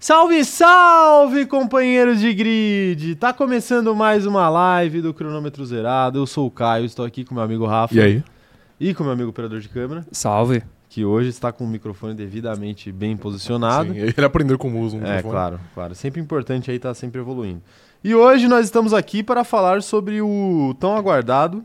Salve, salve, companheiros de grid! Tá começando mais uma live do Cronômetro Zerado. Eu sou o Caio, estou aqui com meu amigo Rafa. E aí? E com meu amigo operador de câmera, Salve. que hoje está com o microfone devidamente bem posicionado. Sim, ele aprendeu como usa um É, microfone. claro, claro. Sempre importante aí estar sempre evoluindo. E hoje nós estamos aqui para falar sobre o tão aguardado,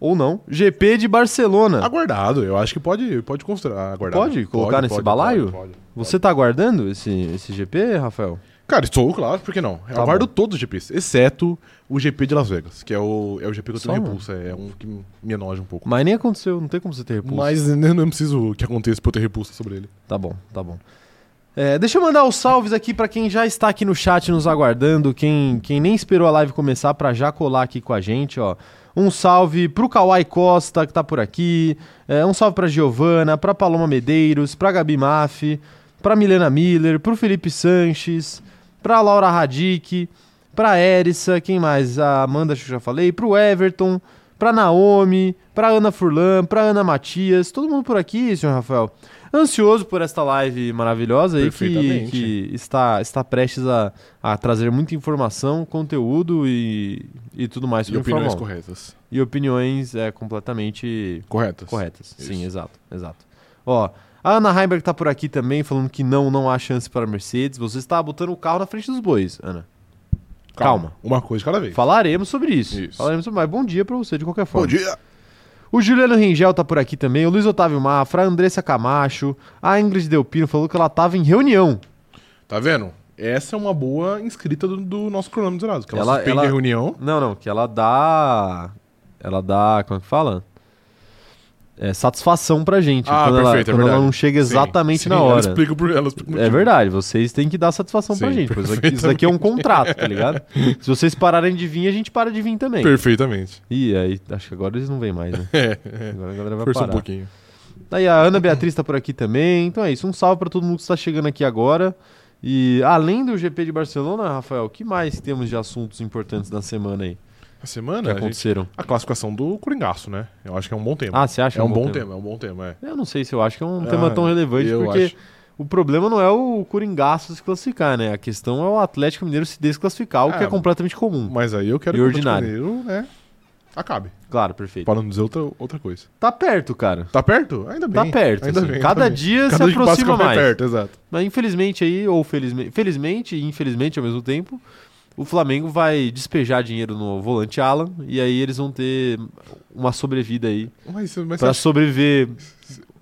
ou não, GP de Barcelona. Aguardado, eu acho que pode, pode considerar aguardado. Pode colocar nesse balaio? pode, pode. Você tá aguardando esse, esse GP, Rafael? Cara, estou, claro, por que não? Eu Tá aguardo todos os GPs, exceto o GP de Las Vegas, que é o, é o GP que eu Só, tenho mano? repulsa. É um que me enoja um pouco. Mas nem aconteceu, não tem como você ter repulso. Mas eu não preciso que aconteça pra eu ter repulsa sobre ele. Tá bom, tá bom. É, deixa eu mandar os salves aqui pra quem já está aqui no chat nos aguardando, quem, quem nem esperou a live começar pra já colar aqui com a gente, ó. Um salve pro Kawai Costa, que tá por aqui. É, um salve pra Giovana, pra Paloma Medeiros, pra Gabi Maffi, pra Milena Miller, pro Felipe Sanches, pra Laura Radic, pra Erissa, quem mais? A Amanda, acho que eu já falei, pro Everton, pra Naomi, pra Ana Furlan, pra Ana Matias, todo mundo por aqui, senhor Rafael. Ansioso por esta live maravilhosa aí que, Perfeitamente. que está, está prestes a, a trazer muita informação, conteúdo e, e tudo mais E sobre o opiniões Fórmula 1. corretas. E opiniões é, completamente Corretas. corretas. Isso. Sim, exato, exato. Ó, a Ana Heimberg tá por aqui também, falando que não, não há chance para a Mercedes. Você está botando o carro na frente dos bois, Ana. Calma. Uma coisa de cada vez. Falaremos sobre isso. Isso. Falaremos sobre... Mas bom dia para você, de qualquer forma. Bom dia! O Juliano Rengel tá por aqui também, o Luiz Otávio Mafra, a Andressa Camacho, a Ingrid Delpino falou que ela tava em reunião. Tá vendo? Essa é uma boa inscrita do, do nosso cronômetro zerado, que ela, Ela- suspende ela- a reunião. Não, não, que ela dá... Ela dá... Como é que fala? É, satisfação pra gente. Ah, quando perfeito, é ela, quando ela verdade. não chega Sim, exatamente sim, na Ela hora. explica o por ela explica o É motivo. verdade, vocês têm que dar satisfação pra Sim, gente. pois aqui- Isso daqui é um contrato, tá ligado? Se vocês pararem de vir, a gente para de vir também. Perfeitamente. Ih, aí, acho que agora eles não vêm mais, né? É, é. Agora a galera vai Força um parar. pouquinho. Aí a Ana Beatriz tá por aqui também. Então é isso, um salve pra todo mundo que está chegando aqui agora. E além do GP de Barcelona, Rafael, o que mais temos de assuntos importantes da semana aí A semana, que a, gente- aconteceram? a classificação do Coringaço, né? Eu acho que é um bom tema. Ah, você acha é um, bom tema. é um bom tema, é. Eu não sei se eu acho que é um tema Ah, tão relevante, eu porque acho. o problema não é o Coringaço se classificar, né? A questão é o Atlético Mineiro se desclassificar, o que é Ah, completamente comum. Mas aí eu quero E que o ordinário. brasileiro, né? Acabe. Claro, perfeito. Para não dizer outra, outra coisa. Tá perto, cara. Tá perto? Ainda bem. Tá perto. Ainda assim. bem, Cada ainda bem. dia Cada se dia que passa, aproxima fica mais. perto, exato. Mas infelizmente aí, ou felizmente, felizmente e infelizmente ao mesmo tempo, o Flamengo vai despejar dinheiro no volante Alan e aí eles vão ter uma sobrevida aí Mas, mas, você pra acha, sobreviver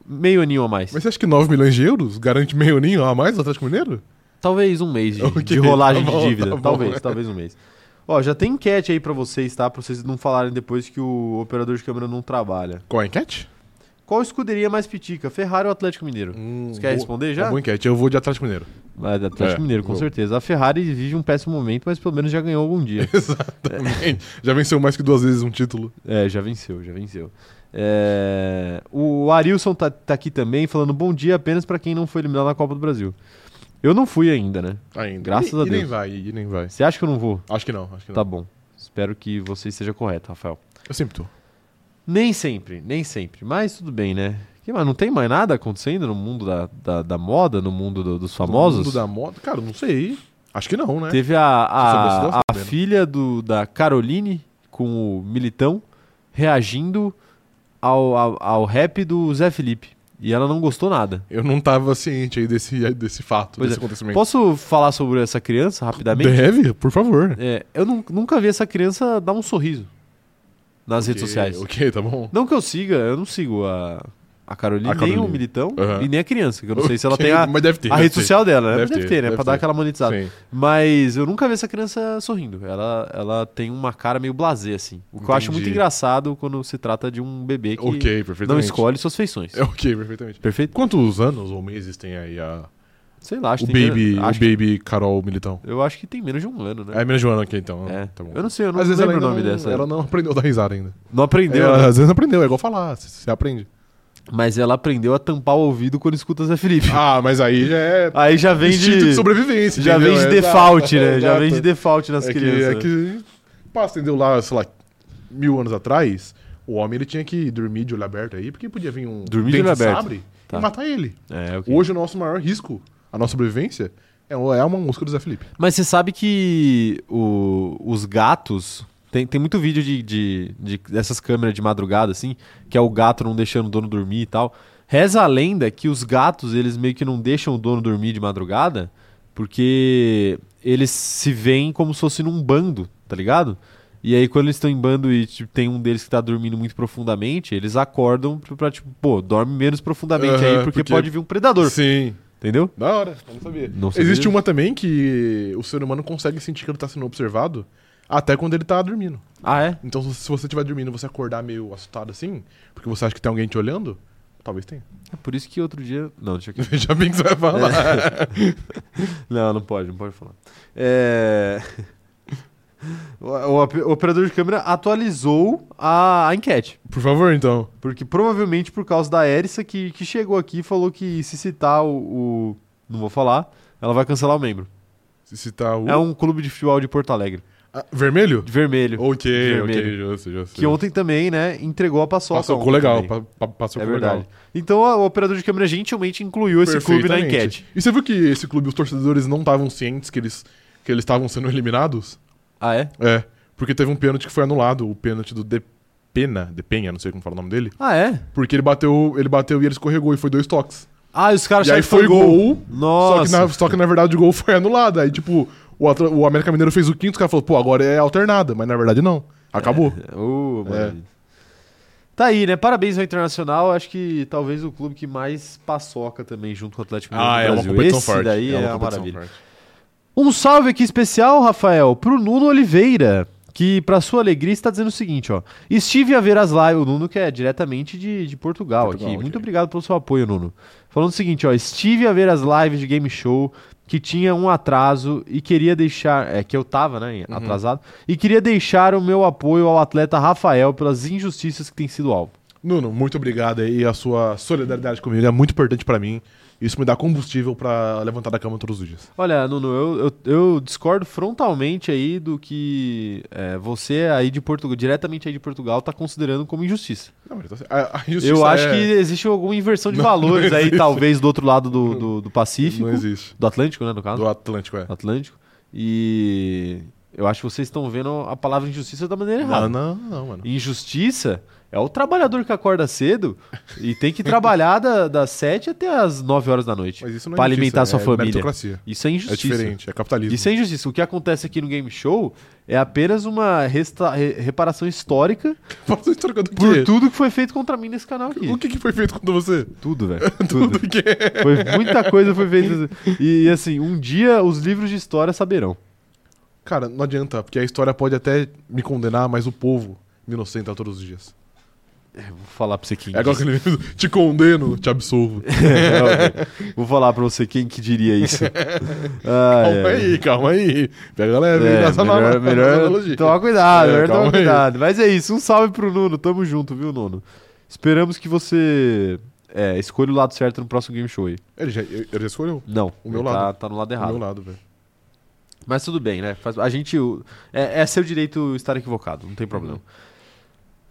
meio aninho a mais. mas você acha que 9 milhões de euros garante meio ninho a mais do Atlético Mineiro? Talvez um mês de, Ok, de rolagem tá bom, de dívida. tá bom. talvez, talvez um mês. Ó, já tem enquete aí pra vocês, tá? Pra vocês não falarem depois que o operador de câmera não trabalha. Qual a enquete? Qual escuderia mais pitica? Ferrari ou Atlético Mineiro? Você quer Hum, boa- responder já? Uma boa enquete. Eu vou de Atlético Mineiro. Ah, da Atlético É, Mineiro, com boa. certeza. A Ferrari vive um péssimo momento, mas pelo menos já ganhou algum dia. Exatamente. Já venceu mais que duas vezes um título. É, já venceu, já venceu. É, O Arilson tá, tá aqui também falando bom dia apenas pra quem não foi eliminado na Copa do Brasil. Eu não fui ainda, né? Ainda. Graças e, a E nem Deus. vai, e nem vai. Você acha que eu não vou? Acho que não, acho que não. Tá bom. Espero que você esteja correto, Rafael. Eu sempre tô. Nem sempre, nem sempre. Mas tudo bem, né? Que mais? Não tem mais nada acontecendo no mundo da, da, da moda, no mundo do- dos Do famosos? mundo da moda? Cara, não sei. Acho que não, né? Teve a, Você soubesse, a, você a tá sabendo. filha do, da Caroline com o Militão reagindo ao, ao, ao rap do Zé Felipe. E ela não gostou nada. Eu não tava ciente aí desse, desse fato, Pois desse é. acontecimento. Posso falar sobre essa criança rapidamente? Deve, por favor. É, eu nun- nunca vi essa criança dar um sorriso nas redes Ok, sociais. Ok, tá bom. Não que eu siga, eu não sigo a, a Caroline, A nem o Caroline. Militão Aham. e nem a criança, que eu não sei se ela Ok, tem a, Mas deve ter. a deve rede ter. social dela, né? Deve Deve ter, ter, né? deve pra dar ter. aquela monetizada. Sim. Mas eu nunca vi essa criança sorrindo. Ela, ela tem uma cara meio blasé, assim. O que eu acho muito Entendi. engraçado quando se trata de um bebê que Ok, não perfeitamente. escolhe suas feições. É ok, perfeitamente. Perfeito? Quantos anos ou meses tem aí a... Sei lá, acho o que tem baby, menos- o acho que- baby Carol Militão? Eu acho que tem menos de um ano, né? É, menos de um ano aqui, então. É. Tá bom. Eu não sei, eu não Às vezes ela lembro o ainda nome não, dessa. Ela não aprendeu a dar risada ainda. Não aprendeu, Ela- né? Às vezes não aprendeu, é igual falar. c- Você aprende. mas ela aprendeu a tampar o ouvido quando escuta Zé Felipe. Ah, mas aí já é... Aí já vem Instinto de de, sobrevivência, já vem entendeu? de É, default, exato, né? Já vem de exato. default nas é que, crianças. é que passa, entendeu? Lá, sei lá, mil anos atrás, o homem ele tinha que dormir de olho aberto aí, porque podia vir um Dormir de dente olho aberto. sabre Tá. e matar ele. É, ok. Hoje o nosso maior risco, a nossa sobrevivência, É, um- é uma música do Zé Felipe. Mas você sabe que o- os gatos. Tem, tem muito vídeo de, de- de- dessas câmeras de madrugada, assim, que é o gato não deixando o dono dormir e tal. Reza a lenda que os gatos, eles meio que não deixam o dono dormir de madrugada, porque eles se veem como se fosse num bando, tá ligado? E aí, quando eles estão em bando e tipo, tem um deles que tá dormindo muito profundamente, eles acordam pra, pra, tipo, pô, dorme menos profundamente aí, Aham, porque, porque- pode vir um predador, Sim. entendeu? Da hora, eu não sabia. Não sabia. Existe uma também que o ser humano consegue sentir que ele tá sendo observado até quando ele tá dormindo. Ah, é? Então, se se você estiver dormindo e você acordar meio assustado assim, porque você acha que tem alguém te olhando, talvez tenha. É por isso que outro dia... Não, deixa eu... Veja bem o que você vai É. falar. Não, não pode, não pode falar. É... O, o op- o operador de câmera atualizou a, a enquete. Por favor, então. Porque provavelmente por causa da Erissa que, que chegou aqui e falou que se citar o, o- Não vou falar, ela vai cancelar o membro. Se citar o. É um clube de futebol de Porto Alegre. Ah, vermelho? De vermelho. Ok, ok, Tipo, Vermelho. justo, justo. Que ontem também, né, entregou a paçoca. Passou com ontem o legal. também. pa- pa- Passou É com o verdade. legal. Então a- o operador de câmera gentilmente incluiu esse clube na Perfeitamente. enquete. E você viu que esse clube, os torcedores não estavam cientes que eles que eles estavam sendo eliminados? Ah, é? É, porque teve um pênalti que foi anulado, o pênalti do De Pena, De Penha, não sei como fala o nome dele, Ah, é? porque ele bateu, ele bateu e ele escorregou e foi dois toques. Ah, e os caras e aí acharam que foi gol, só Nossa. que, na, só que na verdade o gol foi anulado. Aí tipo, o, Atl- o América Mineiro fez o quinto, o cara falou, pô, agora é alternada, mas na verdade não. Acabou. Ô, É. maravilha. Tá aí, né? Parabéns ao Internacional. Acho que talvez o clube que mais paçoca também junto com o Atlético Mineiro do Brasil. Esse daí é, uma maravilha. forte. Um salve aqui especial, Rafael, pro Nuno Oliveira, que pra sua alegria está dizendo o seguinte, ó. Estive a ver as lives, o Nuno que é diretamente de, de Portugal, Portugal, aqui. ok. Muito obrigado pelo seu apoio, Nuno. Falando o seguinte, ó, estive a ver as lives de game show que tinha um atraso e queria deixar, é que eu tava, né, Uhum. atrasado, e queria deixar o meu apoio ao atleta Rafael pelas injustiças que tem sido alvo. Nuno, muito obrigado aí. A sua solidariedade comigo é muito importante pra mim. Isso me dá combustível pra levantar da cama todos os dias. Olha, Nuno, eu, eu- eu discordo frontalmente aí do que é, você aí de Portugal, diretamente aí de Portugal, tá considerando como injustiça. Não, mas tá certo. a, a justiça Eu acho é- que existe alguma inversão de Não, valores não aí, existe. talvez, do outro lado do, do, do Pacífico. não existe. Do Atlântico, né, no caso? Do Atlântico, é. Atlântico. E eu acho que vocês estão vendo a palavra injustiça da maneira errada. Não, não, não, mano. Injustiça é o trabalhador que acorda cedo e tem que trabalhar da- das 7 até as 9 horas da noite. Mas isso não é Pra justiça, alimentar sua é família. meritocracia. Isso é É injustiça. diferente, é capitalismo. Isso é injustiça. O que acontece aqui no Game Show é apenas uma resta- re- reparação histórica Fala sua história do quê? por tudo que foi feito contra mim nesse canal aqui. O que, que foi feito contra você? Tudo, velho. Tudo que é. Foi muita coisa foi feita. E assim, um dia os livros de história saberão. Cara, não adianta, porque a história pode até me condenar, mas o povo me inocenta todos os dias. Eu Vou falar pra você quem. É igual aquele livro, te condeno, te absolvo. É, Vou falar pra você quem que diria isso. Ah, calma é. aí, né? calma aí. Pega É, leve nessa melhor, anal- nessa melhor analogia. tomar cuidado, É, melhor tomar calma aí. cuidado. Mas é isso, um salve pro Nuno, tamo junto, viu, Nuno? Esperamos que você é, escolha o lado certo no próximo game show aí. Ele já, ele já escolheu Não, O meu ele tá, lado. tá no lado o meu errado. lado, velho. Mas tudo bem, né? Faz- a gente. o- É, é seu direito estar equivocado, não tem problema.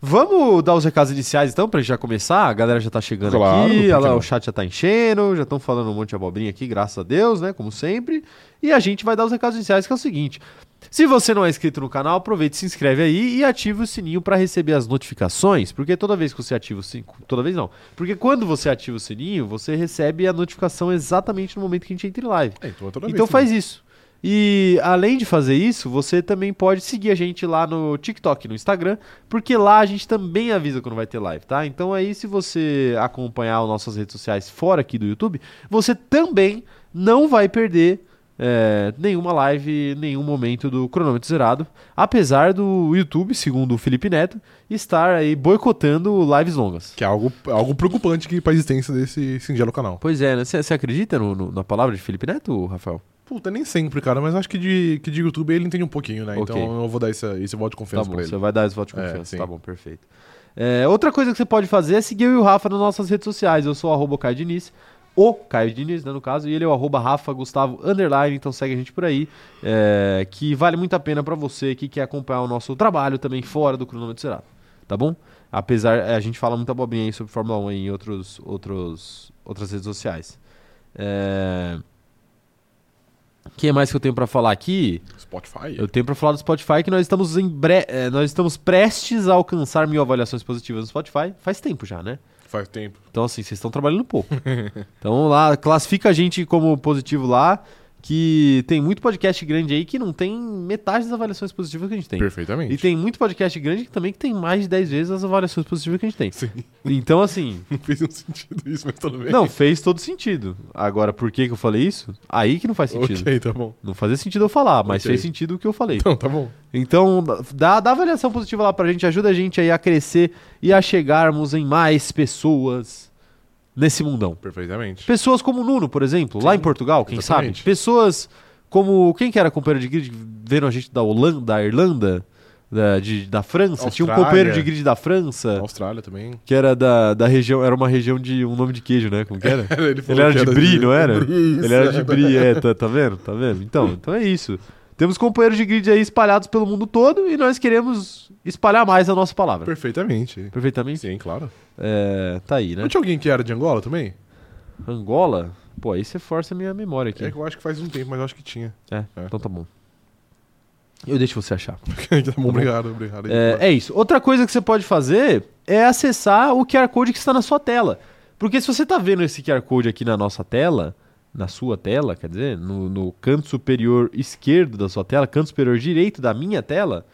Vamos dar os recados iniciais então, pra gente já começar? A galera já tá chegando Claro, por aqui, que a lá- não? o chat já tá enchendo, já estão falando um monte de abobrinha aqui, graças a Deus, né? Como sempre. E a gente vai dar os recados iniciais, que é o seguinte. Se você não é inscrito no canal, aproveita, e se inscreve aí e ativa o sininho pra receber as notificações, porque toda vez que você ativa o sininho, toda vez não, porque quando você ativa o sininho, você recebe a notificação exatamente no momento que a gente entra em live. É, então é toda Então vez, faz isso. E além de fazer isso, você também pode seguir a gente lá no TikTok, no Instagram, porque lá a gente também avisa quando vai ter live, tá? Então aí se você acompanhar as nossas redes sociais fora aqui do YouTube, você também não vai perder é, nenhuma live, nenhum momento do cronômetro zerado, apesar do YouTube, segundo o Felipe Neto, estar aí boicotando lives longas. Que é algo, algo preocupante que, pra existência desse singelo canal. Pois é, né? Você acredita no- no- na palavra de Felipe Neto, Rafael? Puta, nem sempre, cara, mas acho que de, que de YouTube ele entende um pouquinho, né? Ok. Então eu vou dar esse, esse voto de Tá confiança bom, pra você ele. vai dar esse voto de É, confiança. sim. tá bom, perfeito. É, outra coisa que você pode fazer é seguir eu e o Rafa nas nossas redes sociais. Eu sou o arroba Caio Diniz, o Caio Diniz, né, no caso, e ele é o arroba Rafa Gustavo Underline, então segue a gente por aí, é, que vale muito a pena pra você que quer acompanhar o nosso trabalho também fora do cronômetro zerado, tá bom? Apesar, é, a gente fala muita bobinha aí sobre Fórmula 1 e em outros, outros, outras redes sociais. É... O que mais que eu tenho pra falar aqui? Spotify. Eu tenho pra falar do Spotify que nós estamos em bre... eh, nós estamos prestes a alcançar mil avaliações positivas no Spotify. Faz tempo já, né? Faz tempo. Então, assim, vocês estão trabalhando pouco. então, vamos lá, classifica a gente como positivo lá, que tem muito podcast grande aí que não tem metade das avaliações positivas que a gente tem. Perfeitamente. E tem muito podcast grande que também que tem mais de 10 vezes as avaliações positivas que a gente tem. Sim. Então, assim, Não fez nenhum sentido isso, mas tudo bem. não, fez todo sentido. Agora, por que, que eu falei isso? Aí que não faz sentido. Ok, tá bom. Não fazia sentido eu falar, mas Ok. fez sentido o que eu falei. Então, tá bom. Então, dá, dá avaliação positiva lá pra gente, ajuda a gente aí a crescer e a chegarmos em mais pessoas nesse mundão. Perfeitamente. Pessoas como o Nuno, por exemplo, lá em Portugal, quem exatamente. sabe? Pessoas como. Quem que era companheiro de grid? Viram a gente da Holanda, da Irlanda, da, de- da França? Tinha um Austrália. companheiro de grid da França, Austrália também. que era da, da região. Era uma região de. Um nome de queijo, né? Como que era? Ele, Ele falou era de que Brie, não era? Brie, isso, Ele era de é. Brie, é, tá, tá vendo? Tá vendo? Então, então é isso. Temos companheiros de grid aí espalhados pelo mundo todo e nós queremos espalhar mais a nossa palavra. Perfeitamente. Perfeitamente. Sim, claro. É, tá aí, né? Não tinha alguém que era de Angola também? Angola? Pô, aí você força a minha memória aqui. É que eu acho que faz um tempo, mas eu acho que tinha. É, É. então tá bom. Eu deixo você achar. Tá bom, obrigado, obrigado. É, é isso. Outra coisa que você pode fazer é acessar o QR Code que está na sua tela. Porque se você está vendo esse QR Code aqui na nossa tela, na sua tela, quer dizer, no, no canto superior esquerdo da sua tela, canto superior direito da minha tela,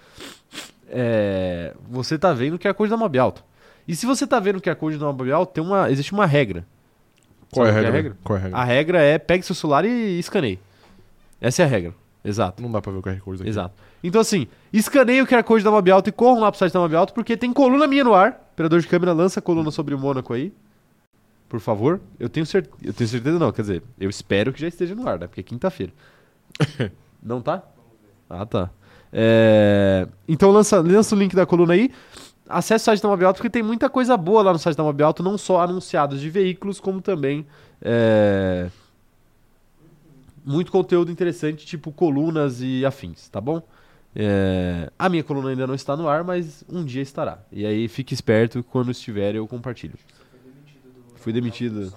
é, você está vendo o QR Code da Mob Alto. E se você está vendo o QR Code da Mob Alto, tem uma, existe uma regra. Qual é a Sabe regra? qual é a Qual é a regra? A regra é pegue seu celular e escaneie. Essa é a regra. Exato. Não dá pra ver o QR Code aqui. Exato. Então, assim, escaneiem o QR Code da Mob Alto e corram lá pro site da Mob Alto, porque tem coluna minha no ar. Operador de câmera, lança a coluna sobre o Mônaco aí. Por favor. Eu tenho, cer eu tenho certeza, não. Quer dizer, eu espero que já esteja no ar, né? Porque é quinta-feira. não tá? Ah, tá. É, Então, lança, lança o link da coluna aí. Acesse o site da Mob Alto, porque tem muita coisa boa lá no site da Mob Alto, não só anunciados de veículos, como também. é, muito conteúdo interessante, tipo colunas e afins, tá bom? É, a minha coluna ainda não está no ar, mas um dia estará. E aí fique esperto, quando estiver eu compartilho. Fui demitido.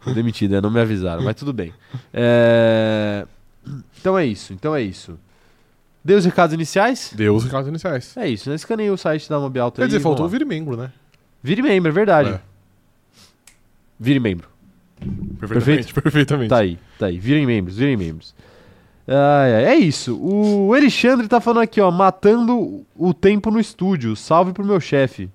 Fui demitido, é, não me avisaram, mas tudo bem. É, então é isso, então é isso. Dei os recados iniciais? Deu os recados iniciais. É isso, né? Escaneei o site da Mob Alto Quer aí, dizer, vamos faltou o lá. vire membro, né? Vire membro, é verdade. É. Vire membro. Perfeitamente, perfeitamente. Tá aí, tá aí. Virem membros, virem membros. Ai, ai, é isso. O Alexandre tá falando aqui, ó. Matando o tempo no estúdio. Salve pro meu chefe.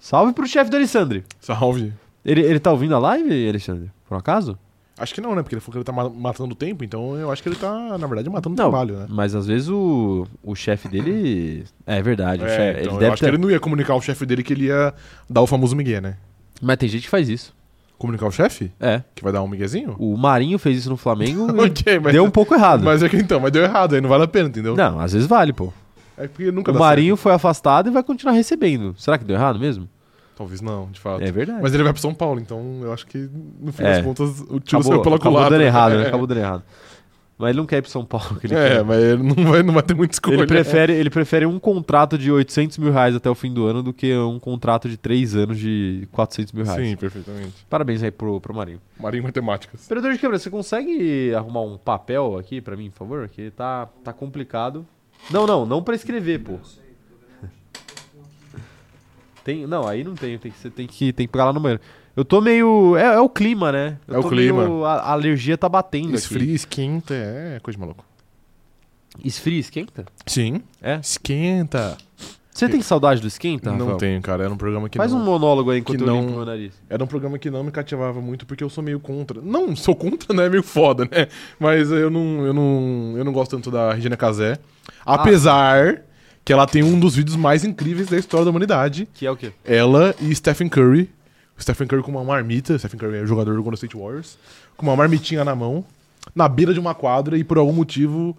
Salve pro chefe do Alexandre. Salve. Ele, ele tá ouvindo a live, Alexandre? Por um acaso? Acho que não, né? Porque ele falou que ele tá ma- matando o tempo, então eu acho que ele tá, na verdade, matando o Não. trabalho, né? Mas às vezes o, o chefe dele. É verdade. o chefe- É, então ele eu deve acho que ter... ele não ia comunicar ao chefe dele que ele ia dar o famoso migué, né? Mas tem gente que faz isso. Comunicar ao chefe? É. Que vai dar um miguezinho? O Marinho fez isso no Flamengo e ok, mas... deu um pouco errado. Mas é que então, mas deu errado, aí não vale a pena, entendeu? Não, às vezes vale, pô. É porque nunca O dá Marinho foi afastado e vai continuar recebendo. Será que deu errado mesmo? certo. Talvez não, de fato. É verdade. Mas ele vai pro São Paulo, então eu acho que, no fim É. das contas, o tiro saiu Tipo assim, pela acabou culatra. dando errado, né? É. Acabou dando errado. Mas ele não quer ir pro São Paulo. Que ele É, quer. mas ele não vai, não vai ter muita escolha. né? Ele prefere, ele prefere um contrato de 800 mil reais até o fim do ano do que um contrato de 3 anos de 400 mil reais. Sim, perfeitamente. Parabéns aí pro, pro Marinho. Marinho Matemáticas. Operador de quebra, você consegue arrumar um papel aqui pra mim, por favor? Que tá, tá complicado. Não, não, não pra escrever, pô. Tem, não, aí não tem, tem que, você tem que, tem que pegar lá no banheiro. Eu tô meio. É, é o clima, né? Eu É o tô clima. meio- a, a alergia tá batendo aqui. Esfria, esquenta, é coisa de maluco. Esfria, esquenta? Sim. É? Esquenta. Você tem saudade do esquenta, não Tá, Rafael? tenho, cara. Era um programa que Faz um não... monólogo aí enquanto que eu não- limpo meu nariz. Era um programa que não me cativava muito, porque eu sou meio contra. Não, sou contra, né? É meio foda, né? Mas eu não, eu não, eu não gosto tanto da Regina Casé. Ah. Apesar que ela tem um dos vídeos mais incríveis da história da humanidade. Que é o quê? Ela e Stephen Curry. O Stephen Curry com uma marmita. O Stephen Curry é jogador do Golden State Warriors. Com uma marmitinha na mão, na beira de uma quadra, e por algum motivo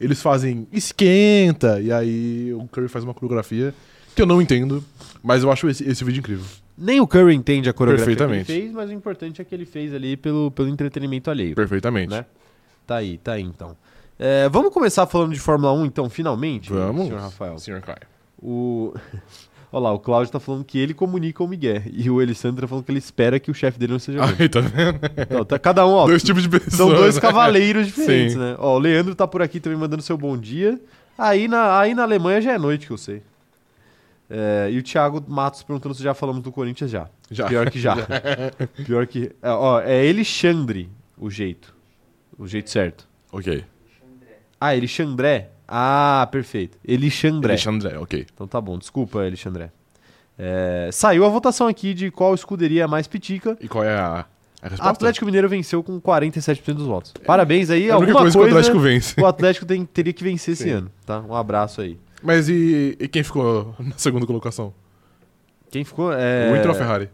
eles fazem esquenta. E aí o Curry faz uma coreografia que eu não entendo, mas eu acho esse, esse vídeo incrível. Nem o Curry entende a coreografia que ele Perfeitamente. fez, mas o importante é que ele fez ali pelo, pelo entretenimento alheio. Perfeitamente. Né? Tá aí, tá aí então. É, vamos começar falando de Fórmula 1 então, um, finalmente? Vamos. Senhor Rafael. Senhor Caio. O... Olha lá, o Cláudio tá falando que ele comunica o Miguel. E o Elisandro tá falando que ele espera que o chefe dele não seja ruim. Aí, tá vendo? Então, tá- cada um, ó. dois tipos de pessoas. São dois né? cavaleiros diferentes, Sim. né? Ó, o Leandro tá por aqui também mandando seu bom dia. Aí na, aí na Alemanha já é noite, que eu sei. É, e o Thiago Matos perguntando se já falamos do Corinthians já. Já. Pior que já. Pior que. é, Ó, é Elixandre o jeito. O jeito certo. Ok. Ah, Elixandré? Ah, perfeito. Elixandré. Alexandre, ok. Então tá bom, desculpa, Elixandré. É, saiu a votação aqui de qual escuderia é mais pitica. E qual é a, a resposta? Atlético Mineiro venceu com 47% dos votos. Parabéns aí, É a única alguma coisa, coisa, que o Atlético vence. o Atlético tem- teria que vencer esse Sim. ano, tá? Um abraço aí. Mas e, e quem ficou na segunda colocação? Quem ficou é O Inter ou a Ferrari?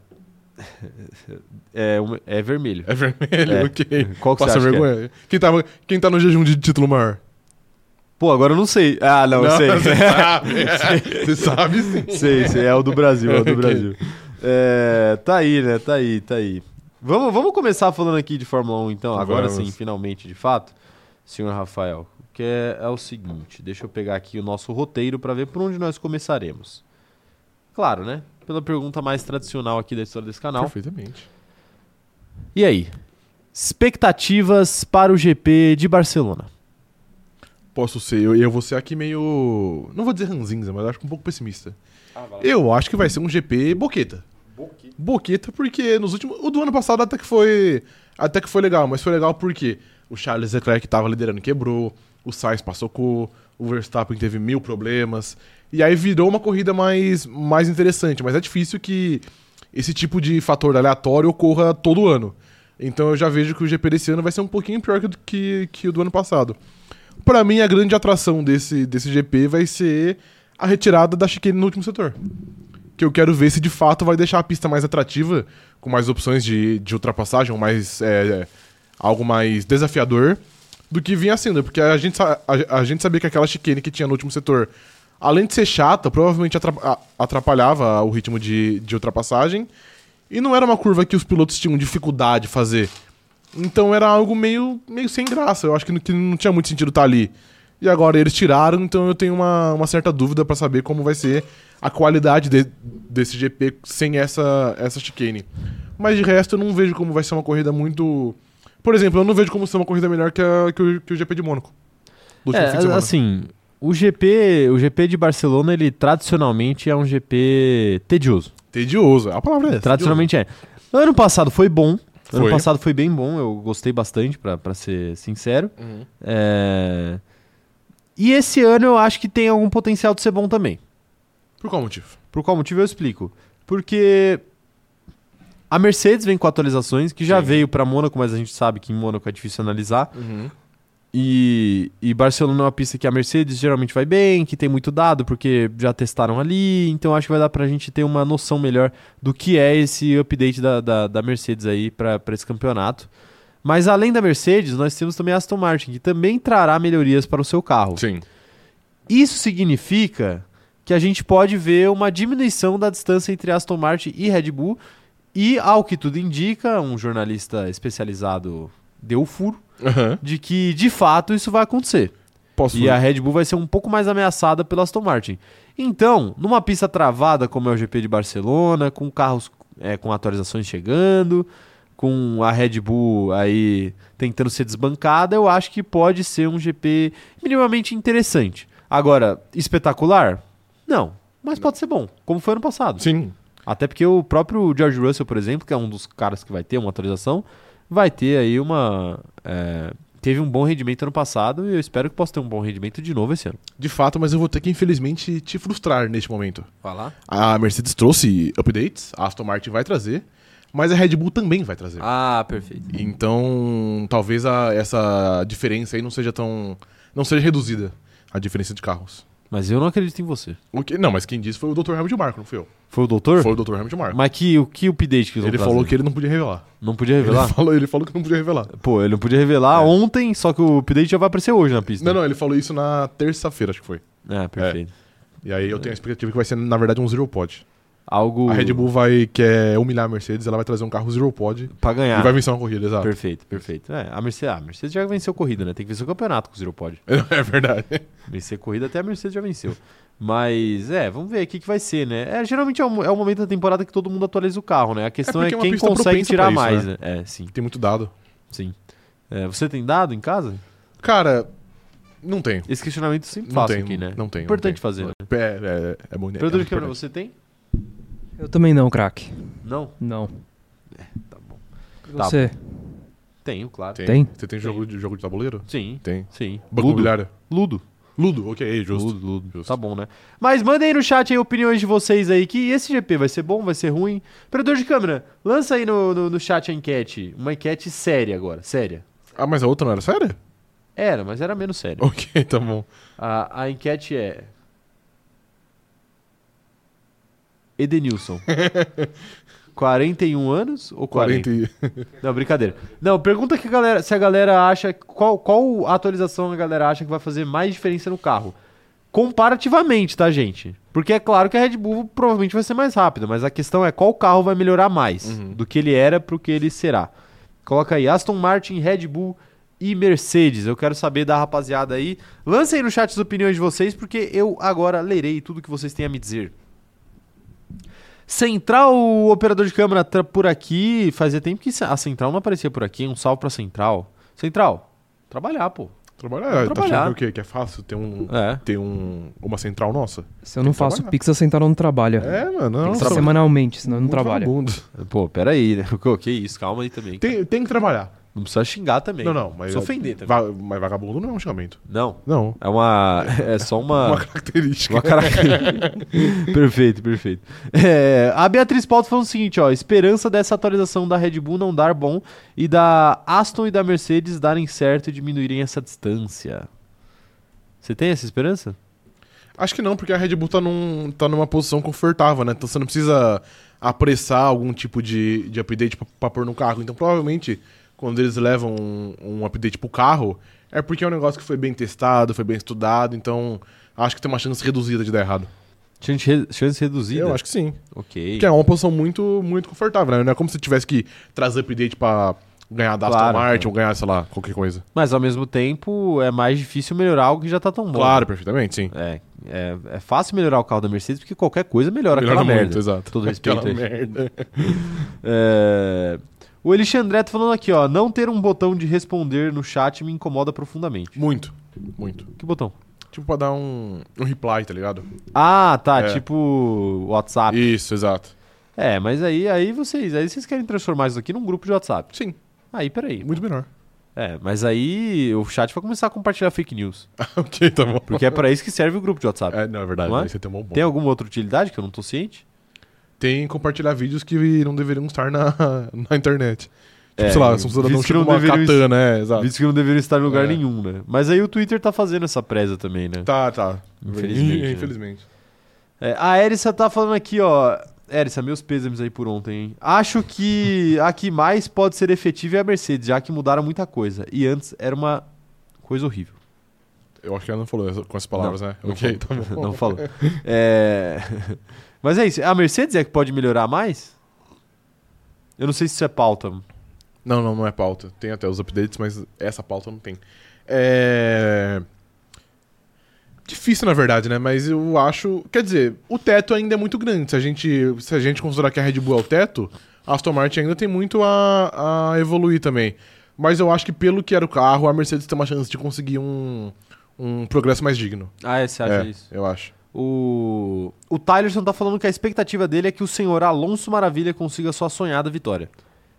é, uma- é vermelho. É vermelho, É. ok. Qual que você Passa acha que é? vergonha. Quem, tava, quem tá no jejum de título maior? Pô, agora eu não sei. Ah, não, eu sei. Você sabe. Você sabe sim. sei, sei, é o do Brasil, é o do Ok. Brasil. É, tá aí, né? Tá aí, tá aí. Vamos, vamos começar falando aqui de Fórmula 1 então, agora Vamos. sim, finalmente, de fato, senhor Rafael. Que é, é o seguinte, deixa eu pegar aqui o nosso roteiro pra ver por onde nós começaremos. Claro, né? Pela pergunta mais tradicional aqui da história desse canal. Perfeitamente. E aí? Expectativas para o GP de Barcelona. Posso ser, eu, eu vou ser aqui meio. Não vou dizer ranzinza, mas acho que um pouco pessimista. Eu acho que Ah, vai ser um GP boqueta. Boqueta, porque nos últimos. O do ano passado até que foi. Até que foi legal, mas foi legal porque o Charles Leclerc que tava liderando quebrou, o Sainz passou com, o Verstappen teve mil problemas. E aí virou uma corrida mais, mais interessante, mas é difícil que esse tipo de fator aleatório ocorra todo ano. Então eu já vejo que o GP desse ano vai ser um pouquinho pior que, o do- que, que o do ano passado. Pra mim, a grande atração desse, desse GP vai ser a retirada da chicane no último setor que eu quero ver se de fato vai deixar a pista mais atrativa, com mais opções de, de ultrapassagem, ou mais, é, é, algo mais desafiador, do que vinha sendo. Porque a gente, sa- a, a gente sabia que aquela chicane que tinha no último setor, além de ser chata, provavelmente atrap- a- atrapalhava o ritmo de, de ultrapassagem. E não era uma curva que os pilotos tinham dificuldade de fazer. Então era algo meio, meio sem graça. Eu acho que não, que não tinha muito sentido estar ali. E agora eles tiraram, então eu tenho uma, uma certa dúvida pra saber como vai ser a qualidade de- desse GP sem essa, essa chicane. Mas de resto eu não vejo como vai ser uma corrida muito. Por exemplo, eu não vejo como ser uma corrida melhor que, a- que, o, que o GP de Mônaco. Do último fim de É, semana. assim, o GP, o GP de Barcelona, ele tradicionalmente é um GP tedioso. Tedioso, a palavra é essa. Tradicionalmente é. Ano passado foi bom. Ano Foi. passado foi bem bom, eu gostei bastante, pra pra ser sincero. tedioso. Uhum. É, E esse ano eu acho que tem algum potencial de ser bom também. Por qual motivo? Por qual motivo eu explico? Porque a Mercedes vem com atualizações, que já Sim. veio pra Mônaco, mas a gente sabe que em Mônaco é difícil analisar. E, e Barcelona é uma pista que a Mercedes geralmente vai bem, que tem muito dado, porque já testaram ali. Então acho que vai dar pra gente ter uma noção melhor do que é esse update da, da, da Mercedes aí pra pra esse campeonato. Mas além da Mercedes, nós temos também a Aston Martin, que também trará melhorias para o seu carro. Sim. Isso significa que a gente pode ver uma diminuição da distância entre Aston Martin e Red Bull. E, ao que tudo indica, um jornalista especializado deu o furo Aham. de que, de fato, isso vai acontecer. Posso E a Red Bull vai ser um pouco mais ameaçada pela Aston Martin. Então, numa pista travada como é o GP de Barcelona, com carros é, com atualizações chegando, com a Red Bull aí tentando ser desbancada, eu acho que pode ser um GP minimamente interessante. Agora, espetacular? Não. Mas pode ser bom, como foi ano passado. Sim. Até porque o próprio George Russell, por exemplo, que é um dos caras que vai ter uma atualização, vai ter aí uma. é, teve um bom rendimento ano passado e eu espero que possa ter um bom rendimento de novo esse ano. De fato, mas eu vou ter que, infelizmente, te frustrar neste momento. Falar? A Mercedes trouxe updates, a Aston Martin vai trazer, mas a Red Bull também vai trazer. Ah, perfeito. Então, talvez a- essa diferença aí não seja tão. não seja reduzida, a diferença de carros. Mas eu não acredito em você. O que, não, mas quem disse foi o Dr. Hamilton Marco, não fui eu. Foi o doutor? Foi o Dr. Hamilton Marco. Mas que, o que update que eles vão Ele trazer? falou que ele não podia revelar. Não podia Ele revelar? falou, ele falou que não podia revelar. Pô, ele não podia revelar ontem, só que o update já vai aparecer hoje na pista. É. Não, É. não, ele falou isso na terça-feira, acho que foi. não. Ah, perfeito. E aí eu tenho a expectativa que vai ser, na verdade, um Zero Pod. Algo A Red Bull vai quer humilhar a Mercedes, ela vai trazer um carro Zero Pod pra ganhar. e vai vencer uma corrida, exato. Perfeito, perfeito. É, a, Mercedes, ah, a Mercedes já venceu corrida, né? Tem que vencer o campeonato com o Zero Pod. é verdade. Vencer corrida até a Mercedes já venceu. Mas, é, vamos ver o que, que vai ser, né? É, geralmente é o, é o momento da temporada que todo mundo atualiza o carro, né? A questão é, porque é uma quem pista consegue propensa tirar pra isso, mais, né? É, sim, Tem muito dado. sim. É, você tem dado em casa? Cara, não tem. Esse questionamento eu sempre Não faço tem, aqui, né? não tem. Importante não fazer, tem. né? É, é, é bom. né? Operador É de câmera, importante. você tem? Eu também não, craque. Não? Não. Tá bom. E Tá. Você? Tenho, claro. Tem? Você tem jogo de, jogo de tabuleiro? Sim, Tem. sim. Ludo. Banco imobiliário? Ludo. Ludo, ok, justo. Ludo, Ludo. Justo. Tá bom, né? Mas mandem aí no chat aí opiniões de vocês aí, que esse GP vai ser bom, vai ser ruim. Operador de câmera, lança aí no, no, no chat a enquete. Uma enquete séria agora, séria. Ah, mas a outra não era séria? É. Era, mas era menos séria. Ok, tá bom. A, a enquete é. Edenilson. 41 anos ou 40? 40 e... Não, brincadeira. Não, pergunta que a galera, se a galera acha. Qual, qual atualização a galera acha que vai fazer mais diferença no carro? Comparativamente, tá, gente? Porque é claro que a Red Bull provavelmente vai ser mais rápida, mas a questão é qual carro vai melhorar mais Uhum. do que ele era pro que ele será. Coloca aí Aston Martin, Red Bull e Mercedes. Eu quero saber da rapaziada aí. Lança aí no chat as opiniões de vocês, porque eu agora lerei tudo que vocês têm a me dizer. Central, o operador de câmera tá por aqui. Fazia tempo que a Central não aparecia por aqui. Um salve pra Central. Central, trabalhar, pô. Trabalhar, Vamos tá achando trabalhar. que, o quê? que é fácil ter, um, É. ter um, uma central nossa? Se eu não Tem que faço trabalhar. Pix, eu sentar não trabalho. É, mano. Tem que nossa, ser semanalmente, senão eu não muito trabalho. vagabundo. Pô, peraí, né? Que- Que isso, calma aí também. Tem, tem que trabalhar. Não precisa xingar também. Não, não, mas. Se ofender também. Va- mas vagabundo não é um xingamento. Não, Não. é uma. É só É Uma uma. característica. Uma característica. perfeito, perfeito. É, a Beatriz Paulo falou o seguinte: ó, esperança dessa atualização da Red Bull não dar bom e da Aston e da Mercedes darem certo e diminuírem essa distância. Você tem essa esperança? Acho que não, porque a Red Bull tá, num, tá numa posição confortável, né? Então você não precisa apressar algum tipo de, de update pra, pra pôr no carro. Então provavelmente, quando eles levam um, um update pro carro, é porque é um negócio que foi bem testado, foi bem estudado, então acho que tem uma chance reduzida de dar errado. Chance, re- chance reduzida? Eu acho que sim. Ok. Que é uma posição muito, muito confortável, né? Não é como se tivesse que trazer update pra ganhar da Claro, Aston Martin claro. ou ganhar, sei lá, qualquer coisa. Mas ao mesmo tempo, é mais difícil melhorar algo que já tá tão bom. Claro, perfeitamente, sim. É, é, é fácil melhorar o carro da Mercedes porque qualquer coisa melhora, Melhora aquela muito, merda. exato. Todo respeito Aquela aí. merda. É... O Alexandre tá falando aqui, ó. Não ter um botão de responder no chat me incomoda profundamente. Muito, muito. Que botão? Tipo pra dar um, um reply, tá ligado? Ah, tá. É. Tipo WhatsApp. Isso, exato. É, mas aí, aí vocês. Aí vocês querem transformar isso aqui num grupo de WhatsApp. Sim, Aí, peraí. muito menor. É, mas aí o chat vai começar a compartilhar fake news. ok, tá bom. Porque é pra isso que serve o grupo de WhatsApp. É, não, é verdade. Não é? Aí você tem um bom ponto. Tem Tem... alguma outra utilidade que eu não tô ciente? compartilhar vídeos que não deveriam estar na, na internet. Tipo, É, sei lá, se você não vídeos que tipo não uma deveriam- katana, é, exato. Visto que não deveriam estar em lugar É. nenhum, né? Mas aí o Twitter tá fazendo essa presa também, né? Tá, tá. Infelizmente, né? Infelizmente. É, a Erissa tá falando aqui, ó. Erissa, meus pêsames aí por ontem, hein? Acho que a que mais pode ser efetiva é a Mercedes, já que mudaram muita coisa. E antes era uma coisa horrível. Eu acho que ela não falou essa- com essas palavras, né? não ok, falou. tá bom. Não falou. É, Mas é isso. A Mercedes é que pode melhorar mais? Eu não sei se isso é pauta. Não, não, não é pauta. Tem até os updates, mas essa pauta não tem. É. Difícil, na verdade, né? Mas eu acho. Quer dizer, o teto ainda é muito grande. Se a gente, se a gente considerar que a Red Bull é o teto, a Aston Martin ainda tem muito a, a evoluir também. Mas eu acho que, pelo que era o carro, a Mercedes tem uma chance de conseguir um, um progresso mais digno. Ah, é, você acha é, isso? Eu acho. O, o Tylerson tá falando que a expectativa dele é que o senhor Alonso Maravilha consiga sua sonhada vitória.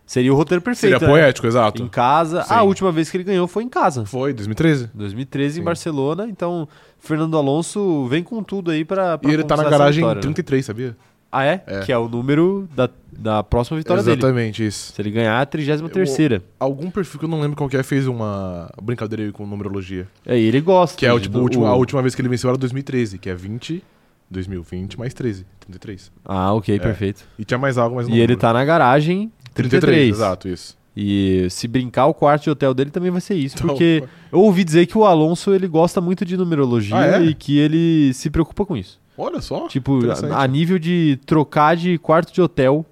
Seria o roteiro perfeito. Seria né? poético, exato. Em casa. Sim. A última vez que ele ganhou foi em casa. Foi, 2013. 2013 em Sim. Barcelona. Então, Fernando Alonso vem com tudo aí pra. pra E ele tá na conquistar essa garagem em vitória, né? 33, sabia? Ah, é? É. Que é o número da, da próxima vitória dele. Exatamente, isso. Se ele ganhar é a 33. Algum perfil que eu não lembro qual que é fez uma brincadeira aí com numerologia. É, e ele gosta. Que é o, de- tipo, do- a última- o- a última vez que ele venceu era 2013, que é 20, 2020 mais 13, 33. Ah, ok, É. perfeito. E tinha mais algo, mas não E ele lembro. tá na garagem 33. Exato, isso. E se brincar, o quarto de hotel dele também vai ser isso. Então, porque eu ouvi dizer que o Alonso ele gosta muito de numerologia Ah, é? e que ele se preocupa com isso. Olha só. Tipo, interessante. a, a nível de trocar de quarto de hotel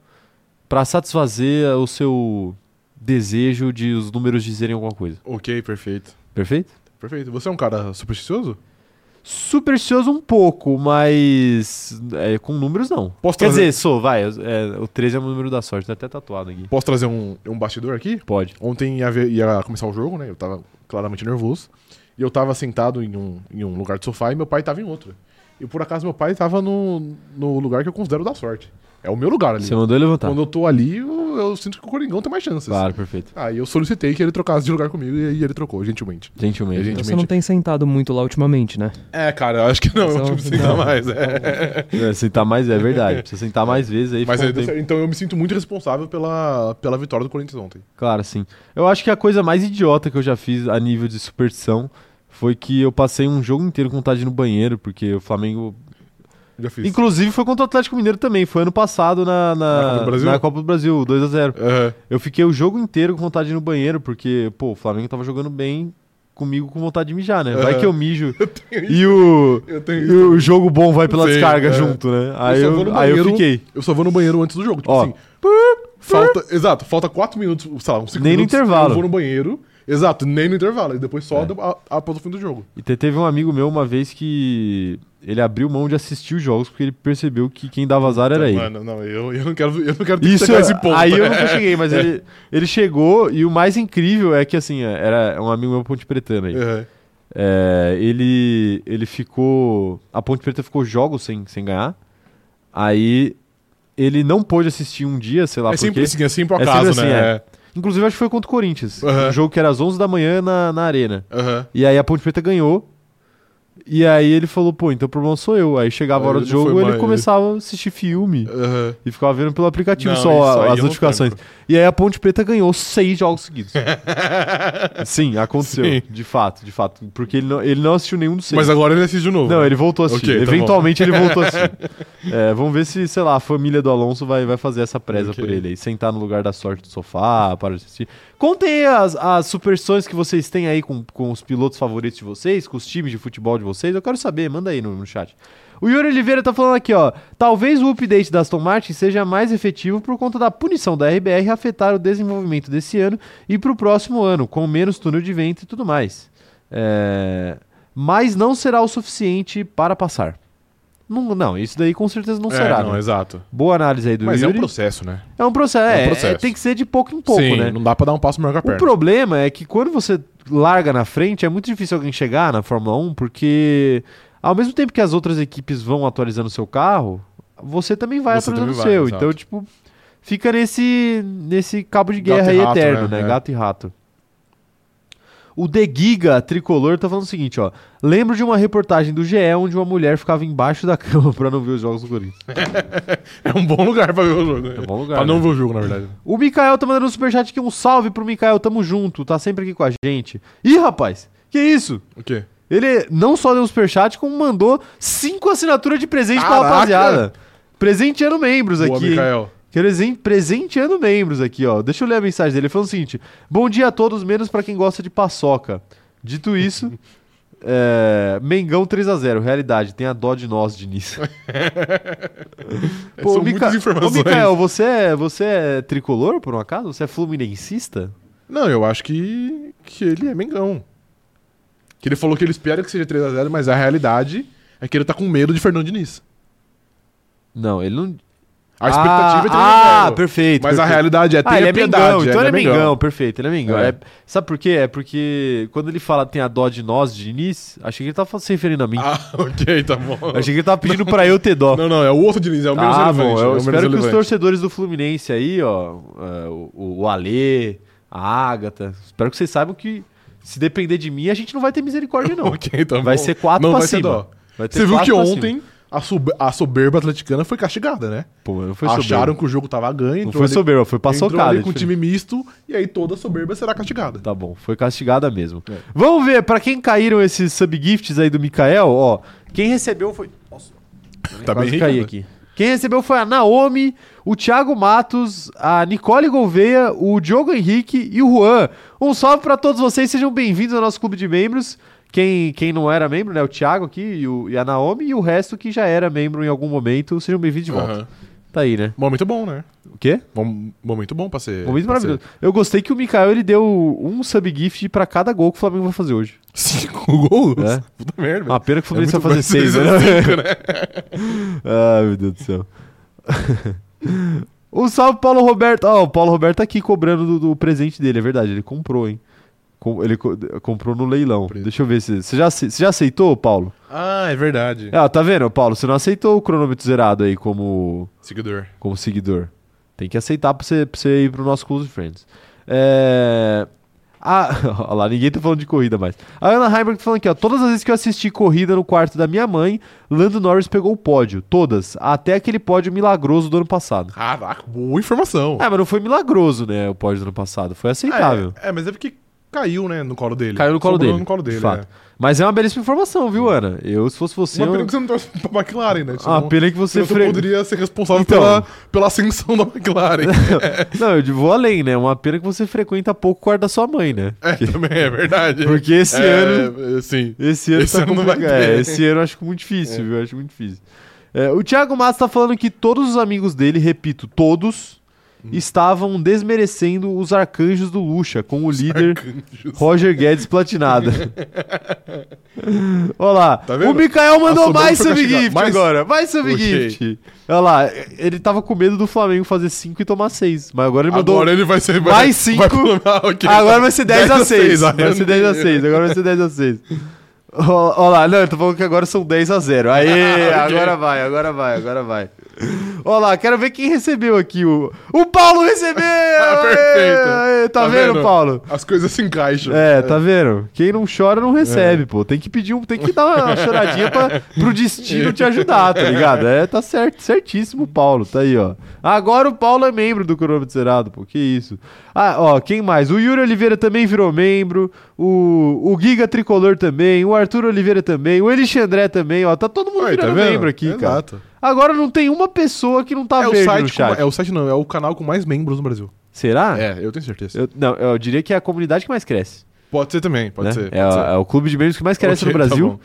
pra satisfazer o seu desejo de os números dizerem alguma coisa. Ok, perfeito. Perfeito? Perfeito. Você é um cara supersticioso? Supersticioso um pouco, mas é, com números não. Posso Quer trazer- dizer, sou, vai. é, o 13 é o número da sorte, tá até tatuado aqui. Posso trazer um, um bastidor aqui? Pode. Ontem ia, ver- ia começar o jogo, né? Eu tava claramente nervoso. E eu tava sentado em um, em um lugar de sofá e meu pai tava em outro. E por acaso meu pai tava no, no lugar que eu considero da sorte. É o meu lugar ali. Você mandou ele levantar. Quando eu tô ali, eu, eu sinto que o Coringão tem mais chances. Tá. Claro, perfeito. Aí eu solicitei que ele trocasse de lugar comigo e aí ele trocou, gentilmente. Gentilmente. É, né? gente- Então Você não tem sentado muito lá ultimamente, né? É, cara, eu acho que não, Mas eu é um- tipo, sei lá não. mais. é. É, sentar mais, é verdade. Precisa sentar mais vezes aí. Mas fica um aí deu tempo. certo. então eu me sinto muito responsável pela, pela vitória do Corinthians ontem. Claro, sim. Eu acho que a coisa mais idiota que eu já fiz a nível de superstição foi que eu passei um jogo inteiro com vontade de ir no banheiro, porque o Flamengo. Já fiz. Inclusive foi contra o Atlético Mineiro também, foi ano passado na, na, Na Copa do Brasil? na Copa do Brasil, 2 a 0 Aham. Eu fiquei o jogo inteiro com vontade de ir no banheiro, porque, pô, o Flamengo tava jogando bem comigo com vontade de mijar, né? Vai Aham. que eu mijo e o, Eu tenho e o jogo bom vai pela Sim, descarga é. junto, né? Aí só eu, vou no aí eu banheiro- fiquei. Eu só vou no banheiro antes do jogo. Tipo Ó. assim. Falta, exato, falta 4 minutos, sei lá, uns 5 Nem no minutos. intervalo. Eu vou no banheiro. Exato, nem no intervalo. E depois só É. do- a- após o fim do jogo. E te- teve um amigo meu uma vez que ele abriu mão de assistir os jogos porque ele percebeu que quem dava azar era ele. Mano, não, eu, eu não quero, eu não quero ter que Isso, é- chegar a esse ponto. É. aí eu nunca cheguei, mas ele, ele chegou e o mais incrível é que, assim, era um amigo meu ponte pretano aí. É. É, ele, ele ficou. A Ponte Preta ficou jogos sem, sem ganhar. Aí ele não pôde assistir um dia, sei lá É por sempre quê. assim, é sempre o É sempre acaso, assim, né? é. Inclusive, acho que foi contra o Corinthians. Aham. Um jogo que era às 11 da manhã na, na arena. É. Aham. E aí a Ponte Preta ganhou. E aí ele falou, pô, então o problema sou eu. Aí chegava a Aí hora ele do não foi jogo, ele mais, começava a assistir filme. Aham. E ficava vendo pelo aplicativo Não, só isso a- aí eu as não notificações. E aí a Ponte Preta ganhou seis jogos seguidos. Sim, aconteceu. Sim. De fato, de fato. Porque ele não, ele não assistiu nenhum dos seis. Mas agora ele assiste de novo. Não, né? ele voltou a assistir. Ok, tá bom. Eventualmente ele voltou a assistir. É, vamos ver se, sei lá, a família do Alonso vai, vai fazer essa presa Ok. por ele aí. Sentar no lugar da sorte do sofá, para de assistir. Contem aí as, as superstições que vocês têm aí com, com os pilotos favoritos de vocês, com os times de futebol de vocês. Eu quero saber, manda aí no, no chat. O Yuri Oliveira tá falando aqui, ó. Talvez o update da Aston Martin seja mais efetivo por conta da punição da RBR afetar o desenvolvimento desse ano e pro próximo ano, com menos túnel de vento e tudo mais. É, Mas não será o suficiente para passar. Não, não, isso daí com certeza não É, será. Não, né? exato. Boa análise aí do Mas é um Yuri. processo, né? É um processo. é um é, processo. é, tem que ser de pouco em pouco, Sim, né? não dá pra dar um passo maior que a O perna. problema é que quando você larga na frente, é muito difícil alguém chegar na Fórmula 1, porque ao mesmo tempo que as outras equipes vão atualizando seu carro, você também vai Você atualizando o também vai, seu. exato. então, tipo, fica nesse, nesse cabo de Gato guerra e aí rato, eterno, né? né? É. Gato e rato. O The Giga Tricolor tá falando o seguinte, ó. Lembro de uma reportagem do GE onde uma mulher ficava embaixo da cama pra não ver os jogos do Corinthians. É um bom lugar pra ver o jogo. É né? um bom lugar. Pra né? não ver o jogo, na verdade. O Mikael tá mandando um superchat aqui. Um salve pro Mikael, tamo junto, tá sempre aqui com a gente. Ih, rapaz, que isso? O quê? Ele não só deu um superchat, como mandou cinco assinaturas de presente pra Caraca! rapaziada. Presenteando membros Boa, aqui. hein? Mikael. Presen- Presenteando membros aqui, ó. Deixa eu ler a mensagem dele. Ele falou o seguinte: Bom dia a todos, menos pra quem gosta de paçoca. Dito isso, é, Mengão 3x0. Realidade, tem a dó de nós, Diniz. São Mica- muitas informações. Ô, Mikael, você é, você é tricolor, por um acaso? Você é fluminensista? Não, eu acho que, que ele é Mengão. Que ele falou que ele espera que seja 3x0, mas a realidade é que ele tá com medo de Fernando Diniz. Não, ele não. A ah, expectativa é 3x0. Ah, perfeito. mas a perfeito. realidade é ter Ah, ele é piedade. mengão, então ele é mengão. perfeito, ele é mengão. É. É, sabe por quê? É porque quando ele fala tem a dó de nós, de Diniz, achei que ele tava se referindo a mim. Ah, ok, tá bom. Achei que ele tava pedindo pra eu ter dó. Não, não, é o outro Diniz, é o menos ah, relevante. bom, é o eu menos espero que os relevante. torcedores do Fluminense aí, ó, é, o, o Alê, a Ágata, espero que vocês saibam que se depender de mim, a gente não vai ter misericórdia, não. Ok, tá Vai bom. ser quatro não pra vai ser cima. dó. Vai ter Você viu quatro que pra cima. ontem a, sob- a soberba atleticana foi castigada, né? Pô, não foi Acharam soberbo. que o jogo tava ganho, Não entrou foi ali- soberbo, foi entrou ali paçocada. com é o time misto, e aí toda soberba será castigada. Tá bom, foi castigada mesmo. É. Vamos ver, pra quem caíram esses subgifts aí do Mikael, ó, quem recebeu foi. Nossa, Tá quase bem caí rico, aqui. Quem recebeu foi a Naomi, o Thiago Matos, a Nicole Gouveia, o Diogo Henrique e o Juan. Um salve pra todos vocês, sejam bem-vindos ao nosso clube de membros. Quem, quem não era membro, né? O Thiago aqui e, o- e a Naomi, e o resto que já era membro em algum momento, sejam bem-vindos de volta. Aham. Tá aí, né? Momento bom, né? O quê? Mom- Momento bom pra ser. Momento pra é ser- maravilhoso. Eu gostei que o Mikael ele deu um sub-gift pra cada gol que o Flamengo vai fazer hoje. Cinco gols? É. Puta merda. Ah, pena que o É Fluminense muito vai fazer bom, seis, né? cinco, né? Ai, meu Deus do céu. um salve, Paulo Roberto. Ó, o Paulo Roberto tá aqui cobrando do, do presente dele, é verdade. Ele comprou, hein? Com- ele co- comprou no leilão. Preto. Deixa eu ver se. Você já, ace- você já aceitou, Paulo? Ah, é verdade. Ah, tá vendo, Paulo? Você não aceitou o cronômetro zerado aí como, Seguidor. como seguidor. Tem que aceitar pra você, pra você ir pro nosso Close Friends. É. Ah, olha lá, ninguém tá falando de corrida mais. A Ana Heimberg tá falando aqui, ó. Todas as vezes que eu assisti corrida no quarto da minha mãe, Lando Norris pegou o pódio. Todas. Até aquele pódio milagroso do ano passado. Caraca, Ah, boa informação. Ah, mas não foi milagroso, né? O pódio do ano passado. Foi aceitável. É, é, mas é porque caiu, né, no colo dele. É, Caiu no colo Sobrou dele, no colo dele, de fato. é. Mas é uma belíssima informação, viu, Ana? Eu, se fosse você. Uma pena Eu... que você não torce pra McLaren, né? Ah, Senão- pena que senão você você fre- poderia ser responsável Então. pela, pela ascensão da McLaren. Não, eu vou além, né? Uma pena que você frequenta pouco o quarto da sua mãe, né? é, também é verdade. Porque esse É, ano. Sim. Esse ano Esse tá ano não vai complicado. É, ter. esse ano eu acho muito difícil, viu? Eu Acho muito difícil. É, o Thiago Massa tá falando que todos os amigos dele, repito, todos, Hum. estavam desmerecendo os arcanjos do Lucha com o líder Arcanjos. Roger Guedes platinada. Olha lá. Tá vendo? o Mikael mandou Assobrou mais pra castigar. sub-gift Mais? agora. Mais Puxei. sub-gift. Olha lá. Ele tava com medo do Flamengo fazer 5 e tomar 6. Mas agora ele mandou. Agora ele vai ser... vai- Mais cinco. Vai, pular, ok. Agora vai ser 10 tá a 6. ah, Vai ser 10 a 6. Agora vai ser 10 a 6. Olha lá, não, eu tô falando que agora são 10 a 0. Aê, agora vai, agora vai, agora vai. Olha lá, quero ver quem recebeu aqui. O, o Paulo recebeu! Aê, perfeito. aê, Ah, tá, Tá vendo, vendo? Paulo? As coisas se encaixam. É, tá vendo? Quem não chora não recebe, É. pô. Tem que pedir um, tem que dar uma choradinha pra, pro destino te ajudar, tá ligado? É, tá certo, certíssimo, Paulo. Tá aí, ó. Agora o Paulo é membro do Cronômetro Zerado, pô. Que isso. Ah, ó, quem mais? O Yuri Oliveira também virou membro. O, o Giga Tricolor também. O Arthur Oliveira também. O Alexandré também, ó. Tá todo mundo Aí, virando membro aqui, cara. Exato. Agora não tem uma pessoa que não tá é, o verde no site com- chat. Ah. é o site não, é o canal com mais membros no Brasil. Será? É, eu tenho certeza. Eu- não, eu diria que é a comunidade que mais cresce. Pode ser também, pode né? ser. é, pode a- ser. é o clube de membros que mais cresce Ok, no tá Brasil. bom.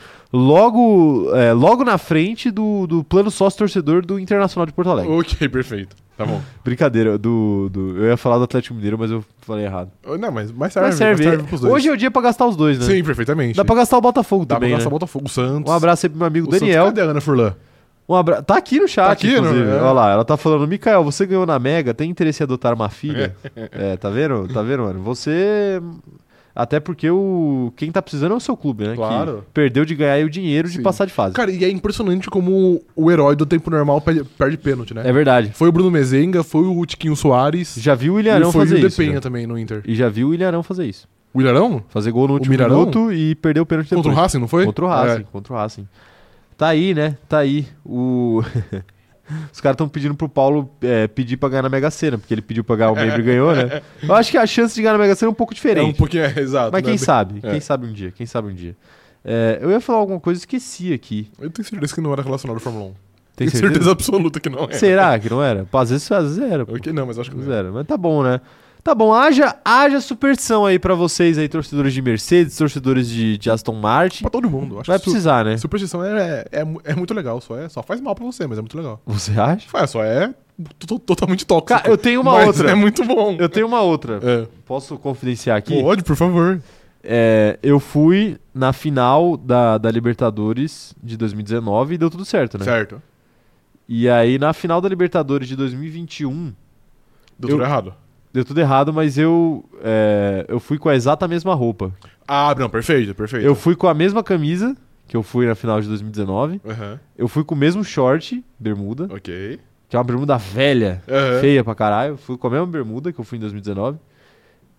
logo, é, logo na frente do, do plano sócio-torcedor do Internacional de Porto Alegre. Ok, perfeito. Tá bom. Brincadeira, do, do- eu ia falar do Atlético Mineiro, mas eu falei errado. Não, mas mais serve, Mas serve. mais serve pros dois. Hoje é o dia pra gastar os dois, né? Sim, perfeitamente. Dá pra gastar o Botafogo Dá pra também, gastar né? Botafogo, o Santos. Um abraço aí pro meu amigo O Daniel. Santos, cadê a Ana Furlan? Um abra... Tá aqui no chat, Tá aqui, inclusive. né? É. Olha lá, ela tá falando, Mikael, você ganhou na Mega, tem interesse em adotar uma filha? é, tá vendo? Tá vendo, mano? Você... Até porque o... quem tá precisando é o seu clube, né? Que Claro. perdeu de ganhar e o dinheiro de Sim. passar de fase. Cara, e é impressionante como o herói do tempo normal perde, perde pênalti, né? É verdade. Foi o Bruno Mezenga, foi o Tiquinho Soares. Já vi o Ilharão e foi fazer o isso. né? Depenha já. também no Inter. E já vi o Ilharão fazer isso. O Ilharão? Fazer gol no último Ilharão? minuto e perder o pênalti Contra o depois. Racing, não foi? Contra o Racing, É. contra o Racing. Tá aí, né? Tá aí. O... Os caras estão pedindo pro Paulo é, pedir pra ganhar na Mega Sena, porque ele pediu pra ganhar o membro e ganhou, né? Eu acho que a chance de ganhar na Mega Sena é um pouco É, um diferente. pouquinho, é, exato. Mas né? quem sabe? É. Quem sabe um dia? Quem sabe um dia? É, eu ia falar alguma coisa e esqueci aqui. Eu tenho certeza que não era relacionado à Fórmula 1. Tem tenho certeza? absoluta que não era. Será que não era? Pô, às vezes, às vezes era. pô. Ok, não, mas acho que não é. era. Zero. Mas tá bom, né? Tá bom, haja, haja superstição aí pra vocês aí, torcedores de Mercedes, torcedores de, de Aston Martin. Pra todo mundo. Acho Vai que su- precisar, né? Superstição é, é, é mu- é muito legal, só, é, só faz mal pra você, mas é muito legal. Você acha? É, só é to- totalmente tóxico. Cara, eu tenho uma mas outra. É muito bom. Eu tenho uma outra. É. Posso confidenciar aqui? Pode, por favor. É, eu fui na final da, da Libertadores de 2019 e deu tudo certo, né? Certo. E aí, na final da Libertadores de 2021, Deu Eu- tudo errado. um, deu tudo errado, mas eu, é, eu fui com a exata mesma roupa. Ah, não, perfeito, perfeito. Eu fui com a mesma camisa que eu fui na final de 2019. Aham, Eu fui com o mesmo short, bermuda, ok. que é uma bermuda velha, Aham. feia pra caralho. Fui com a mesma bermuda que eu fui em 2019.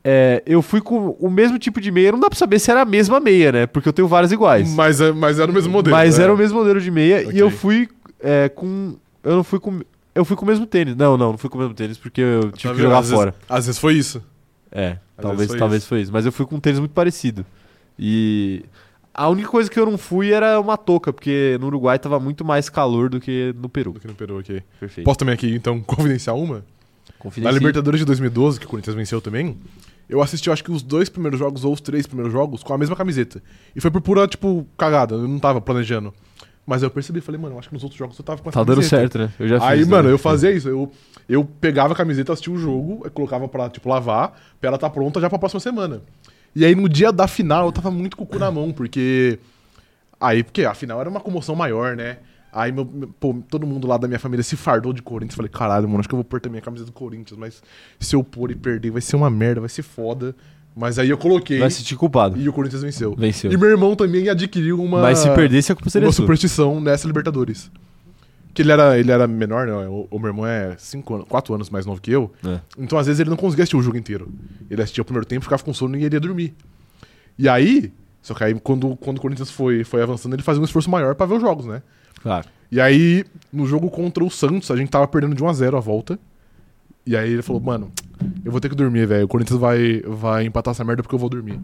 É, eu fui com o mesmo tipo de meia. Não dá pra saber se era a mesma meia, né? Porque eu tenho várias iguais. Mas, é- mas era o mesmo modelo. Mas né? era o mesmo modelo de meia e Ok. eu fui é, com. Eu não fui com. Eu fui com o mesmo tênis. Não, não, não fui com o mesmo tênis porque eu tive Tá que vendo? tipo, jogar às fora. Vezes, às vezes foi isso. É, Às talvez, vezes foi talvez isso. foi isso. Mas eu fui com um tênis muito parecido. E a única coisa que eu não fui era uma touca, porque no Uruguai tava muito mais calor do que no Peru. Do que no Peru, ok. Perfeito. Posso também aqui, então, confidenciar uma? Na Confidencia. Libertadores de 2012, que o Corinthians venceu também, eu assisti, acho que os dois primeiros jogos ou os três primeiros jogos com a mesma camiseta. E foi por pura, tipo, cagada. Eu não tava planejando. Mas eu percebi, falei, mano, eu acho que nos outros jogos eu tava com essa Tá dando camiseta. certo, né? Eu já fiz. Aí, né? mano, eu fazia isso. Eu, eu pegava a camiseta, assistia o jogo, eu colocava pra, tipo, lavar, pra ela tá pronta já pra próxima semana. E aí, no dia da final, eu tava muito com o cu na mão, porque... Aí, porque a final era uma comoção maior, né? Aí, meu, meu- pô, todo mundo lá da minha família se fardou de Corinthians. Falei, caralho, mano, acho que eu vou pôr também a camisa do Corinthians, mas se eu pôr e perder, vai ser uma merda, vai ser foda. Mas aí eu coloquei Vai se sentir culpado. e o Corinthians venceu. Venceu. E meu irmão também adquiriu uma Mas se perdesse, a culpa seria uma sua. superstição nessa Libertadores. Que ele era, ele era menor, né? O, o meu irmão é 4 anos mais novo que eu. É. Então, às vezes, ele não conseguia assistir o jogo inteiro. Ele assistia o primeiro tempo, ficava com sono e ele ia dormir. E aí, só que aí, quando, quando o Corinthians foi, foi avançando, ele fazia um esforço maior pra ver os jogos, né? Claro. E aí, no jogo contra o Santos, a gente tava perdendo de 1x0 a, volta. E aí ele falou, mano, eu vou ter que dormir, velho. O Corinthians vai, vai empatar essa merda porque eu vou dormir.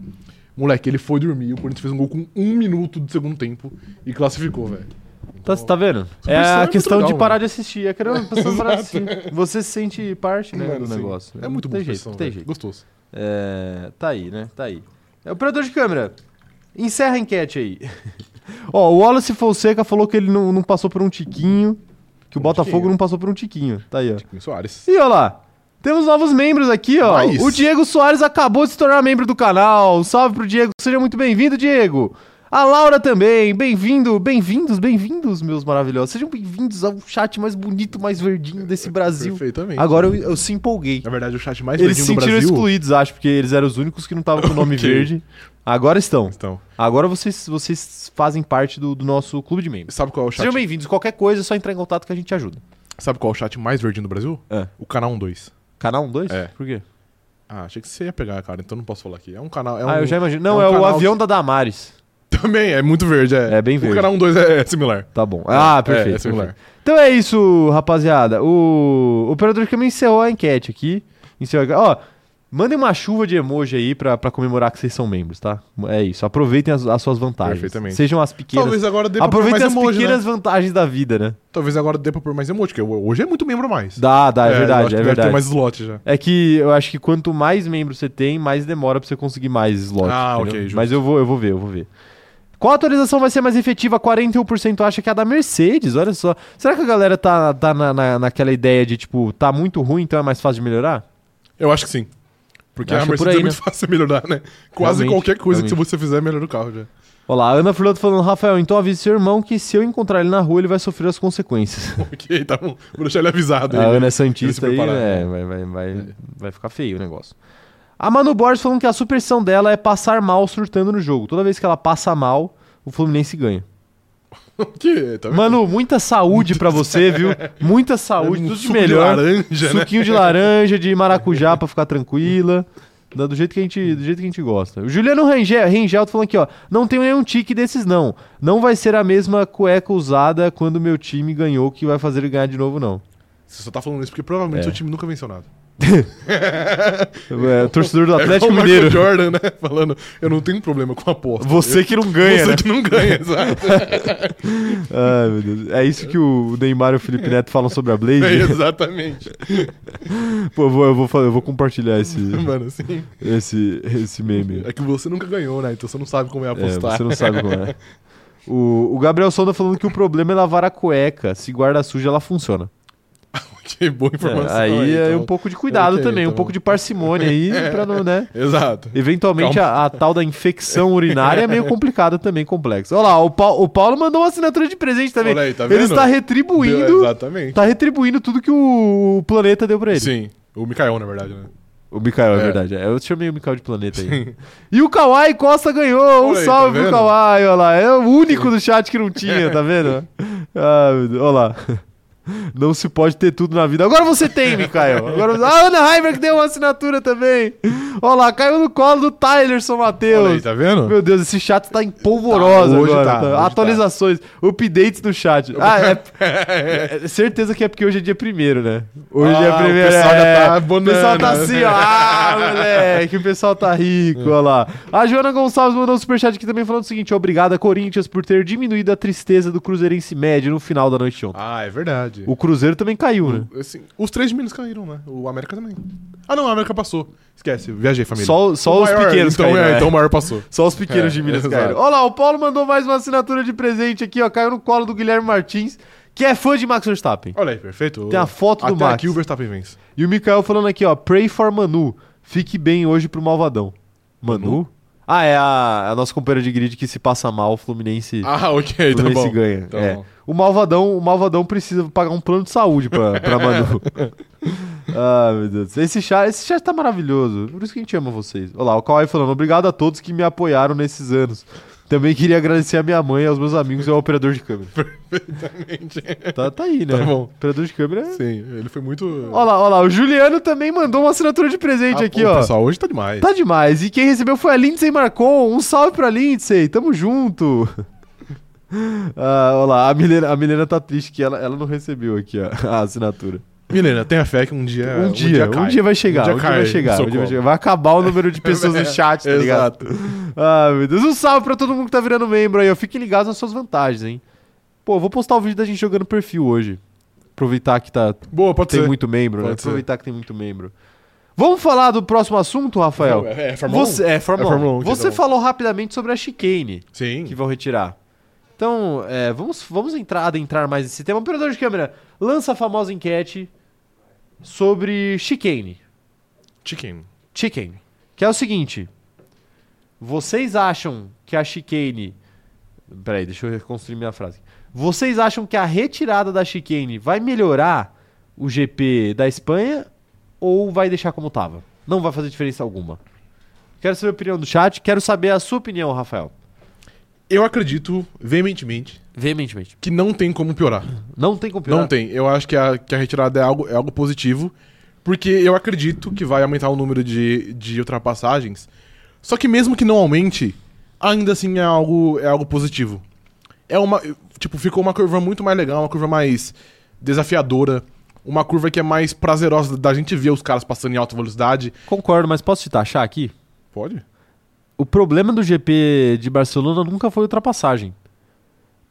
Moleque, ele foi dormir, o Corinthians fez um gol com um minuto do segundo tempo e classificou, velho. Tá, tá vendo? Superstição É é a muito questão legal, de parar de assistir. É que era uma pessoa parar de assistir. Você se sente parte né, Mano, do assim, negócio. É muito não tem bom jeito, não tem jeito. Gostoso. É, tá aí, né? Tá aí. É, Operador de câmera, encerra a enquete aí. Ó, o Wallace Fonseca falou que ele não, não passou por um tiquinho, que o Um Botafogo tiquinho. não passou por um tiquinho. Tá aí, ó. Tiquinho Soares. E olha lá, temos novos membros aqui, ó. Mas- O Diego Soares acabou de se tornar membro do canal. Um Salve pro Diego, seja muito bem-vindo, Diego. A Laura também, bem-vindo, bem-vindos, bem-vindos, meus maravilhosos. Sejam bem-vindos ao chat mais bonito, mais verdinho desse Brasil. É, Perfeitamente. Agora eu, eu se empolguei. Na verdade, o chat mais Eles se verdinho do sentiram Brasil... excluídos, acho, porque eles eram os únicos que não estavam com o nome Ok. verde. Agora estão. Então, Agora vocês, vocês fazem parte do, do nosso clube de membros. sabe qual, é o chat, Sejam bem-vindos. Qualquer coisa, é só entrar em contato que a gente ajuda. sabe qual é o chat mais verdinho do Brasil? É. O Canal 12. Canal 1, 2? É. Por quê? Ah, achei que você ia pegar, cara, então não posso falar aqui. É um canal... É um... ah, eu já imagino. Não, é é, um o canal avião da Damares. Também, é muito verde, é. É bem verde. O canal 12 é, é similar. Tá bom. Ah, É, perfeito. é similar. perfeito. Então é isso, rapaziada. O o operador de câmera encerrou a enquete aqui. Encerrou a... Ó, mandem uma chuva de emoji aí pra, pra comemorar que vocês são membros, tá? É isso. Aproveitem as, as suas vantagens. Perfeitamente. Sejam as pequenas. Talvez agora dê pra pôr mais Aproveitem as emoji, né? pequenas vantagens da vida, né? Talvez agora dê pra pôr mais emoji, que hoje é muito membro a mais. Dá, dá, é, eu acho verdade, que é deve ter verdade. mais slot já. É que eu acho que quanto mais membros você tem, mais demora pra você conseguir mais slots. Ah, entendeu? ok, justo. Mas eu vou, eu vou ver, eu vou ver. Qual atualização vai ser mais efetiva? 41% acha que é a da Mercedes, olha só. Será que a galera tá, tá na, na- naquela ideia de, tipo, tá muito ruim, então é mais fácil de melhorar? Eu acho que sim. Porque Acho a que é por Mercedes aí, é muito fácil melhorar, né? Quase Realmente, qualquer coisa que realmente. você fizer, melhora o carro já. Olha lá, a Ana Furlato falando, Rafael, então avise seu irmão que se eu encontrar ele na rua, ele vai sofrer as consequências. ok, tá bom. Vou deixar ele avisado. A aí. Ana é ele se Santista aí, preparar. é, vai, vai, vai, vai ficar feio o negócio. A Manu Borges falando que a superstição dela é passar mal surtando no jogo. Toda vez que ela passa mal, o Fluminense ganha. Ok, tá vendo? Manu, muita saúde pra você, viu? Muita saúde, Um tudo de suco de melhor. laranja, né? Suquinho de laranja, de maracujá pra ficar tranquila. Da- Do jeito, que a gente, do jeito que a gente gosta. O Juliano Rangel, Rangel tá falando aqui, ó. Não tenho nenhum tique desses, não. Não vai ser a mesma cueca usada quando meu time ganhou, que vai fazer ele ganhar de novo, não. Você só tá falando isso porque provavelmente É. seu time nunca venceu nada. É, torcedor do Atlético o Michael Mineiro. Jordan, né? Falando, eu não tenho problema com a aposta. Você que não ganha, Você né? que não ganha, exato. Ai, meu Deus. É isso que o Neymar e o Felipe Neto falam sobre a É, Blaze? exatamente. Pô, eu vou, eu vou, fa- eu vou compartilhar esse, Mano, assim. esse, esse meme. É que você nunca ganhou, né? Então você não sabe como é É, apostar. você não sabe como é. O, o Gabriel Sonda falando que o problema é lavar a cueca. Se guarda suja, ela funciona. que boa É, informação. aí é então. um pouco de cuidado Ok, também, um então. É. pouco de parcimônia aí pra não, né? Exato. Eventualmente a, a tal da infecção urinária é meio complicada também, complexa. Olha lá, o, Pa- o Paulo mandou uma assinatura de presente também. Olha aí, tá Ele vendo? está Deu- retribuindo Exatamente. tá retribuindo tudo que o planeta deu pra ele. Sim. O Mikael, na verdade, né? O Mikael, é, É. verdade. é. Eu chamei o Mikael de planeta aí. E o Kawhi Costa ganhou. Um Olha aí, salve tá pro vendo? Kawhi, olha lá. É o único do chat que não tinha, tá vendo? Ah, meu Deus, olha lá. Não se pode ter tudo na vida. Agora você tem, Mikael. Agora... A Ana Heimer que deu uma assinatura também. Olha lá, caiu no colo do Tylerson Olha aí, Matheus. tá vendo? Meu Deus, esse chat tá em polvorosa Tá, hoje agora. tá, tá. hoje tá. Atualizações, updates do chat. Ah, é, é- é certeza que é porque hoje é dia primeiro, né? Hoje Ah, é primeiro. O pessoal é, já tá o pessoal tá bonando. assim, ó. Ah, moleque, o pessoal tá rico, olha lá. A Joana Gonçalves mandou um superchat aqui também falando o seguinte: obrigada, Corinthians, por ter diminuído a tristeza do Cruzeirense médio no final da noite de ontem. Ah, é verdade. verdade. O Cruzeiro também caiu, né? O- assim, os três meninos caíram, né? O América também. Ah, não, o América passou. Esquece, viajei, família. Só, só O os maior, pequenos então, caíram. é, é. então o maior passou. Só os pequenos É, de Minas exato. caíram. Olha lá, o Paulo mandou mais uma assinatura de presente aqui, ó. Caiu no colo do Guilherme Martins, que é fã de Max Verstappen. Olha aí, perfeito. Tem a foto do Até Max. aqui o Verstappen vence. E o Mikael falando aqui, ó. Pray for Manu. Fique bem hoje pro Malvadão. Manu? Ah, é a, a nossa companheira de grid que se passa mal, o Fluminense, Ah, ok, tá Fluminense bom. ganha. Tá é. bom. O Malvadão, o Malvadão precisa pagar um plano de saúde pra, pra Manu. ah, meu Deus. Esse chat, esse chat tá maravilhoso. Por isso que a gente ama vocês. Olha lá, o Kawhi falando, obrigado a todos que me apoiaram nesses anos. Também queria agradecer a minha mãe, aos meus amigos e ao operador de câmera. Gente, Tá, tá aí, né? Tá bom. Operador de câmera. é- Sim, ele foi muito. Olha lá, olha lá. O Juliano também mandou uma assinatura de presente Ah, aqui, pô, ó. Pessoal, hoje tá demais. Tá demais. E quem recebeu foi a Lindsay Marcon. Um salve pra Lindsay. Tamo junto. Ah, olha lá, a Milena, a Milena tá triste que ela, ela não recebeu aqui ó, a assinatura. Milena, tenha fé que um dia. um, dia, um cai. dia vai chegar, um dia, dia cai vai chegar, no um seu dia vai colo. chegar. Vai acabar o número de pessoas no chat, tá ligado? Exato. Ah, meu Deus, um salve pra todo mundo que tá virando membro aí, ó. Fiquem ligados nas suas vantagens, hein? Pô, eu vou postar o vídeo da gente jogando perfil hoje. Aproveitar que tá, Boa, pode tem ser. muito membro, né? Pode ser. Aproveitar que tem muito membro. Vamos falar do próximo assunto, Rafael? É, é Fórmula Você, 1? é, Fórmula É 1. Fórmula 1 que Você dá um- falou rapidamente sobre a chicane Sim. que vão retirar. Então, é, vamos, vamos entrar, adentrar mais nesse tema. Operador de câmera, lança a famosa enquete sobre chicane. Chicken. Chicane. Que é o seguinte. Vocês acham que a chicane... Peraí, deixa eu reconstruir minha frase. Vocês acham que a retirada da chicane vai melhorar o GP da Espanha ou vai deixar como tava? Não vai fazer diferença alguma. Quero saber a opinião do chat, quero saber a sua opinião, Rafael. Eu acredito veementemente Veementemente. que não tem como piorar. Não tem como piorar. Não tem. Eu acho que a, que a retirada é algo, é algo positivo, porque eu acredito que vai aumentar o número de, de ultrapassagens. Só que mesmo que não aumente, ainda assim é algo, é algo positivo. É uma. Tipo, ficou uma curva muito mais legal, uma curva mais desafiadora. Uma curva que é mais prazerosa da gente ver os caras passando em alta velocidade. Concordo, mas posso te taxar aqui? Pode? O problema do GP de Barcelona nunca foi ultrapassagem.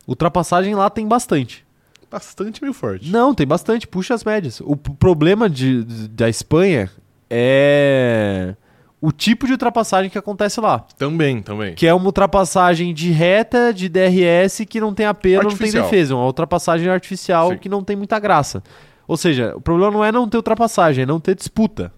Ultrapassagem lá tem bastante. Bastante meio forte. Não, tem bastante, puxa as médias. O p- problema de, de- da Espanha é o tipo de ultrapassagem que acontece lá. Também, também. Que é uma ultrapassagem de reta, de DRS, que não tem apelo, não tem Artificial. defesa. É Uma ultrapassagem artificial Sim. que não tem muita graça. Ou seja, o problema não é não ter ultrapassagem, é não ter disputa.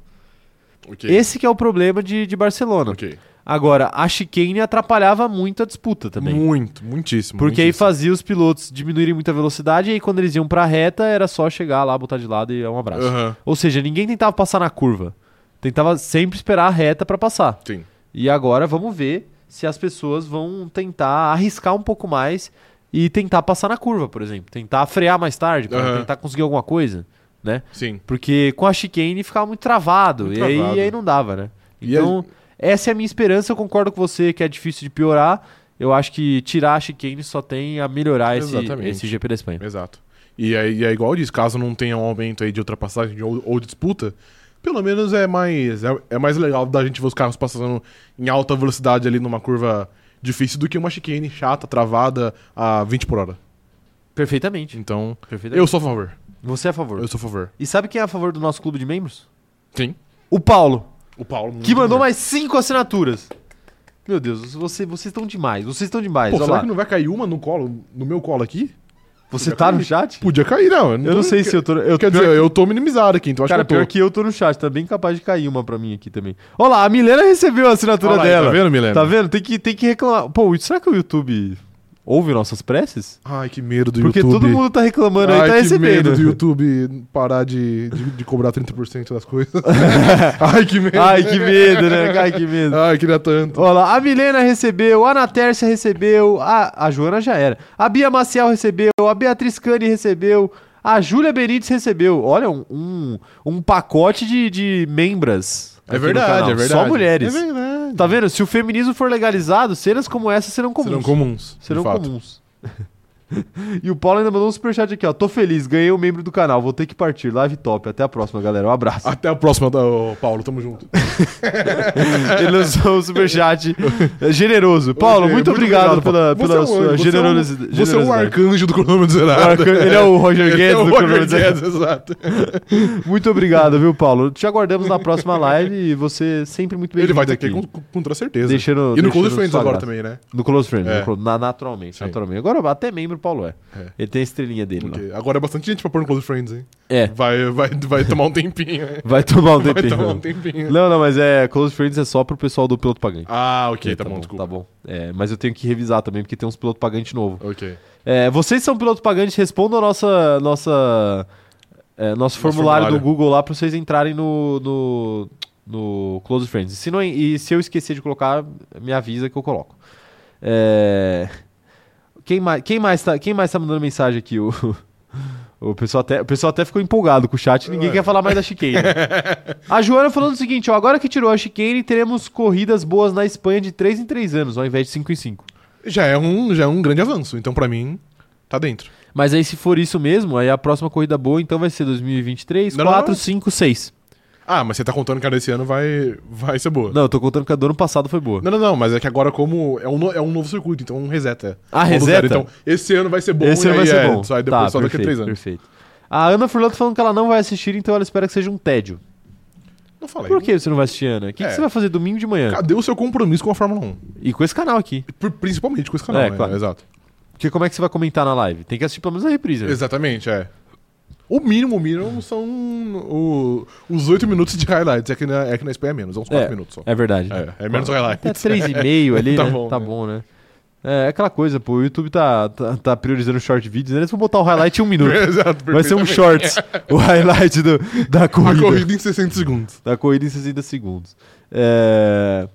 Ok. Esse é que é o problema de, de Barcelona. Ok. Agora, a chicane atrapalhava muito a disputa também. Muito, muitíssimo. Porque aí muitíssimo. fazia os pilotos diminuírem muito a velocidade e aí quando eles iam pra reta era só chegar lá, botar de lado e é um abraço. Aham, Ou seja, ninguém tentava passar na curva. Tentava sempre esperar a reta pra passar. sim. E agora vamos ver se as pessoas vão tentar arriscar um pouco mais e tentar passar na curva, por exemplo. Tentar frear mais tarde, pra Aham. tentar conseguir alguma coisa, né? Sim. Porque com a chicane ficava muito travado, Muito e, aí- travado. e Aí, não dava, né? E a- Então, essa é a minha esperança, eu concordo com você que é difícil de piorar. Eu acho que tirar a chicane só tem a melhorar esse, Exatamente. esse GP da Espanha. Exato. E é, e é igual diz, caso não tenha um aumento aí de ultrapassagem ou, ou disputa, pelo menos é mais, é, é mais legal da gente ver os carros passando em alta velocidade ali numa curva difícil do que uma chicane chata, travada a 20 por hora. Perfeitamente. Então, Perfeitamente. eu sou a favor. Você é a favor. Eu sou a favor. E sabe quem é a favor do nosso clube de membros? Sim. O Paulo, O Paulo. que mandou mais cinco assinaturas. Meu Deus, você, vocês estão demais, vocês estão demais. Pô, Olha será lá. que não vai cair uma no colo, no meu colo aqui? Você tá no chat? Podia cair, não. Eu não sei se eu tô. Eu, Quer dizer, eu tô minimizado aqui, então acho cara, que eu pior tô. que eu tô no chat, tá bem capaz de cair uma pra mim aqui também. Olha lá, a Milena recebeu a assinatura Olha lá, dela. Tá vendo, Milena? Tá vendo? Tem que, tem que reclamar. Pô, será que o YouTube ouve nossas preces? Ai, que medo do Porque YouTube. todo mundo tá reclamando aí, Ai, tá que recebendo. medo do YouTube parar de, de, de cobrar 30% das coisas. Ai, que medo. Ai, que medo, né? Ai, que medo. Ai, queria tanto. Olha lá, a Milena recebeu, a Ana Tércia recebeu, a, a Joana já era. A Bia Maciel recebeu, a Beatriz Cani recebeu, a Júlia Benites recebeu. Olha, um, um, um pacote de, de membras. aqui É no verdade, canal. é verdade. Só mulheres. É verdade. Tá vendo? Se o feminismo for legalizado, cenas como essa serão comuns. Serão comuns. de Serão fato. comuns. e o Paulo ainda mandou um superchat aqui, ó. Tô feliz, ganhei um membro do canal, vou ter que partir. Live top. Até a próxima, galera. Um abraço. Até a próxima, ô, Paulo. Tamo junto. Ele lançou um superchat É generoso. Paulo, Rogério, muito, obrigado, pela, Você pela é um sua anjo, você é um- generosi- generosidade. Você é o arcanjo do cronômetro O zerado. arcan- Ele é o Roger Ele é Guedes o do Roger Cronômetro Zerado. Guedes, exato. Muito obrigado, viu, Paulo? Te aguardamos na próxima live e você é sempre muito bem Ele vai ter que ir com, com, com toda certeza. Deixando, e no deixando Close Friends sua agora graça. também, né? No Close Friends, É. no Clo- na- naturalmente, Sim. naturalmente. Agora até membro o Paulo é. É. Ele tem a estrelinha dele lá. Porque agora é bastante gente pra pôr no Close Friends, hein? É, Vai, vai, vai tomar um tempinho. né? vai tomar um Vai tempinho. tomar um tempinho. Não, não, mas é Close Friends é só pro pessoal do piloto pagante. Ah, ok, É, tá, bom, Tá desculpa. bom. É, mas eu tenho que revisar também, porque tem uns piloto pagante novo. Ok. É, vocês são piloto pagante, respondam a nossa, nossa, é, nosso, formulário, formulário. do Google lá pra vocês entrarem no, no, no Close Friends. Se não, e se eu esquecer de colocar, me avisa que eu coloco. É, quem, mais, quem, mais tá, quem mais tá mandando mensagem aqui? O, o, pessoal até, o pessoal até ficou empolgado com o chat, ninguém Ué. quer falar mais da chicane. a Joana falando o seguinte, ó, agora que tirou a chicane, teremos corridas boas na Espanha de 3 em 3 anos, ao invés de 5 em 5. Já é, um, já é um grande avanço, então pra mim, tá dentro. Mas aí, se for isso mesmo, aí a próxima corrida boa então vai ser 2023, Não, 4, não. 5, 6. Ah, mas você tá contando que a desse ano vai, vai ser boa. Não, eu tô contando que a do ano passado foi boa. Não, não, não, mas é que agora, como é um, no- é um novo circuito, então reseta. Ah, Volta do reseta? zero. Então, esse ano vai ser bom, Esse e ano vai aí ser é, bom. Só, aí depois Tá, só daqui a três anos. Perfeito. A Ana Furlan tá falando que ela não vai assistir, então ela espera que seja um tédio. Não falei. Por que você não vai assistir, Ana? O que, que É. você vai fazer domingo de manhã? Cadê o seu compromisso com a Fórmula 1? E com esse canal aqui. Pri- Principalmente com esse canal, É, né? claro. Exato. Porque como é que você vai comentar na live? Tem que assistir pelo menos a reprise. né? Exatamente, é. O mínimo, o mínimo são o- os oito minutos de highlights. É que na, é que na Espanha é menos, é uns quatro minutos só. É verdade. É, é menos Até highlights. 3,5 ali, Tá né? bom, tá né? bom, né? É aquela coisa, pô, o YouTube tá, tá, tá priorizando short videos, né? Eles vão botar o highlight em um minuto. Exato, Vai ser um perfeitamente. É. shorts, o highlight do- da A corrida. corrida em 60 segundos. Da corrida em 60 segundos. É...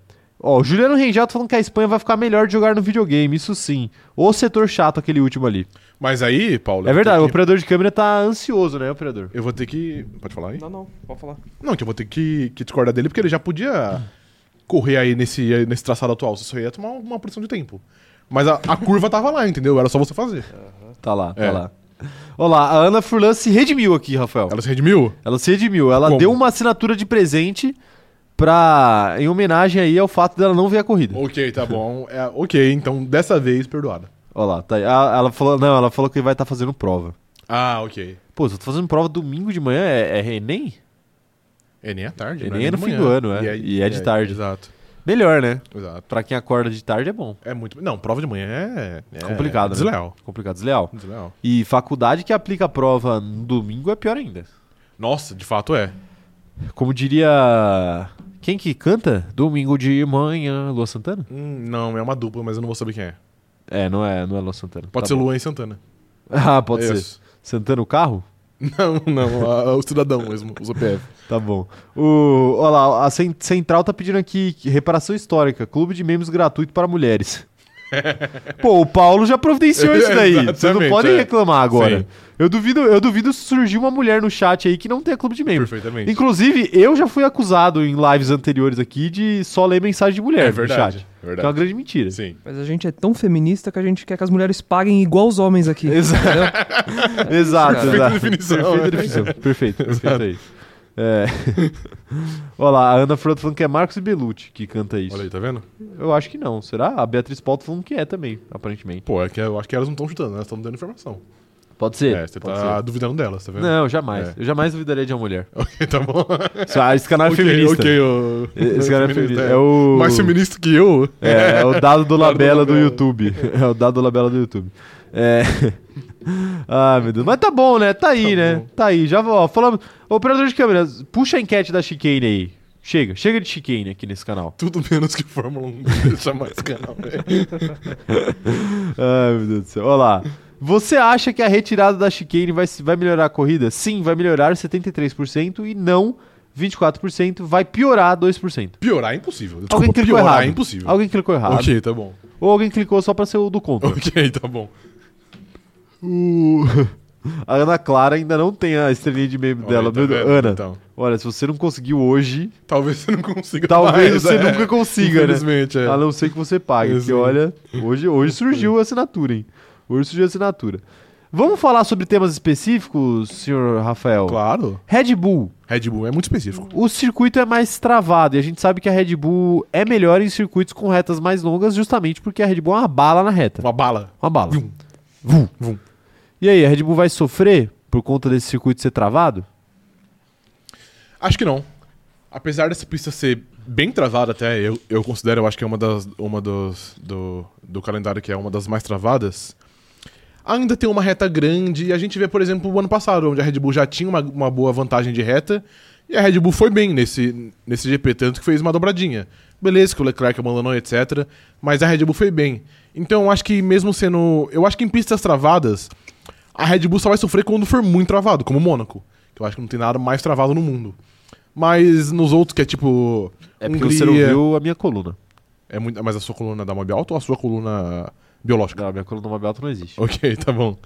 Ó, o Juliano Rengel tá falando que a Espanha vai ficar melhor de jogar no videogame, isso sim. O setor chato, aquele último ali. Mas aí, Paulo. É eu vou verdade, o ter que- operador de câmera tá ansioso, né, operador? Eu vou ter que. Pode falar aí? Não, não, pode falar. Não, que eu vou ter que, que discordar dele, porque ele já podia correr aí nesse, aí nesse traçado atual. Você só ia tomar uma porção de tempo. Mas a, a curva tava lá, entendeu? Era só você fazer. Tá lá, tá É. lá. Ó lá, a Ana Furlan se redimiu aqui, Rafael. Ela se redimiu? Ela se redimiu. Ela Como? deu uma assinatura de presente pra... em homenagem aí ao fato dela não ver a corrida. Ok, tá bom. É, ok, então dessa vez perdoada. Ó lá, tá aí. Ah, Ela falou... Não, ela falou que vai estar fazendo prova. Ah, ok. Pô, se eu tô fazendo prova domingo de manhã, é, é Enem? É nem à tarde, É né? nem de no fim manhã. do ano, é. E é de tarde. Exato, Melhor, né? exato. Pra quem acorda de tarde é bom. É muito. Não, prova de manhã é. é Complicado, né? Desleal. Complicado, desleal. Desleal. E faculdade que aplica a prova no domingo é pior ainda. Nossa, de fato é. Como diria. Quem que canta? Domingo de manhã, Lua Santana? Hum, não, é uma dupla, mas eu não vou saber quem é. É, não é, não é Lua Santana. Pode Tá ser bom. Luan e Santana. É Ah, pode ser. Isso. Santana o carro? Não, não, a- o cidadão mesmo, o CPF. Tá bom. O, olha lá, a Cen- Central tá pedindo aqui que- reparação histórica, clube de membros gratuito para mulheres. Pô, o Paulo já providenciou isso daí. Vocês não Exatamente, podem é. reclamar agora. Sim. Eu duvido, eu duvido surgir uma mulher no chat aí que não tenha clube de membros. Perfeitamente. Inclusive, eu já fui acusado em lives anteriores aqui de só ler mensagem de mulher É no verdade, chat. é verdade. Que é uma grande mentira. Sim. Mas a gente é tão feminista que a gente quer que as mulheres paguem igual os homens aqui. Exato. Exato. Exato, Perfeita exato. definição, Perfeita né? definição. Perfeito, perfeito aí. É. Olha lá, a Ana Frodo falando que é Marcos Belucci que canta isso. Olha aí, tá vendo? Eu acho que não. Será? A Beatriz Paulo tá falando que é também, aparentemente. Pô, é que eu acho que elas não estão chutando, elas estão dando informação. Pode ser. é, você pode tá ser. duvidando delas, tá vendo? Não, jamais. É. Eu jamais duvidaria de uma mulher. Ok, tá bom. Isso, ah, Esse canal é Ok, feminista. ok, o- Esse canal é feminista. É o... Mais feminista que eu? É, é o dado do Labela do Labela. YouTube. É o dado do Labela do YouTube. É. Ah, meu Deus. Mas tá bom, né? Tá aí, Tá né? bom. Tá aí. Já ó, falamos. Operador de câmera, puxa a enquete da chicane aí. Chega, chega de chicane aqui nesse canal. Tudo menos que Fórmula 1 deixa mais canal. né? velho. Ai, meu Deus do céu. Olha lá. Você acha que a retirada da chicane vai, se- vai melhorar a corrida? Sim, vai melhorar 73% e não 24%, vai piorar 2%. Piorar é impossível. Alguém Desculpa, clicou piorar errado. é impossível. Alguém clicou errado. Ok, tá bom. Ou alguém clicou só pra ser o do contra. Ok, tá bom. O- A Ana Clara ainda não tem a estrelinha de meme Olha dela. aí, tá meu vendo? Deus. Ana, Então, olha, se você não conseguiu hoje, talvez você não consiga talvez mais, você é. nunca consiga, né? Infelizmente, é. A não ser que você pague. Porque Exato. olha, hoje, hoje surgiu a assinatura, hein? Hoje surgiu a assinatura. Vamos falar sobre temas específicos, senhor Rafael? Claro. Red Bull. Red Bull é muito específico. O circuito é mais travado e a gente sabe que a Red Bull é melhor em circuitos com retas mais longas, justamente porque a Red Bull é uma bala na reta. Uma bala. Uma bala. Vum. Vum. Vum. E aí, a Red Bull vai sofrer por conta desse circuito ser travado? Acho que não. Apesar dessa pista ser bem travada até, eu, eu considero, eu acho que é uma das. Uma dos, do, do calendário que é uma das mais travadas. Ainda tem uma reta grande. E a gente vê, por exemplo, o ano passado, onde a Red Bull já tinha uma, uma boa vantagem de reta. E a Red Bull foi bem nesse, nesse GP, tanto que fez uma dobradinha. Beleza, que o Leclerc abandonou, etc. Mas a Red Bull foi bem. Então eu acho que mesmo sendo. Eu acho que em pistas travadas, a Red Bull só vai sofrer quando for muito travado, como o Mônaco. Que eu acho que não tem nada mais travado no mundo. Mas nos outros, que é tipo. É porque você não Hungria- viu a minha coluna. É muito... Mas a sua coluna da Mob Alta ou a sua coluna biológica? Não, a minha coluna Mobile não existe. Ok, tá bom.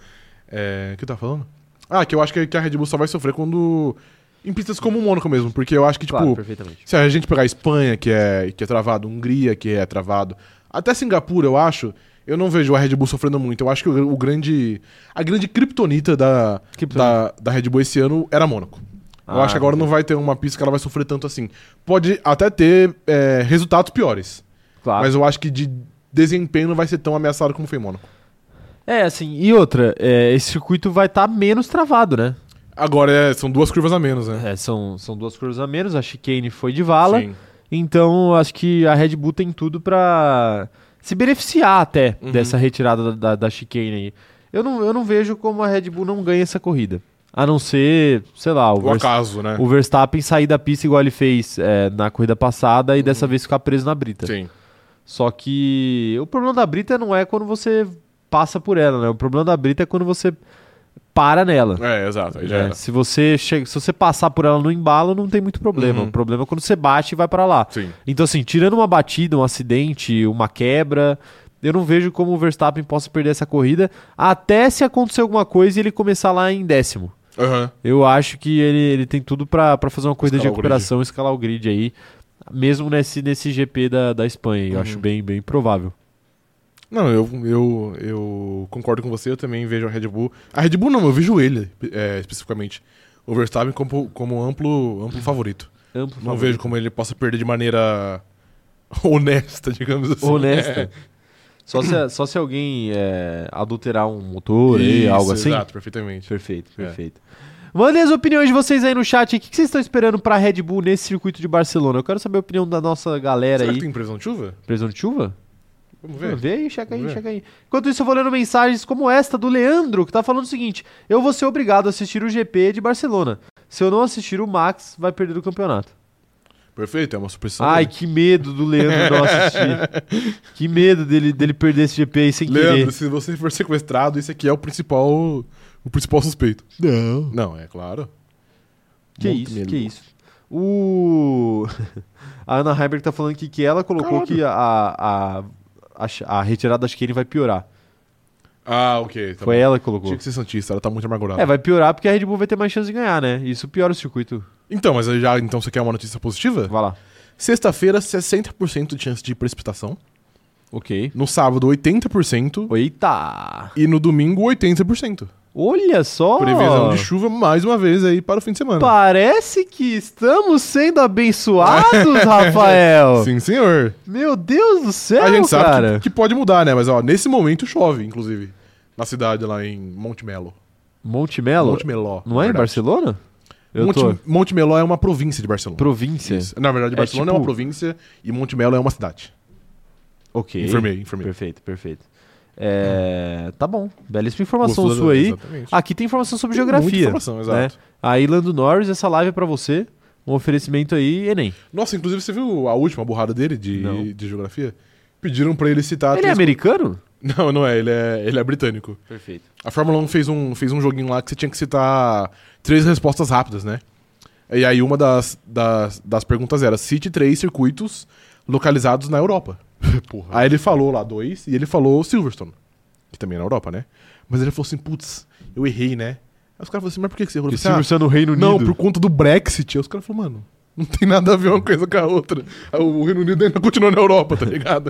É, O que eu tava falando? Ah, que eu acho que, que a Red Bull só vai sofrer quando. Em pistas como o Mônaco mesmo, porque eu acho que, tipo. Claro, perfeitamente. Se a gente pegar a Espanha, que é, que é travado, Hungria, que é travado, até Singapura, eu acho, eu não vejo a Red Bull sofrendo muito. Eu acho que o, o grande. A grande criptonita da, da, Kryptonita. da Red Bull esse ano era Mônaco. eu Ah, acho que agora não vai ter uma pista que ela vai sofrer tanto assim. Pode até ter é, resultados piores, Claro. mas eu acho que de desempenho não vai ser tão ameaçado como foi em Mônaco. É, assim, e outra, é, esse circuito vai estar menos travado, né? Agora é- são duas curvas a menos, né? É, são, são duas curvas a menos, a chicane foi de vala. Sim. Então, acho que a Red Bull tem tudo pra se beneficiar até Uhum. dessa retirada da, da, da chicane aí. Eu não, eu não vejo como a Red Bull não ganha essa corrida. A não ser, sei lá, o, O Vers- acaso, né? o Verstappen sair da pista igual ele fez é, na corrida passada e dessa vez ficar preso na brita. Sim. Só que o problema da brita não é quando você passa por ela, né? O problema da brita é quando você para nela. É, exato. Aí já É, era. se você chega, se você passar por ela no embalo, não tem muito problema. Uhum. O problema é quando você bate e vai pra lá. Sim. Então, assim, tirando uma batida, um acidente, uma quebra, eu não vejo como o Verstappen possa perder essa corrida, até se acontecer alguma coisa e ele começar lá em décimo. Aham. Eu acho que ele, ele tem tudo pra pra fazer uma corrida de Escalar o grid. recuperação, escalar o grid aí, mesmo nesse, nesse GP da, da Espanha. Eu Uhum. acho bem, bem provável. Não, eu, eu, eu concordo com você, eu também vejo a Red Bull. A Red Bull não, eu vejo ele, é, especificamente. O Verstappen como, como amplo, amplo favorito. Amplo Não favorito. vejo como ele possa perder de maneira honesta, digamos assim. Honesta. É. Só, se, só se alguém é, adulterar um motor aí, Isso, algo assim. Exato, perfeitamente. Perfeito, É. perfeito. Mandem as opiniões de vocês aí no chat. O que que vocês estão esperando pra Red Bull nesse circuito de Barcelona? Eu quero saber a opinião da nossa galera Será aí. que tem previsão de chuva? Previsão de chuva? Vamos Vê, ver. Vê aí, checa aí, Vamos ver. checa aí. Enquanto isso, eu vou lendo mensagens como esta do Leandro, que tá falando o seguinte: Eu vou ser obrigado a assistir o GP de Barcelona. Se eu não assistir, o Max vai perder o campeonato. Perfeito, é uma supressão. Ai, que medo do Leandro não assistir. que medo dele, dele perder esse GP aí sem Leandro, querer. se você for sequestrado, esse aqui é o principal, o principal suspeito. Não. Não, é claro. Que Muito isso, medo. que isso. O. a Ana Heimberg tá falando que, que ela colocou Caralho. que a, a, a, ch- a retirada da Chiquene vai piorar. Ah, ok. Tá Foi bom. ela que colocou. Tinha que ser Santista, ela tá muito amargurada. É, vai piorar porque a Red Bull vai ter mais chance de ganhar, né? Isso piora o circuito. Então, mas aí já, então você quer uma notícia positiva? Vai lá. Sexta-feira, 60% de chance de precipitação. Ok. No sábado, 80%. Eita! E no domingo, 80%. Olha só! Previsão Oh. de chuva mais uma vez aí para o fim de semana. Parece que estamos sendo abençoados, Rafael! Sim, senhor. Meu Deus do céu, a gente cara! sabe que, que pode mudar, né? Mas ó, nesse momento chove, inclusive. Na cidade lá em Montemelo. Montemelo? Montemeló. Não é em Barcelona? Eu Monte, tô... Montemeló é uma província de Barcelona. Província? Isso. Na verdade, É Barcelona é, tipo- uma província e Montemelo é uma cidade. Ok. Informei, informei. Perfeito, perfeito. É, tá bom. Belíssima informação Gostou da- sua aí. Exatamente. Aqui tem informação sobre Tem muita geografia. informação, exato. né? Aí, Lando Norris, essa live é pra você. Um oferecimento aí, Enem. Nossa, inclusive você viu a última burrada dele Não. de, de geografia? Pediram pra ele citar. Ele é três- americano? Não, não é ele, é, ele é britânico. Perfeito. A Fórmula 1 fez um, fez um joguinho lá que você tinha que citar três respostas rápidas, né? E aí uma das, das, das perguntas era: cite três circuitos localizados na Europa. Porra. Aí ele falou lá dois e ele falou Silverstone, que também é na Europa, né? Mas ele falou assim: putz, eu errei, né? Aí os caras falaram assim: mas por que que você errou? E Ele falou assim, Silverstone no Reino "Ah, Unido. não, por conta do Brexit. Aí os caras falaram: mano. Não tem nada a ver uma coisa com a outra. Aí O Reino Unido ainda continua na Europa, tá ligado?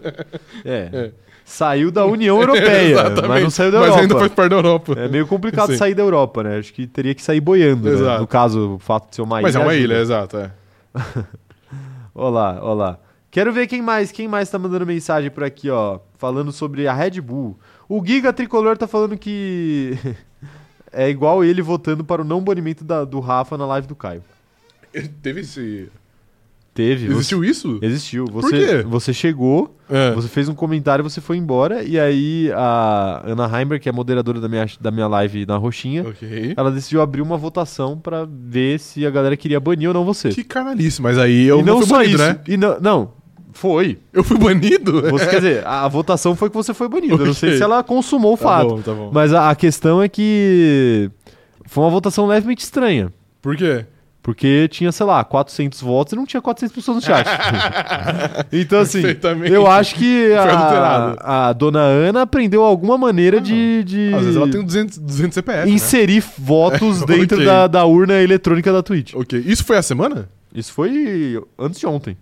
É. É. Saiu da União Europeia, mas não saiu da Mas Europa. ainda faz parte da Europa. É meio complicado Sim. sair da Europa, né? Acho que teria que sair boiando, né? Exato. No caso, o fato de ser uma ilha. Mas é uma ajuda. ilha, exato. É. Olá, olá. Quero ver quem mais, quem mais tá mandando mensagem por aqui, ó, falando sobre a Red Bull. O Giga Tricolor tá falando que é igual ele votando para o não banimento da- do Rafa na live do Caio. Teve esse. Teve. você- Existiu isso? Existiu. Você, quê? você chegou, É. você fez um comentário, você foi embora e aí a Ana Heimberg, que é moderadora da minha da minha live na Roxinha, Ok. ela decidiu abrir uma votação pra ver se a galera queria banir ou não você. Que canalice, mas aí eu e não, não fui só banido, isso. né? E não, não, foi. Eu fui banido? Você- é um quer dizer, a, a votação foi que você foi banido. Eu não sei Ok. se ela consumou o Tá fato. bom, tá bom. Mas a, a questão é que foi uma votação levemente estranha. Por quê? Porque tinha, sei lá, 400 votos e não tinha 400 pessoas no chat. então, assim, Perfeitamente. eu acho que Foi adulterado. a, a dona Ana aprendeu alguma maneira de, de Ah, Às vezes ela tem 200, 200 CPF, né? inserir votos dentro Ok. da, da urna eletrônica da Twitch. Ok. Isso foi a semana? Isso foi antes de ontem.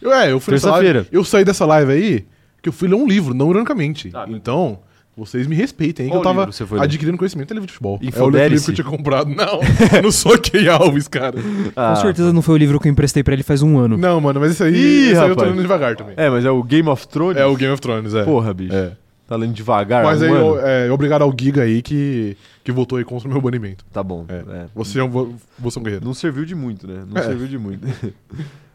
Eu, é, eu fui nessa Terça-feira. live- Eu saí dessa live aí que eu fui ler um livro, não ironicamente. Ah, beleza. então, vocês me respeitem aí que Qual eu tava livro você foi ler? adquirindo conhecimento em livro de futebol. É o Infodelice? livro que eu tinha comprado. Não, não sou Key Alves, cara. Ah, Com certeza não foi o livro que eu emprestei pra ele faz um ano. Não, mano, mas isso aí, Ih, isso aí eu tô rapaz. lendo devagar também. É, mas é o Game of Thrones? É, o Game of Thrones, é. Porra, bicho. É. Tá lendo devagar. Mas um aí, ano. eu- é, obrigado ao Giga aí que, que voltou aí contra o meu banimento. Tá bom. É. é. Você, é um, vo- você é um guerreiro. Não serviu de muito, né? Não É. serviu de muito.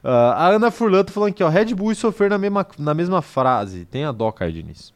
Ah, a Ana Furlan tá falando aqui, ó. Red Bull e sofrer na mesma, na mesma frase. Tem a dó, Caio Diniz.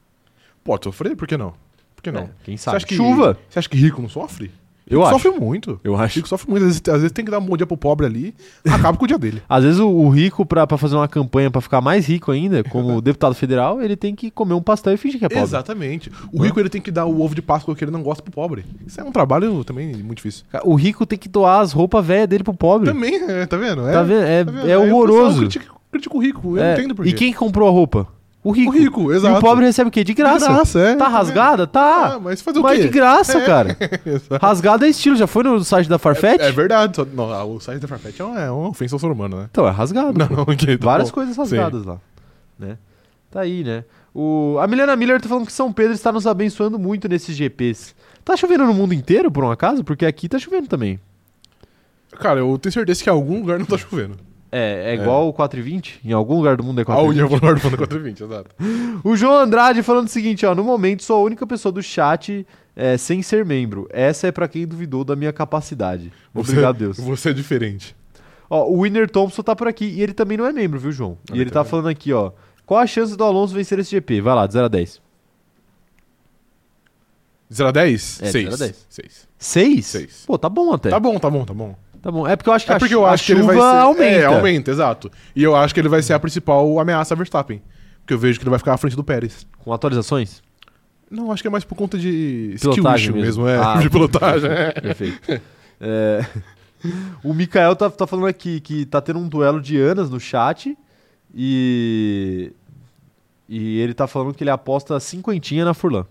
Pode sofrer? Por que não? Por que não? É, quem Você sabe? acha que, Chuva? Você acha que rico não sofre? Eu Rico acho. Sofre muito. Eu acho. Rico sofre muito. Às vezes, às vezes tem que dar um bom dia pro pobre ali, acaba com o dia dele. Às vezes o, o rico, pra, pra fazer uma campanha pra ficar mais rico ainda, como deputado federal, ele tem que comer um pastel e fingir que é pobre. Exatamente. O rico ele tem que dar o ovo de Páscoa que ele não gosta pro pobre. Isso é um trabalho também muito difícil. O rico tem que doar as roupas velhas dele pro pobre. Também, é, tá vendo? Tá vendo? É, tá vendo? é Aí o pessoal horroroso. Critica, critica o rico, eu É, não entendo por E quê. quem comprou a roupa? O rico. O rico, exato. E o pobre recebe o quê? De graça. De graça, é. Tá rasgada? Tá. Ah, mas fazer o Mas quê? de graça, É. cara. Exato. Rasgada é estilo. Já foi no site da Farfetch? É verdade. Só, não, o site da Farfetch é uma, é uma ofensa ao ser humano, né? Então, é rasgado. Não, pô. não, ok, tá Várias bom. coisas rasgadas lá. Né? Tá aí, né? O... A Milena Miller tá falando que São Pedro está nos abençoando muito nesses GPs. Tá chovendo no mundo inteiro, por um acaso? Porque aqui tá chovendo também. Cara, eu tenho certeza que em algum lugar não tá chovendo. É, é igual o 420? Em algum lugar do mundo é Ah, o 420? Ian Valor falando 420, exato. O João Andrade falando o seguinte, ó. No momento, sou a única pessoa do chat é, sem ser membro. Essa é pra quem duvidou da minha capacidade. Você- Obrigado, Deus. Você é diferente. Ó, o Winner Thompson tá por aqui. E ele também não é membro, viu, João? E Olha, ele tá tá falando aqui, ó. Qual a chance do Alonso vencer esse GP? Vai lá, de 0 a 10. De 0 a 10? É, de 6. zero a 10. 6. 6? Seis. Pô, tá bom até. Tá bom, tá bom, tá bom. Tá bom. É porque eu acho que É a, porque chu- eu a acho que chuva ele vai ser. aumenta. É, aumenta, exato. E eu acho que ele vai ser a principal ameaça a Verstappen. Porque eu vejo que ele vai ficar à frente do Pérez. Com atualizações? Não, acho que é mais por conta de Pilotagem skill issue mesmo. mesmo, é. Ah, de pilotagem. é. Perfeito. É, O Mikael tá, tá falando aqui que tá tendo um duelo de Anas no chat. E. E ele tá falando que ele aposta cinquentinha na Furlan.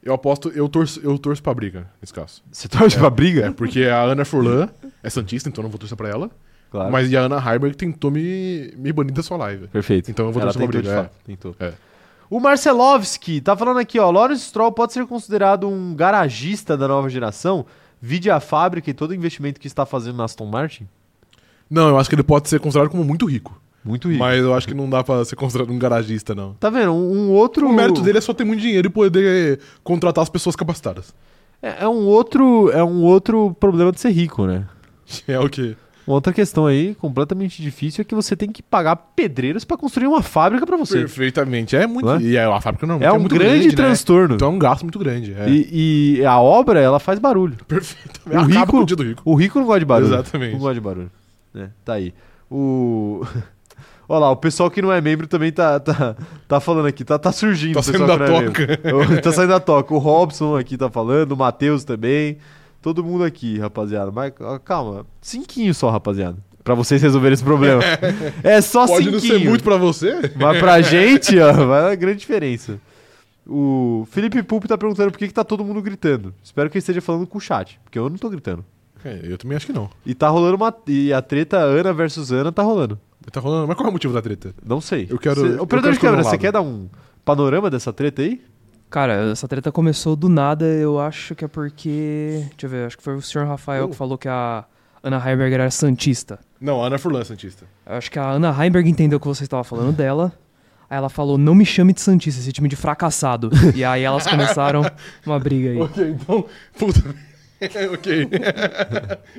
Eu aposto, eu torço, eu torço pra briga, nesse caso. Você torce pra briga? É porque a Ana Furlan é Santista, então eu não vou torcer pra ela. Claro. Mas e a Ana Heiberg tentou me, me banir da sua live. Perfeito. Então eu vou Ela torcer pra tentou, de briga. fato, tentou. É. O Marcelovski tá falando aqui, ó. Lawrence Stroll pode ser considerado um garagista da nova geração? Vide a fábrica e todo o investimento que está fazendo na Aston Martin? Não, eu acho que ele pode ser considerado como muito rico. Muito rico. Mas eu acho que não dá pra ser considerado um garagista, não. Tá vendo? Um, um outro. O mérito dele é só ter muito dinheiro e poder contratar as pessoas capacitadas. É, é um outro. É um outro problema de ser rico, né? É o quê? Uma outra questão aí, completamente difícil, é que você tem que pagar pedreiros pra construir uma fábrica pra você. Perfeitamente. É muito. Não é? E é, a fábrica não É um muito grande, né? transtorno. Então é um gasto muito grande. É. E, e a obra, ela faz barulho. Perfeitamente. O Acaba rico- com o dia do rico. O rico não gosta de barulho. Exatamente. Não gosta de barulho. né? Tá aí. O. Olha lá, o pessoal que não é membro também tá, tá, tá falando aqui, tá, tá surgindo. Tá o pessoal saindo que da não é membro. tá saindo da toca. O Robson aqui tá falando, o Matheus também. Todo mundo aqui, rapaziada. Mas ó, calma, cinquinho só, rapaziada. Pra vocês resolverem esse problema. É só Pode cinquinho. não ser muito pra você? Mas pra gente, ó, vai uma grande diferença. O Felipe Pup tá perguntando por que, que tá todo mundo gritando. Espero que ele esteja falando com o chat, porque eu não tô gritando. É, eu também acho que não. E tá rolando uma. E a treta Ana versus Ana tá rolando. Tá rolando. Mas qual é o motivo da treta? Não sei. Eu quero- Cê- eu Operador quero de câmera, escolher um você lado. quer dar um panorama dessa treta aí? Cara, essa treta começou do nada, eu acho que é porque. Deixa eu ver, acho que foi o senhor Rafael Oh. Uh. que falou que a Ana Heimberg era Santista. Não, Ana Furlan, é Santista. Eu acho que a Ana Heimberg entendeu que você estava falando dela. Aí ela falou: não me chame de Santista, esse time de fracassado. e aí elas começaram uma briga aí. Ok, então. Puta. ok.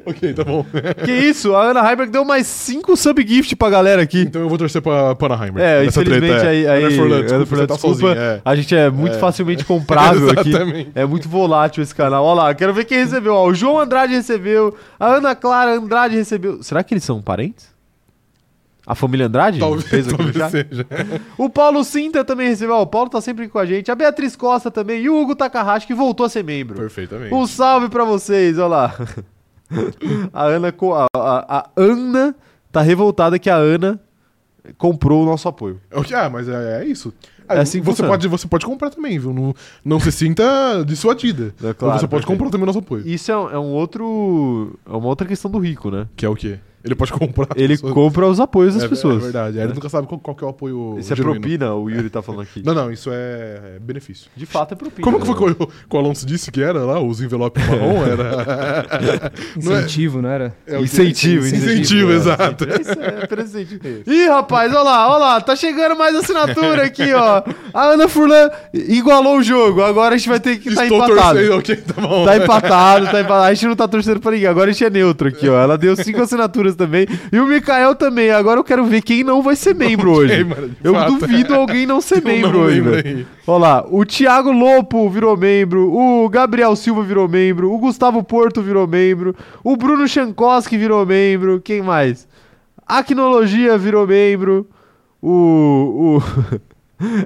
ok, tá bom. Que isso, a Ana Heimberg deu mais 5 sub-gift pra galera aqui. Então eu vou torcer pra Panaheim. É, infelizmente aí, aí Ana Furlan, desculpa, Ana Furlan, você tá desculpa, sozinho. É. a gente é muito É. facilmente comprável aqui. Exatamente. É muito volátil esse canal. Olha lá, quero ver quem recebeu. Ó, o João Andrade recebeu, a Ana Clara Andrade recebeu. Será que eles são parentes? A família Andrade? Talvez, Fez aqui no talvez chat? seja. O Paulo Sinta também recebeu. Ó, o Paulo tá sempre com a gente. A Beatriz Costa também. E o Hugo Takahashi, que voltou a ser membro. Perfeitamente. Um salve pra vocês, olha lá. A Ana, co- a, a- a Ana tá revoltada que a Ana comprou o nosso apoio. Ok, Ah, mas é, é isso. É assim que você funciona. pode, você pode comprar também, viu? Não, não se sinta dissuadida. É claro, você pode perfeito. comprar também o nosso apoio. Isso é, um- é um outro, é uma outra questão do rico, né? Que é o quê? Ele pode comprar. as Ele pessoas. compra os apoios das É- pessoas. É verdade. Ele É. nunca sabe qual, qual que é o apoio. Isso é genuíno. propina, o Yuri tá falando aqui. Não, não, isso é é benefício. De fato é propina. Como que foi que o, que o Alonso disse que era lá? Os envelopes marrom? Era. Não é- Incentivo, não era? é o quê? Incentivo, incentivo. incentivo, é. exato. É Isso é apenas incentivo. Ih, rapaz, olha lá, olha lá, tá chegando mais assinatura aqui, ó. A Ana Furlan igualou o jogo, agora a gente vai ter que estar Estou empatado. torcendo, ok, tá bom. Tá empatado, tá empatado. A gente não tá torcendo pra ninguém. Agora a gente é neutro aqui, ó. Ela deu cinco assinaturas também. E o Mikael também. Agora eu quero ver quem não vai ser membro Ok, hoje. mano, de Eu fato. duvido alguém não ser Eu membro não hoje, lembro velho. aí. Olha lá, o Thiago Lopo virou membro, o Gabriel Silva virou membro, o Gustavo Porto virou membro, o Bruno Chankowski virou membro, quem mais? Acnologia virou membro, o... o...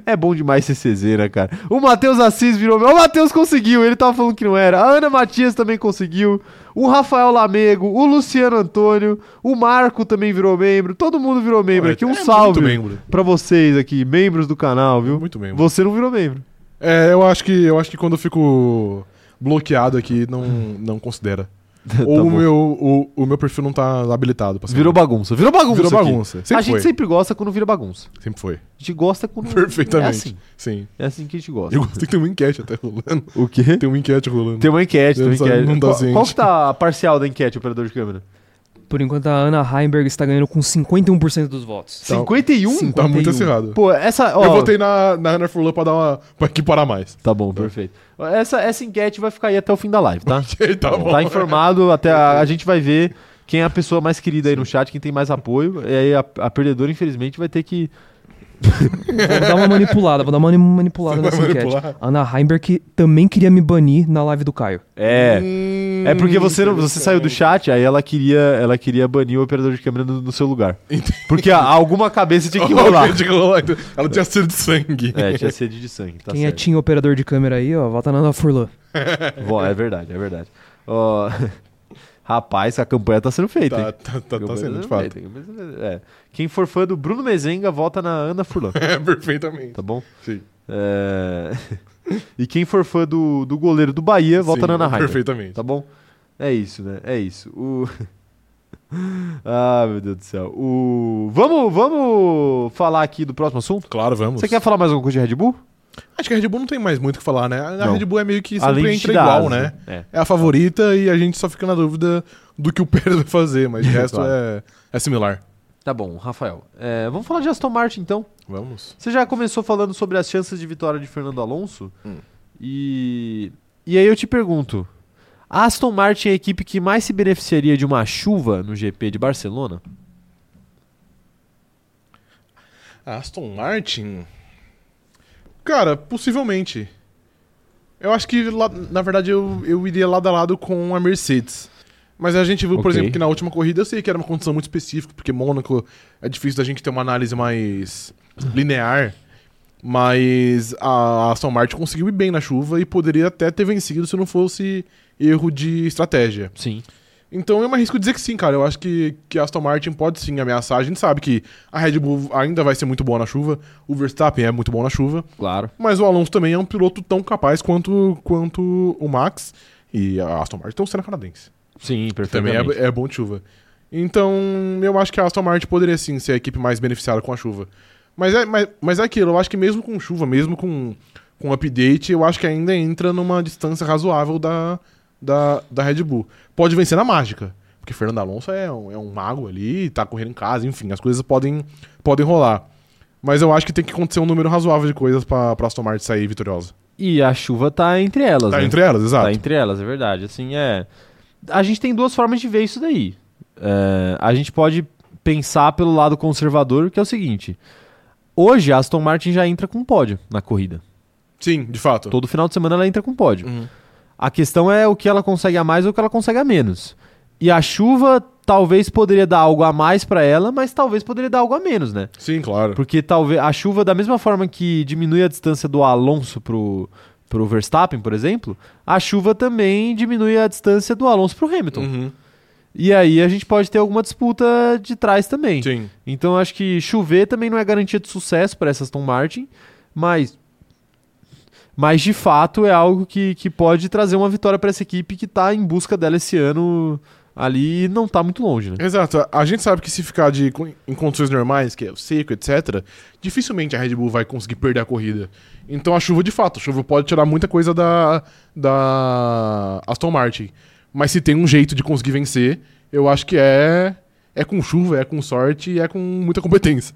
É bom demais ser ceseira, cara. O Matheus Assis virou membro. O Matheus conseguiu, ele tava falando que não era. A Ana Matias também conseguiu. O Rafael Lamego, o Luciano Antônio, o Marco também virou membro. Todo mundo virou membro Olha, aqui. Um é salve Muito membro. pra vocês aqui, membros do canal, viu? Muito membro. Você não virou membro. É, eu acho que eu acho que quando eu fico bloqueado aqui, não, não considera. Ou Tá o, bom. meu, o, o meu perfil não tá habilitado. pra ser- Virou bagunça. Virou bagunça. Virou aqui. bagunça. Sempre a gente foi. sempre gosta quando vira bagunça. Sempre foi. A gente gosta quando. Perfeitamente. É assim. Sim. É assim que a gente gosta. Eu gostei que tem uma enquete até rolando. O quê? Tem uma enquete rolando. Tem uma enquete, tem uma Eu enquete. não- não Tá. dá qual, ciente. qual que tá a parcial da enquete, operador de câmera? Por enquanto a Ana Heimberg está ganhando com 51% dos votos. Tá- 51? Sim. Tá muito 51. acirrado. Pô, essa. Ó, Eu votei na, na Ana Furlan pra dar uma. pra equiparar mais. Tá bom, perfeito. Essa, essa enquete vai ficar aí até o fim da live, tá? Ok, tá bom. Tá informado, até a, a gente vai ver quem é a pessoa mais querida aí no chat, quem tem mais apoio. E aí a, a perdedora, infelizmente, vai ter que. Vou dar uma manipulada, vou dar uma mani- manipulada Você vai nessa enquete. manipular? A Ana Heimberg que também queria me banir na live do Caio. É. Hum, É porque você, não- você saiu do chat, aí ela queria, ela queria banir o operador de câmera no, no seu lugar. Porque a- alguma cabeça tinha que Ok, rolar. tinha que rolar, então. Ela tinha sede de sangue. É, tinha sede de sangue, tá Quem é certo. tinha operador de câmera aí, ó, vota na Ana Furlan. Bom, é verdade, é verdade. Ó, rapaz, a campanha tá sendo feita, Tá, hein? tá, tá, tá Campanha sendo, de sendo fato. feita, campanha sendo- é. Quem for fã do Bruno Mezenga, vota na Ana Furlan, É, perfeitamente. tá bom? Sim. É, E quem for fã do, do goleiro do Bahia, vota Sim, na Ana Heimberg. Perfeitamente. Tá bom? É isso, né? É isso. O... ah, meu Deus do céu. O... Vamos, vamos falar aqui do próximo assunto? Claro, vamos. Você quer falar mais alguma coisa de Red Bull? Acho que a Red Bull não tem mais muito o que falar, né? A Não. Red Bull é meio que Além sempre de entra te dar igual, asa. né? É. É a favorita e a gente só fica na dúvida do que o Pérez vai fazer, mas o resto Claro. é, é similar. Tá bom, Rafael. É, vamos falar de Aston Martin, então. Vamos. Você já começou falando sobre as chances de vitória de Fernando Alonso. Hum. E... e aí eu te pergunto: a Aston Martin é a equipe que mais se beneficiaria de uma chuva no GP de Barcelona? A Aston Martin? Cara, possivelmente. Eu acho que, lá- na verdade, eu, eu iria lado a lado com a Mercedes. Mas a gente viu, por Ok. exemplo, que na última corrida eu sei que era uma condição muito específica, porque Mônaco é difícil da gente ter uma análise mais linear. Mas a Aston Martin conseguiu ir bem na chuva e poderia até ter vencido se não fosse erro de estratégia. Sim. Então eu me arrisco dizer que sim, cara. Eu acho que, que a Aston Martin pode sim ameaçar. A gente sabe que a Red Bull ainda vai ser muito boa na chuva. O Verstappen é muito bom na chuva. Claro. Mas o Alonso também é um piloto tão capaz quanto, quanto o Max e a Aston Martin estão sendo canadense. Sim, Também perfeitamente. é, é bom de chuva. Então eu acho que a Aston Martin poderia sim ser a equipe mais beneficiada com a chuva. Mas é, mas, mas é aquilo, eu acho que mesmo com chuva, mesmo com, com update, eu acho que ainda entra numa distância razoável da, da, da Red Bull. Pode vencer na mágica, porque Fernando Alonso é um, é um mago ali, tá correndo em casa, enfim, as coisas podem, podem rolar. Mas eu acho que tem que acontecer um número razoável de coisas pra, pra Aston Martin sair vitoriosa. E a chuva tá entre elas, Tá né? entre elas, exato. Tá entre elas, é verdade. Assim, é. A gente tem duas formas de ver isso daí. É, a gente pode pensar pelo lado conservador, que é o seguinte: hoje a Aston Martin já entra com um pódio na corrida. Sim, de fato. Todo final de semana ela entra com um pódio. Uhum. A questão é o que ela consegue a mais ou o que ela consegue a menos. E a chuva talvez poderia dar algo a mais pra ela, mas talvez poderia dar algo a menos, né? Sim, claro. Porque talvez a chuva, da mesma forma que diminui a distância do Alonso pro, pro Verstappen, por exemplo, a chuva também diminui a distância do Alonso pro Hamilton. Uhum. E aí a gente pode ter alguma disputa de trás também. Sim. Então eu acho que chover também não é garantia de sucesso para essa Aston Martin, mas mas de fato é algo que, que pode trazer uma vitória para essa equipe que tá em busca dela esse ano ali e não tá muito longe, né? Exato. A- A gente sabe que se ficar de, co- em condições normais, que é o seco, etc., dificilmente a Red Bull vai conseguir perder a corrida. Então a chuva, de fato, a chuva pode tirar muita coisa da, da Aston Martin. Mas se tem um jeito de conseguir vencer, eu acho que é, é com chuva, é com sorte e é com muita competência.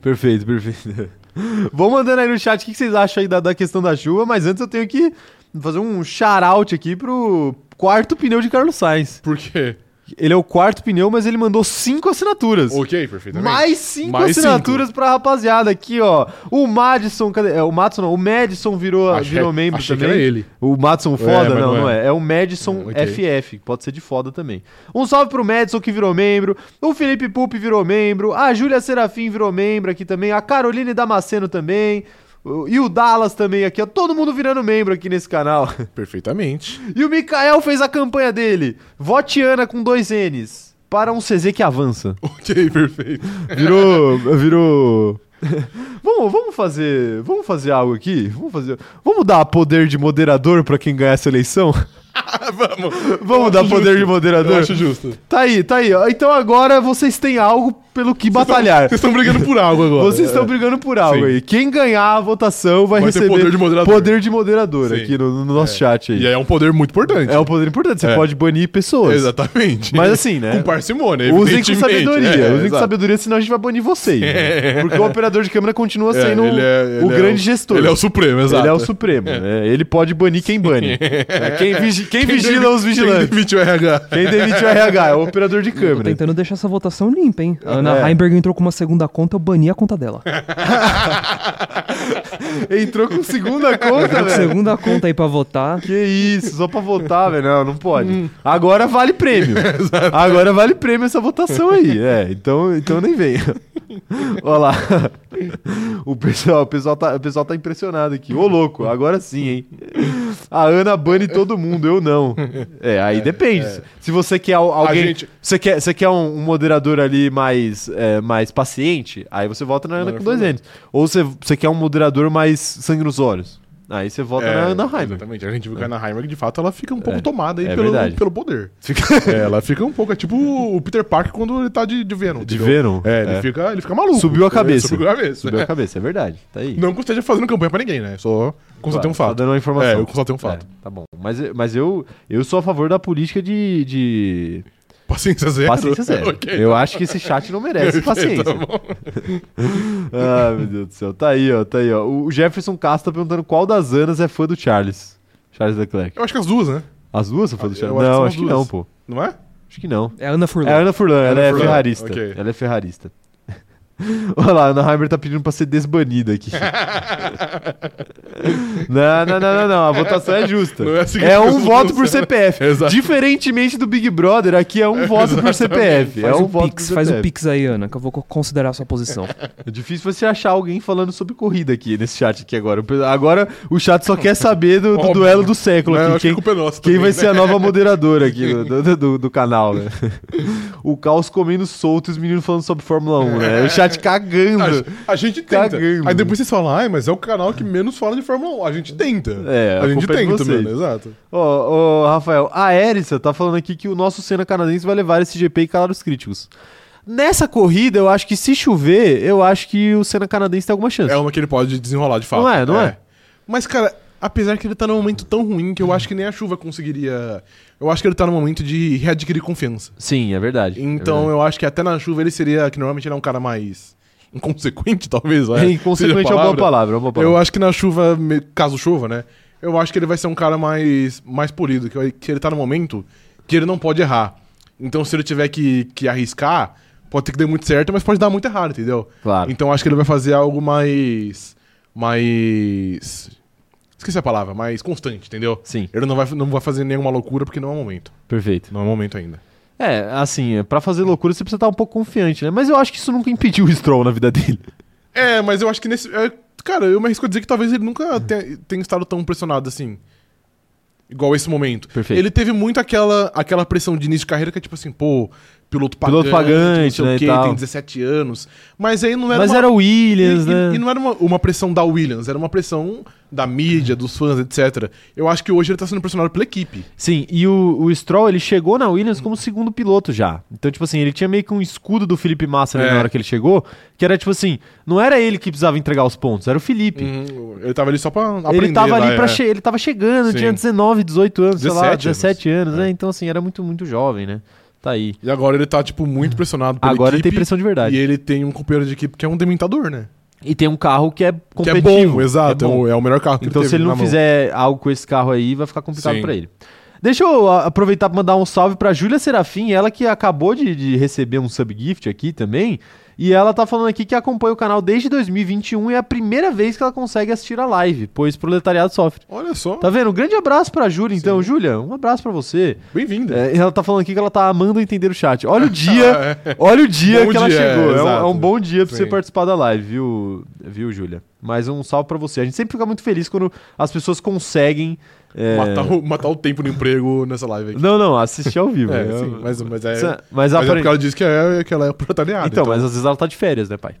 Perfeito, perfeito. Vou mandando aí no chat o que que vocês acham aí da, da questão da chuva, mas antes eu tenho que fazer um shout-out aqui pro quarto pneu de Carlos Sainz. Porque. Ele é o quarto pneu, mas ele mandou cinco assinaturas. Ok, perfeitamente. Mais cinco Mais cinco. assinaturas pra rapaziada aqui, ó. O Madison, cadê? É, o Madison não, o Madison virou, Achei- virou membro achei que também. era ele. O Madison foda? mas não, não é. não é. É o Madison Hum, ok. FF, que pode ser de foda também. Um salve pro Madison que virou membro, o Felipe Pupi virou membro, a Júlia Serafim virou membro aqui também, a Caroline Damasceno também, o- e o Dallas também aqui, ó. Todo mundo virando membro aqui nesse canal. Perfeitamente. E o Mikael fez a campanha dele. Vote Ana com dois N's. Para um CZ que avança. Ok, perfeito. Virou. Virou. vamos, vamos fazer. Vamos fazer algo aqui? Vamos fazer. Vamos dar poder de moderador pra quem ganhar essa eleição? Ah, Vamos. Vamos dar poder de Eu moderador? acho justo. Tá aí, tá aí. ó. Então agora vocês têm algo pelo que batalhar. Vocês estão brigando por algo agora. Vocês estão É. brigando por algo Sim. aí. Quem ganhar a votação vai, Vai ter receber poder de moderador. poder de moderador Sim. aqui no, no nosso chat aí. E aí é um poder muito importante. É um poder importante, você É. pode banir pessoas. Exatamente. Mas assim, né? Com parcimônia, Usem com evidentemente. sabedoria, É, usem com exato. sabedoria, senão a gente vai banir vocês. né? Porque o operador de câmera continua É, sendo ele é- ele o é grande gestor. Ele é o supremo, exato. Ele é o supremo. né? Ele pode banir quem bane. É, quem, vigi- quem Quem vigila é demi- os vigilantes. Quem demite o RH. Quem demite o RH é o operador de Tô câmera. tentando deixar essa votação limpa, hein? A Ana É. Heimberg entrou com uma segunda conta, eu bani a conta dela. Entrou com segunda conta, velho. segunda conta aí pra votar. Que isso, só pra votar, velho. Não, não pode. Agora vale prêmio. Agora vale prêmio essa votação aí. É, então, então nem vem. Olha lá. O pessoal, o, pessoal tá, o pessoal tá impressionado aqui. Ô, louco, agora sim, hein? A Ana bane todo mundo, eu não. É, aí depende. Se você quer al- alguém. gente- Você quer, você quer um, um moderador ali mais, é, mais paciente, aí você vota na Ana Ana com dois N's. Ou você, você quer um moderador mais sangue nos olhos. Aí você vota na Ana Heimer. É, Exatamente. A gente viu que a Ana Heimer, de fato, ela fica um pouco É. tomada aí É pelo, verdade. pelo poder. Fica- É, ela fica um pouco. É tipo o Peter Parker quando ele tá de, de Venom. De entendeu? Venom? É, ele, É. Fica, ele fica maluco. Subiu a É, cabeça. subiu a cabeça. Subiu a cabeça, é verdade. Tá aí. Não que eu esteja fazendo campanha pra ninguém, né? Só constatei um Claro, fato. Só dando uma informação. É, eu constatei um fato. É, tá bom. Mas, mas eu, eu sou a favor da política de, de Paciência zero. É. paciência zero. Ok. então. Eu acho que esse chat não merece paciência. Tá bom. ah, meu Deus do céu. Tá aí, ó. Tá aí, ó. O Jefferson Castro tá perguntando qual das Anas é fã do Charles. Charles Leclerc. Eu acho que as duas, né? As duas são fã do Eu Charles? acho que não, são acho as que duas. não, pô. Não é? Acho que não. É a Ana É Furlan. a Ana Furlan, ela Ana é Furlan, ferrarista. ok. Ela é ferrarista. Olha lá, a Ana Heimer tá pedindo pra ser desbanida aqui. não, não, não, não, não. A votação é justa. Não é assim que É um funciona. voto por CPF. Exato. Diferentemente do Big Brother, aqui é um voto por CPF. É Faz, um o voto pix, por faz o CPF. pix aí, Ana, que eu vou co- considerar a sua posição. É difícil você achar alguém falando sobre corrida aqui nesse chat aqui agora. Agora o chat só quer saber do, do Óbvio. duelo do século Não, eu aqui. acho que a Quem, culpa é nossa. quem também, vai né? ser a nova moderadora aqui do, do- do- do canal, né? O caos comendo solto e os meninos falando sobre Fórmula 1, né? O chat cagando. A, a gente tenta. Cagando. Aí depois vocês falam, ai, mas é o canal que menos fala de Fórmula 1. A gente tenta. É, a a gente culpa é de tenta, vocês. mano, exato. Ô, ô, Rafael, a Erissa tá falando aqui que o nosso Senna canadense vai levar esse GP e calar os críticos. Nessa corrida, eu acho que se chover, eu acho que o Senna canadense tem alguma chance. É uma que ele pode desenrolar de fato. Não é, não é? Mas, cara, apesar que ele tá num momento tão ruim que eu acho que nem a chuva conseguiria. Eu acho que ele tá num momento de readquirir confiança. Sim, é verdade. Então eu acho que até na chuva ele seria. Que normalmente ele é um cara mais. Inconsequente, talvez. vai. é inconsequente é uma boa palavra. é uma boa palavra. Eu acho que na chuva, me- caso chova, né? Eu acho que ele vai ser um cara mais, mais polido, que, que ele tá no momento que ele não pode errar. Então, se ele tiver que, que arriscar, pode ter que dar muito certo, mas pode dar muito errado, entendeu? Claro. Então, eu acho que ele vai fazer algo mais. Mais. Esqueci a palavra, mais constante, entendeu? Sim, Ele não vai, não vai fazer nenhuma loucura porque não é o momento. perfeito. Não é o momento ainda. É, assim, é, pra fazer loucura você precisa estar um pouco confiante, né? Mas eu acho que isso nunca impediu o Stroll na vida dele. É, mas eu acho que nesse. é, cara, eu me arrisco a dizer que talvez ele Uhum. nunca tenha, tenha estado tão pressionado assim. Igual esse momento. Perfeito. Ele teve muito aquela, aquela pressão de início de carreira que é tipo assim, pô, piloto pagante, Piloto pagante, não sei né, o e quê, tal. tem 17 anos. Mas aí não era Mas uma... era o Williams, e, e- né? e não era uma, uma pressão da Williams, era uma pressão da mídia, dos fãs, etc. Eu acho que hoje ele tá sendo pressionado pela equipe. Sim, e o, o Stroll, ele chegou na Williams como segundo piloto já. Então, tipo assim, ele tinha meio que um escudo do Felipe Massa ali É. na hora que ele chegou, que era tipo assim, não era ele que precisava entregar os pontos, era o Felipe. Ele tava ali só pra Hum, aprender. Uhum. ele tava lá, ali pra é. che- ele tava chegando, Sim. tinha 19, 18 anos, sei lá, 17 anos. 17 anos, É. né? Então assim, era muito muito jovem, né? Tá aí. E agora ele tá, tipo, muito pressionado pela Agora ele tem equipe, pressão de E verdade. ele tem um companheiro de equipe que é um dementador, né? E, tem um carro que é Que é competitivo. bom, exato. é É, bom. o, é o melhor carro que Então teve se ele não na mão. fizer algo com esse carro aí, vai ficar complicado Sim. pra ele. Deixa eu a- aproveitar pra mandar um salve pra Júlia Serafim, ela que acabou de, de receber um subgift aqui também. E ela tá falando aqui que acompanha o canal desde 2021 e é a primeira vez que ela consegue assistir a live, pois proletariado sofre. Olha só, Tá vendo? Um grande abraço pra Júlia, então. Júlia, um abraço pra você. bem-vindo. É, e ela tá falando aqui que ela tá amando entender o chat. Olha o Ah, é? dia, olha o dia Bom que ela dia, chegou. É, um- é exato. um, bom dia pra você Sim. participar da live, viu, viu, Júlia? Mas um salve pra você. A gente sempre fica muito feliz quando as pessoas conseguem. é, Matar, um o, matar o tempo no emprego nessa live aqui. Não, não, assistir ao vivo. é, né? sim, mas, mas é... Sa- Mas mas é apare- porque ela disse que, é, que ela é proletariada. então, mas às vezes ela tá de férias, né, pai?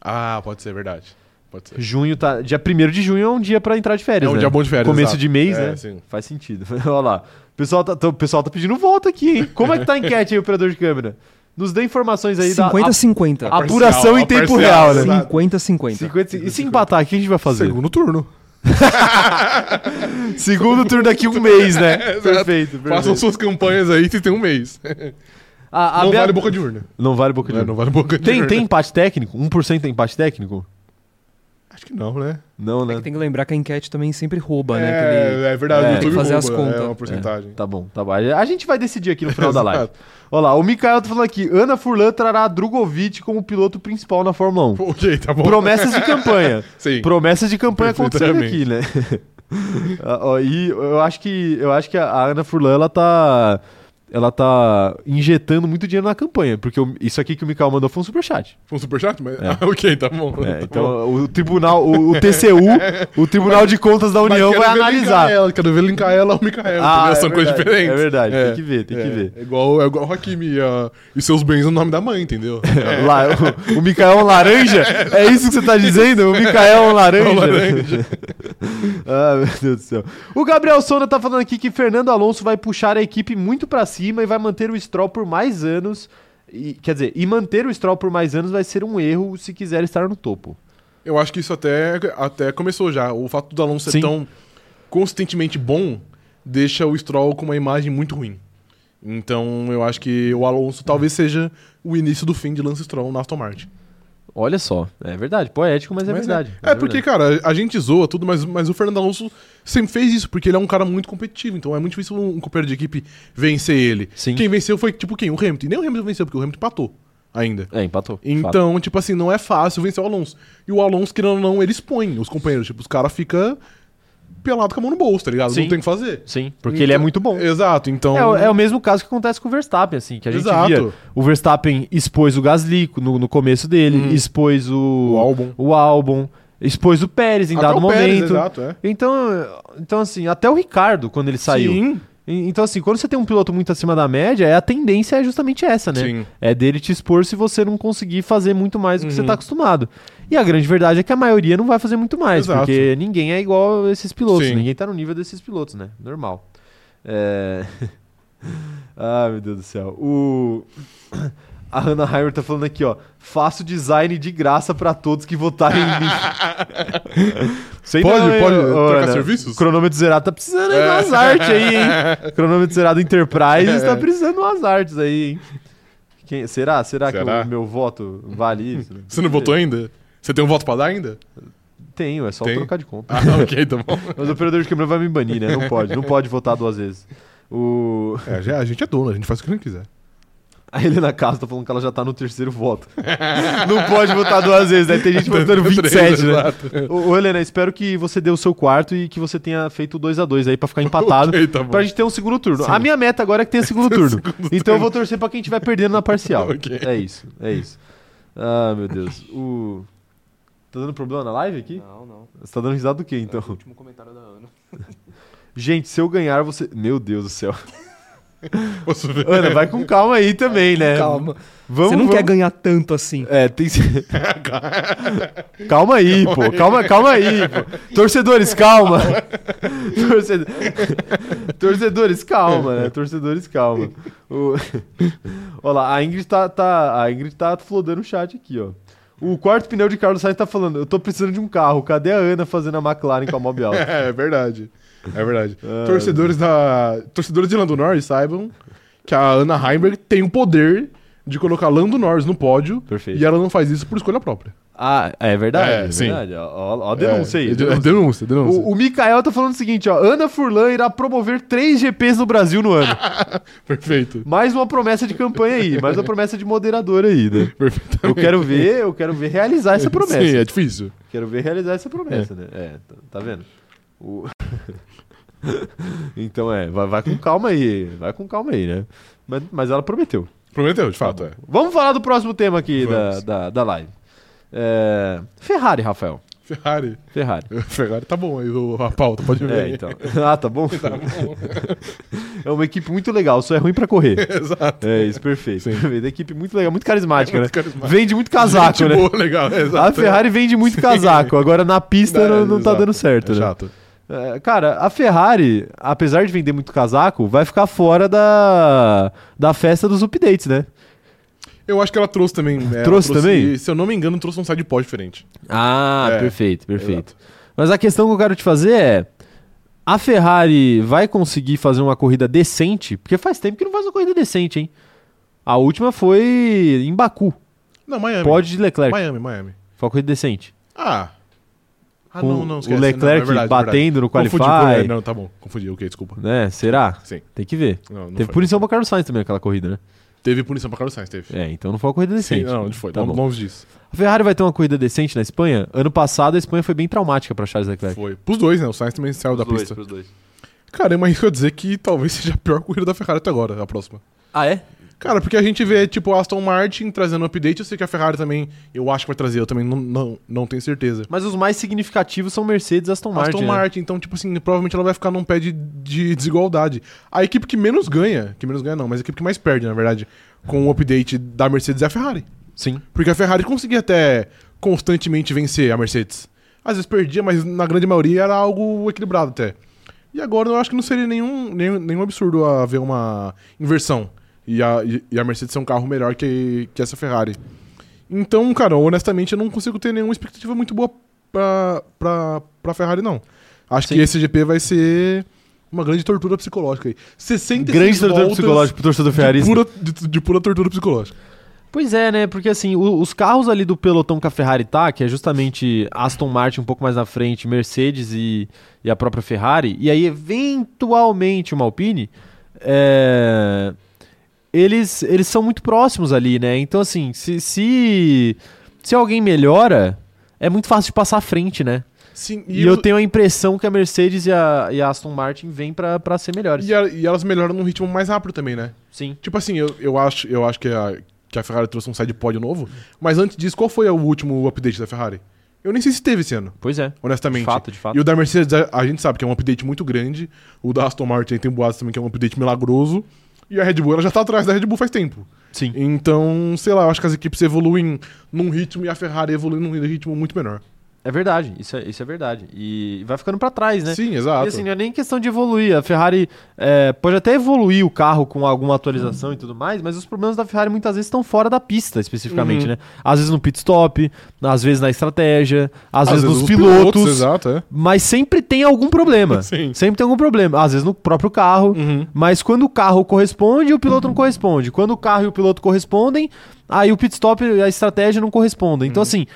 Ah, pode ser, verdade. Pode ser. Junho tá. Dia 1 de junho é um dia pra entrar de férias. É um né? dia bom de férias, Começo exato. de mês, É, né? sim. Faz sentido. Olha lá. O pessoal tá, tá- o pessoal tá pedindo volta aqui, hein? Como é que tá a enquete aí, operador de câmera? Nos dê informações aí da 50-50. a- apuração em Parcial, tempo parcial, real, né? exato. 50-50. 50, e se empatar, o que a gente vai fazer? Segundo turno. Segundo, turno daqui um mês, né? É, perfeito, Façam perfeito. suas campanhas aí, vocês têm um mês. A- a um não Bea- vale boca de urna. Não vale boca de É, urna. não vale boca de Tem, urna. tem empate técnico? 1% tem empate técnico? Acho que não, né? Não, né? Tem É que lembrar que a enquete também sempre rouba, né? é, Aquele- É, é verdade, o tem que YouTube fazer as rouba, contas. É uma porcentagem. Tá bom, tá bom. A gente vai decidir aqui no final da live. Exato. Olha lá, o Mikael tá falando aqui: Ana Furlan trará a Drogovic como piloto principal na Fórmula 1. Ok, tá bom. Promessas de campanha. Sim. Promessas de campanha acontecendo aqui, né? Perfeitamente. Ah, ó, e eu acho que eu acho que a a Ana Furlan ela tá ela tá injetando muito dinheiro na campanha, porque o- isso aqui que o Mikael mandou foi um superchat. Foi um superchat? Mas... É. Ah, ok, tá bom. É, tá bom. então o tribunal, o, o TCU, o Tribunal de Contas da Mas União quero vai ver linkar analisar. Ela, quero ver linkar ela ao Mikael. Ah, entendeu? é São coisas verdade, diferentes. é verdade, tem que ver, tem que ver. É igual, é igual o Hakimi ó, e seus bens no nome da mãe, entendeu? É. La- o, o Micael um Laranja? É isso que você tá dizendo? O Micael Laranja? É O um laranja. ah, meu Deus do céu. O Gabriel Sona tá falando aqui que Fernando Alonso vai puxar a equipe muito pra cima e vai manter o Stroll por mais anos. E, quer dizer, e manter o Stroll por mais anos vai ser um erro se quiser estar no topo. Eu acho que isso até, até começou já. O fato do Alonso ser Sim. tão consistentemente bom deixa o Stroll com uma imagem muito ruim. Então eu acho que o Alonso talvez seja o início do fim de Lance Stroll na Aston Martin. Olha só, é verdade, poético, mas, é Mas verdade. É, porque, cara, a gente zoa tudo, mas, mas o Fernando Alonso sempre fez isso, porque ele é um cara muito competitivo, então é muito difícil um, um companheiro de equipe vencer ele. Sim. Quem venceu foi, tipo, quem? O Hamilton. E nem o Hamilton venceu, porque o Hamilton empatou ainda. É, empatou. fato. Então, tipo assim, não é fácil vencer o Alonso. E o Alonso, querendo ou não, ele expõe os companheiros. Tipo, os caras ficam pelado com a mão no bolso, tá ligado? Sim. Não tem o que fazer. Sim, porque ele é Então- muito bom. Exato, então. É, o- é o mesmo caso que acontece com o Verstappen, assim, que a gente Exato. via o Verstappen expôs o Gasly no, no começo dele, expôs Hum. o o, álbum. o álbum, expôs o Pérez em Até dado o Pérez, momento. exato, é. então, então, assim, até o Ricardo, quando ele saiu. Sim. E- Então, assim, quando você tem um piloto muito acima da média, é a tendência é justamente essa, né? Sim. É dele te expor se você não conseguir fazer muito mais do que você Uhum. tá acostumado. E a grande verdade é que a maioria não vai fazer muito mais, Exato. porque ninguém é igual a esses pilotos, Sim. ninguém tá no nível desses pilotos, né? Normal. É... ah, meu Deus do céu. O... A Hannah Heimer tá falando aqui, ó. Faço design de graça pra todos que votarem em mim. Sei Pode- pode trocar Ana, serviços? É. O cronômetro zerado tá precisando aí de umas artes aí, hein? Cronômetro zerado Enterprises tá precisando de umas artes aí, hein? Quem- será? será? Será? que o meu voto vale isso? Você não votou ainda? Você tem um voto pra dar ainda? Tenho, é só Tem? trocar de conta. Ah, ok, tá bom. Mas o operador de câmera vai me banir, né? Não pode, não pode votar duas vezes. O... É, já- a gente é dono, a gente faz o que a gente quiser. A Helena Castro tá falando que ela já tá no terceiro voto. não pode votar duas vezes, né? Tem gente votando Três, 27, né? exato. Ô, ô, Helena, espero que você dê o seu quarto e que você tenha feito 2 a 2 aí pra ficar empatado. Ok, tá bom. Pra gente ter um segundo turno. Sim. A minha meta agora é que tenha segundo turno. então eu vou torcer pra quem estiver perdendo na parcial. Ok. É isso, é isso. Ah, meu Deus. O... Tá dando problema na live aqui? Não, não. Você tá dando risada do quê, então? último comentário da Ana. Gente, se eu ganhar, você... Meu Deus do céu. Posso ver? Ana, vai com calma aí também, né? Calma. Vamos, Você não vamos... quer ganhar tanto assim. É, tem. calma aí, pô. Calma, calma aí, pô. Torcedores, calma. Torced- Torcedores, calma, né? Torcedores, calma. O... Olha lá, a Ingrid tá, tá- A Ingrid tá flodando o chat aqui, ó. O quarto pneu de Carlos Sainz tá falando, eu tô precisando de um carro, cadê a Ana fazendo a McLaren com a Mob Alta? É, é verdade. É verdade. Ah, torcedores da. Torcedores de Lando Norris saibam que a Ana Heimberg tem o poder de colocar Lando Norris no pódio Perfeito. e ela não faz isso por escolha própria. Ah, é verdade, É, é, sim. verdade. Ó, ó, ó a denúncia aí. É, denúncia. denúncia, denúncia. denúncia. O, o Mikael tá falando o seguinte, ó, Ana Furlan irá promover três GPs no Brasil no ano. Perfeito. Mais uma promessa de campanha aí, mais uma promessa de moderador aí, né? Perfeito. Eu quero ver, eu quero ver realizar essa promessa. Sim, é difícil. Quero ver realizar essa promessa, né? É, tá, tá vendo? O- então é, vai, vai com calma aí, vai com calma aí, né? Mas, mas ela prometeu. Prometeu, de Tá fato, é. Vamos falar do próximo tema aqui da, Vamos. da, da live. É, Ferrari, Rafael. Ferrari. Ferrari. Ferrari tá bom aí, o- a pauta, pode ver. É, aí. então. Ah, tá bom? É uma equipe muito legal, só é ruim pra correr. Exato. É isso, perfeito. perfeito. Equipe muito legal, muito carismática, Muito né? carismático. Vende muito casaco, Gente né? boa, legal, é, A exato. Ferrari vende muito casaco, agora na pista É, não, não tá exato. dando certo, É né? chato. É, cara, a Ferrari, apesar de vender muito casaco, vai ficar fora da, da festa dos updates, né? Eu acho que ela trouxe também. né, ela Trouxe também? Se eu não me engano, trouxe um side pod diferente. Ah, É, perfeito, perfeito. Mas a questão que eu quero te fazer é: a Ferrari vai conseguir fazer uma corrida decente? Porque faz tempo que não faz uma corrida decente, hein? A última foi em Baku, Não, Miami. pódio de Leclerc. Miami, Miami. Foi uma corrida decente. Ah. Ah, Com não, não, esquece. o Leclerc batendo no Confundi, Qualify. é, não, tá bom. Confundi, ok, desculpa. Né? Será? Sim. Tem que ver. Não, não Teve foi. punição pra Carlos Sainz também naquela corrida, né? Teve punição pra Carlos Sainz, teve. É, então não foi uma corrida Sim, decente. não, não foi. Tá Lon- bom. Longe disso. A Ferrari vai ter uma corrida decente na Espanha? Ano passado a Espanha foi bem traumática pra Charles Leclerc. Foi. Pros dois, né? O Sainz também saiu da pista. dois. Cara, eu me arrisco a dizer que talvez seja a pior corrida da Ferrari até agora, a próxima. Ah, é? Cara, porque a gente vê, tipo, a Aston Martin trazendo update. Eu sei que a Ferrari também, eu acho que vai trazer. Eu também não, não, não tenho certeza. Mas os mais significativos são Mercedes e Aston Martin. Aston né? Martin, então, tipo assim, provavelmente ela vai ficar num pé de, de desigualdade. A equipe que menos ganha, que menos ganha não, mas a equipe que mais perde, na verdade, com o update da Mercedes é a Ferrari. Sim. Porque a Ferrari conseguia até constantemente vencer a Mercedes. Às vezes perdia, mas na grande maioria era algo equilibrado até. E agora eu acho que não seria nenhum, nenhum, nenhum absurdo haver uma inversão. E a, e- e a Mercedes ser um carro melhor que, que essa Ferrari. Então, cara, honestamente, eu não consigo ter nenhuma expectativa muito boa pra, pra, pra Ferrari, não. Acho Sim. que esse GP vai ser uma grande tortura psicológica aí. 66 Grande tortura voltas psicológico pro torcedor de ferrarista. pura, de- de pura tortura psicológica. Pois é, né? Porque assim, o- os carros ali do pelotão que a Ferrari tá, que é justamente Aston Martin um pouco mais na frente, Mercedes e, e a própria Ferrari, e aí eventualmente uma Alpine, é, eles, eles são muito próximos ali, né? Então assim, se, se, se alguém melhora, é muito fácil de passar à frente, né? Sim, E, eu tenho a impressão que a Mercedes e a, e a Aston Martin vêm pra pra ser melhores. E, a- e elas melhoram num ritmo mais rápido também, né? Sim. Tipo assim, eu, eu acho, eu acho que, a, que a Ferrari trouxe um side pod novo, mas antes disso, qual foi o último update da Ferrari? Eu nem sei se teve esse ano, Pois é. honestamente. De fato, de fato. E o da Mercedes, a, a gente sabe que é um update muito grande. O da Aston Martin tem boatos também que é um update milagroso. E a Red Bull, ela já tá atrás da Red Bull faz tempo. Sim. Então, sei lá, eu acho que as equipes evoluem num ritmo e a Ferrari evolui num ritmo muito menor. É verdade, isso é, isso é verdade. E vai ficando pra trás, né? Sim, E exato. assim, não é nem questão de evoluir. A Ferrari é, pode até evoluir o carro com alguma atualização e tudo mais, mas os problemas da Ferrari muitas vezes estão fora da pista, especificamente, Uhum. né? Às vezes no pit stop, às vezes na estratégia, às, vezes, nos pilotos. Exato, é. mas sempre tem algum problema. Sim. Uhum. Sempre tem algum problema. Às vezes no próprio carro. Mas quando o carro corresponde, o piloto não corresponde. Quando o carro e o piloto correspondem, aí o pit stop e a estratégia não correspondem. Uhum. Então, assim,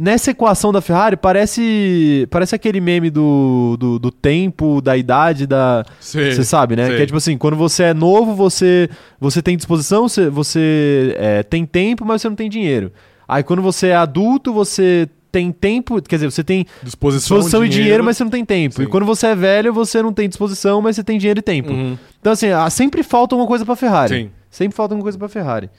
nessa equação da Ferrari, parece parece aquele meme do, do, do tempo, da idade, da. Sim. Você sabe, né? sei. Que é tipo assim, quando você é novo, você, você tem disposição, você, você é, tem tempo, mas você não tem dinheiro. Aí quando você é adulto, você tem tempo, quer dizer, você tem Disposição, disposição e um dinheiro, mas você não tem tempo. Sim. E quando você é velho, você não tem disposição, mas você tem dinheiro e tempo. Uhum. Então, assim, ah, sempre falta uma coisa pra Ferrari. Sim. Sempre falta uma coisa pra Ferrari.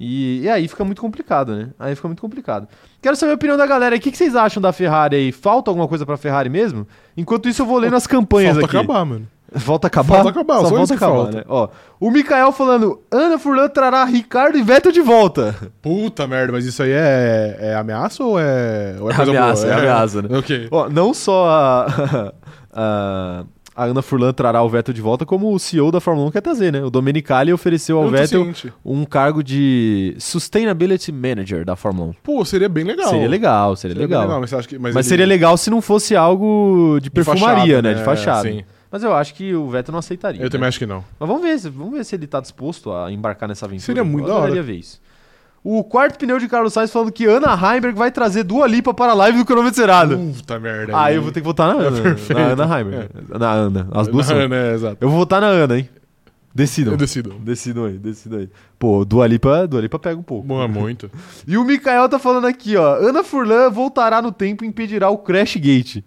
E, e aí fica muito complicado, né? Aí fica muito complicado. Quero saber a opinião da galera aí. O que, que vocês acham da Ferrari aí? Falta alguma coisa pra Ferrari mesmo? Enquanto isso, eu vou lendo as campanhas Falta aqui. acabar, mano. Volta a acabar? Falta acabar, Só só volta isso a que acabar, falta. né? Ó, o Mikael falando, Ana Furlan trará Ricardo e Vettel de volta. Puta merda, mas isso aí é, é ameaça ou é, ou é coisa ameaça, boa? é ameaça, né? Ok. Ó, não só a, a, a Ana Furlan trará o Vettel de volta, como o CEO da Fórmula 1 quer trazer, né? O Domenicali ofereceu ao Eu tô Vettel ciente. um cargo de Sustainability Manager da Fórmula 1. Pô, seria bem legal. Seria legal, seria, Seria bem legal. mas você acha que- Mas, mas ele- seria legal se não fosse algo de de perfumaria, fachada, né? De fachada. É, sim. Mas eu acho que o Vettel não aceitaria. Eu né? também acho que não. Mas vamos ver, se- vamos ver se ele tá disposto a embarcar nessa aventura. Seria muito eu da hora. adoraria ver isso. O quarto pneu de Carlos Sainz falando que Ana Heimberg vai trazer Dua Lipa para a live do cronômetro zerado. Puta merda. ah, aí. eu vou ter que votar é na Ana. na Ana Heimberg. Na Ana. As duas são. Não, né, exato. Eu vou votar na Ana, hein? Decidam. Eu decido. Decidam aí, decidam aí. Pô, Dua Lipa, Dua Lipa pega um pouco. Bom, é muito. E o Mikael tá falando aqui, ó. Ana Furlan voltará no tempo e impedirá o Crash Gate.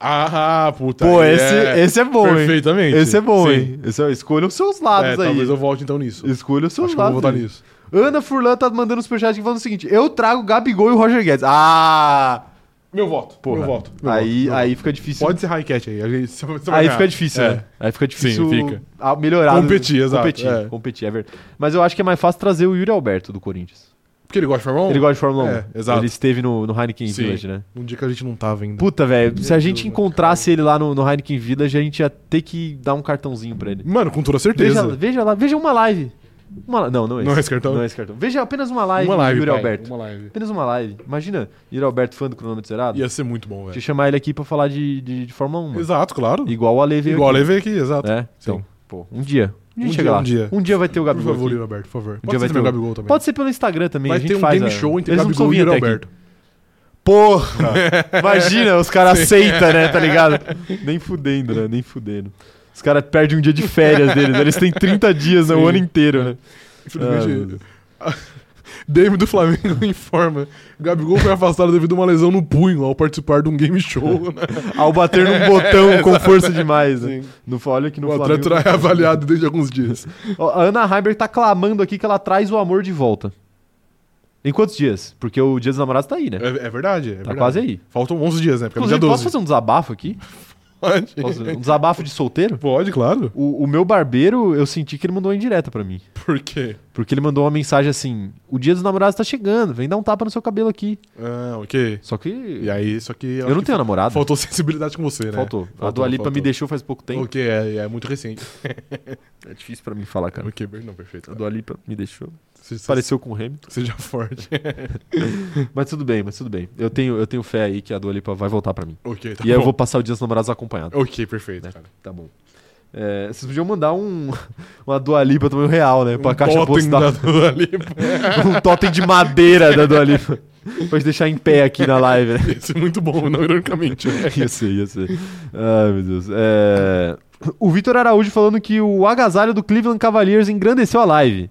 Ah, puta. Pô, aí esse, é... esse é bom, hein? Perfeitamente. Esse é bom, Sim. hein? Esse é, escolha os seus É, lados aí. talvez eu volte então nisso. Escolha os seus Acho que eu vou lados. votar aí. nisso. Ana Furlan tá mandando um superchat aqui falando o seguinte: eu trago Gabigol e o Roger Guedes. Ah! Meu voto. Porra. Meu voto. Meu voto, aí meu aí voto. fica difícil. Pode ser highcat aí. a gente- você vai Aí ganhar. fica difícil, É. né? Aí fica difícil Sim, fica. a- melhorar. né? Competir, exato, Competir, é. competir, é verdade. Mas eu acho que é mais fácil trazer o Yuri Alberto do Corinthians. Porque ele gosta de Fórmula 1? Ele gosta de Fórmula 1. É, exato. Ele esteve no, no Heineken Sim. Village, né? Um dia que a gente não tava ainda. Puta, velho, se a Meu gente Deus, encontrasse ele lá no, no Heineken Village, a gente ia ter que dar um cartãozinho pra ele. Mano, com toda Veja, certeza. veja lá, veja uma live. Uma, li- não, não é esse. Não é esse cartão? Não é esse cartão. Veja apenas uma live, uma live, do Yuri pai, Alberto. Uma live. Apenas uma live. Imagina, Yuri Alberto, fã do cronômetro zerado. Ia ser muito bom, Te velho. chamar ele aqui pra falar de, de, de Fórmula 1. mano. Exato, claro. Igual o Ale veio Igual aqui. ele veio aqui, exato. É, então, pô, um dia. Um dia, Um chega dia, lá. um dia. Um dia vai ter o Por Gabigol favor, aqui. Yuri Alberto, por favor. dia Pode vai ser também o ter o- Gabigol também. Pode ser pelo Instagram também. a Vai gente ter um faz game a- show entre Eles não Gabigol e precisam Yuri vir até aqui. Alberto. Porra! Imagina, os caras aceitam, né? Tá ligado? Nem fudendo, né? Nem fudendo. Os caras perdem um dia de férias deles. Eles têm 30 dias, né? O Sim. ano inteiro, né? Infelizmente. Dame do Flamengo informa. Gabigol foi afastado devido a uma lesão no punho ao participar de um game show. É, Né? Ao bater num botão com força demais, né? No, olha aqui no O Flamengo. atleta é avaliado desde alguns dias. Ó, A Ana Heimberg tá clamando aqui que ela traz o amor de volta. Em quantos dias? Porque o dia dos namorados tá aí, né? É, é verdade, é Tá verdade. quase aí. Faltam 11 dias, né? Porque é no dia Inclusive, posso 12. fazer um desabafo aqui? Pode, Posso- um desabafo de solteiro? Pode, claro. O, o meu barbeiro, eu senti que ele mandou uma indireta pra mim. Por quê? Porque ele mandou uma mensagem assim: O dia dos namorados tá chegando, vem dar um tapa no seu cabelo aqui. Ah, ok. Só que. E aí, só que... eu não tenho namorado. Faltou sensibilidade com você, né? Faltou. a Faltou, Dua Lipa faltou. me deixou faz pouco tempo. Ok, é, é muito recente. É difícil pra mim falar, cara. Ok, per- não, perfeito. A Dua Lipa me deixou. Se- se- Pareceu com o Hamilton. Seja forte. Mas tudo bem, mas tudo bem. Eu tenho, eu tenho fé aí que a Dua Lipa vai voltar pra mim. Ok, tá e aí eu bom. vou passar o dia dos namorados acompanhado. Ok, perfeito, Né? cara. Tá bom. É, vocês podiam mandar um, uma Dua Lipa também real, né? Pra Um caixa totem postal. da Dua Lipa. um totem de madeira da Dua Lipa. Pode deixar em pé aqui na live, né? Ia ser é muito bom, não ironicamente. né? Ia ser, ia ser. Ai, meu Deus. É, O Vitor Araújo falando que o agasalho do Cleveland Cavaliers engrandeceu a live.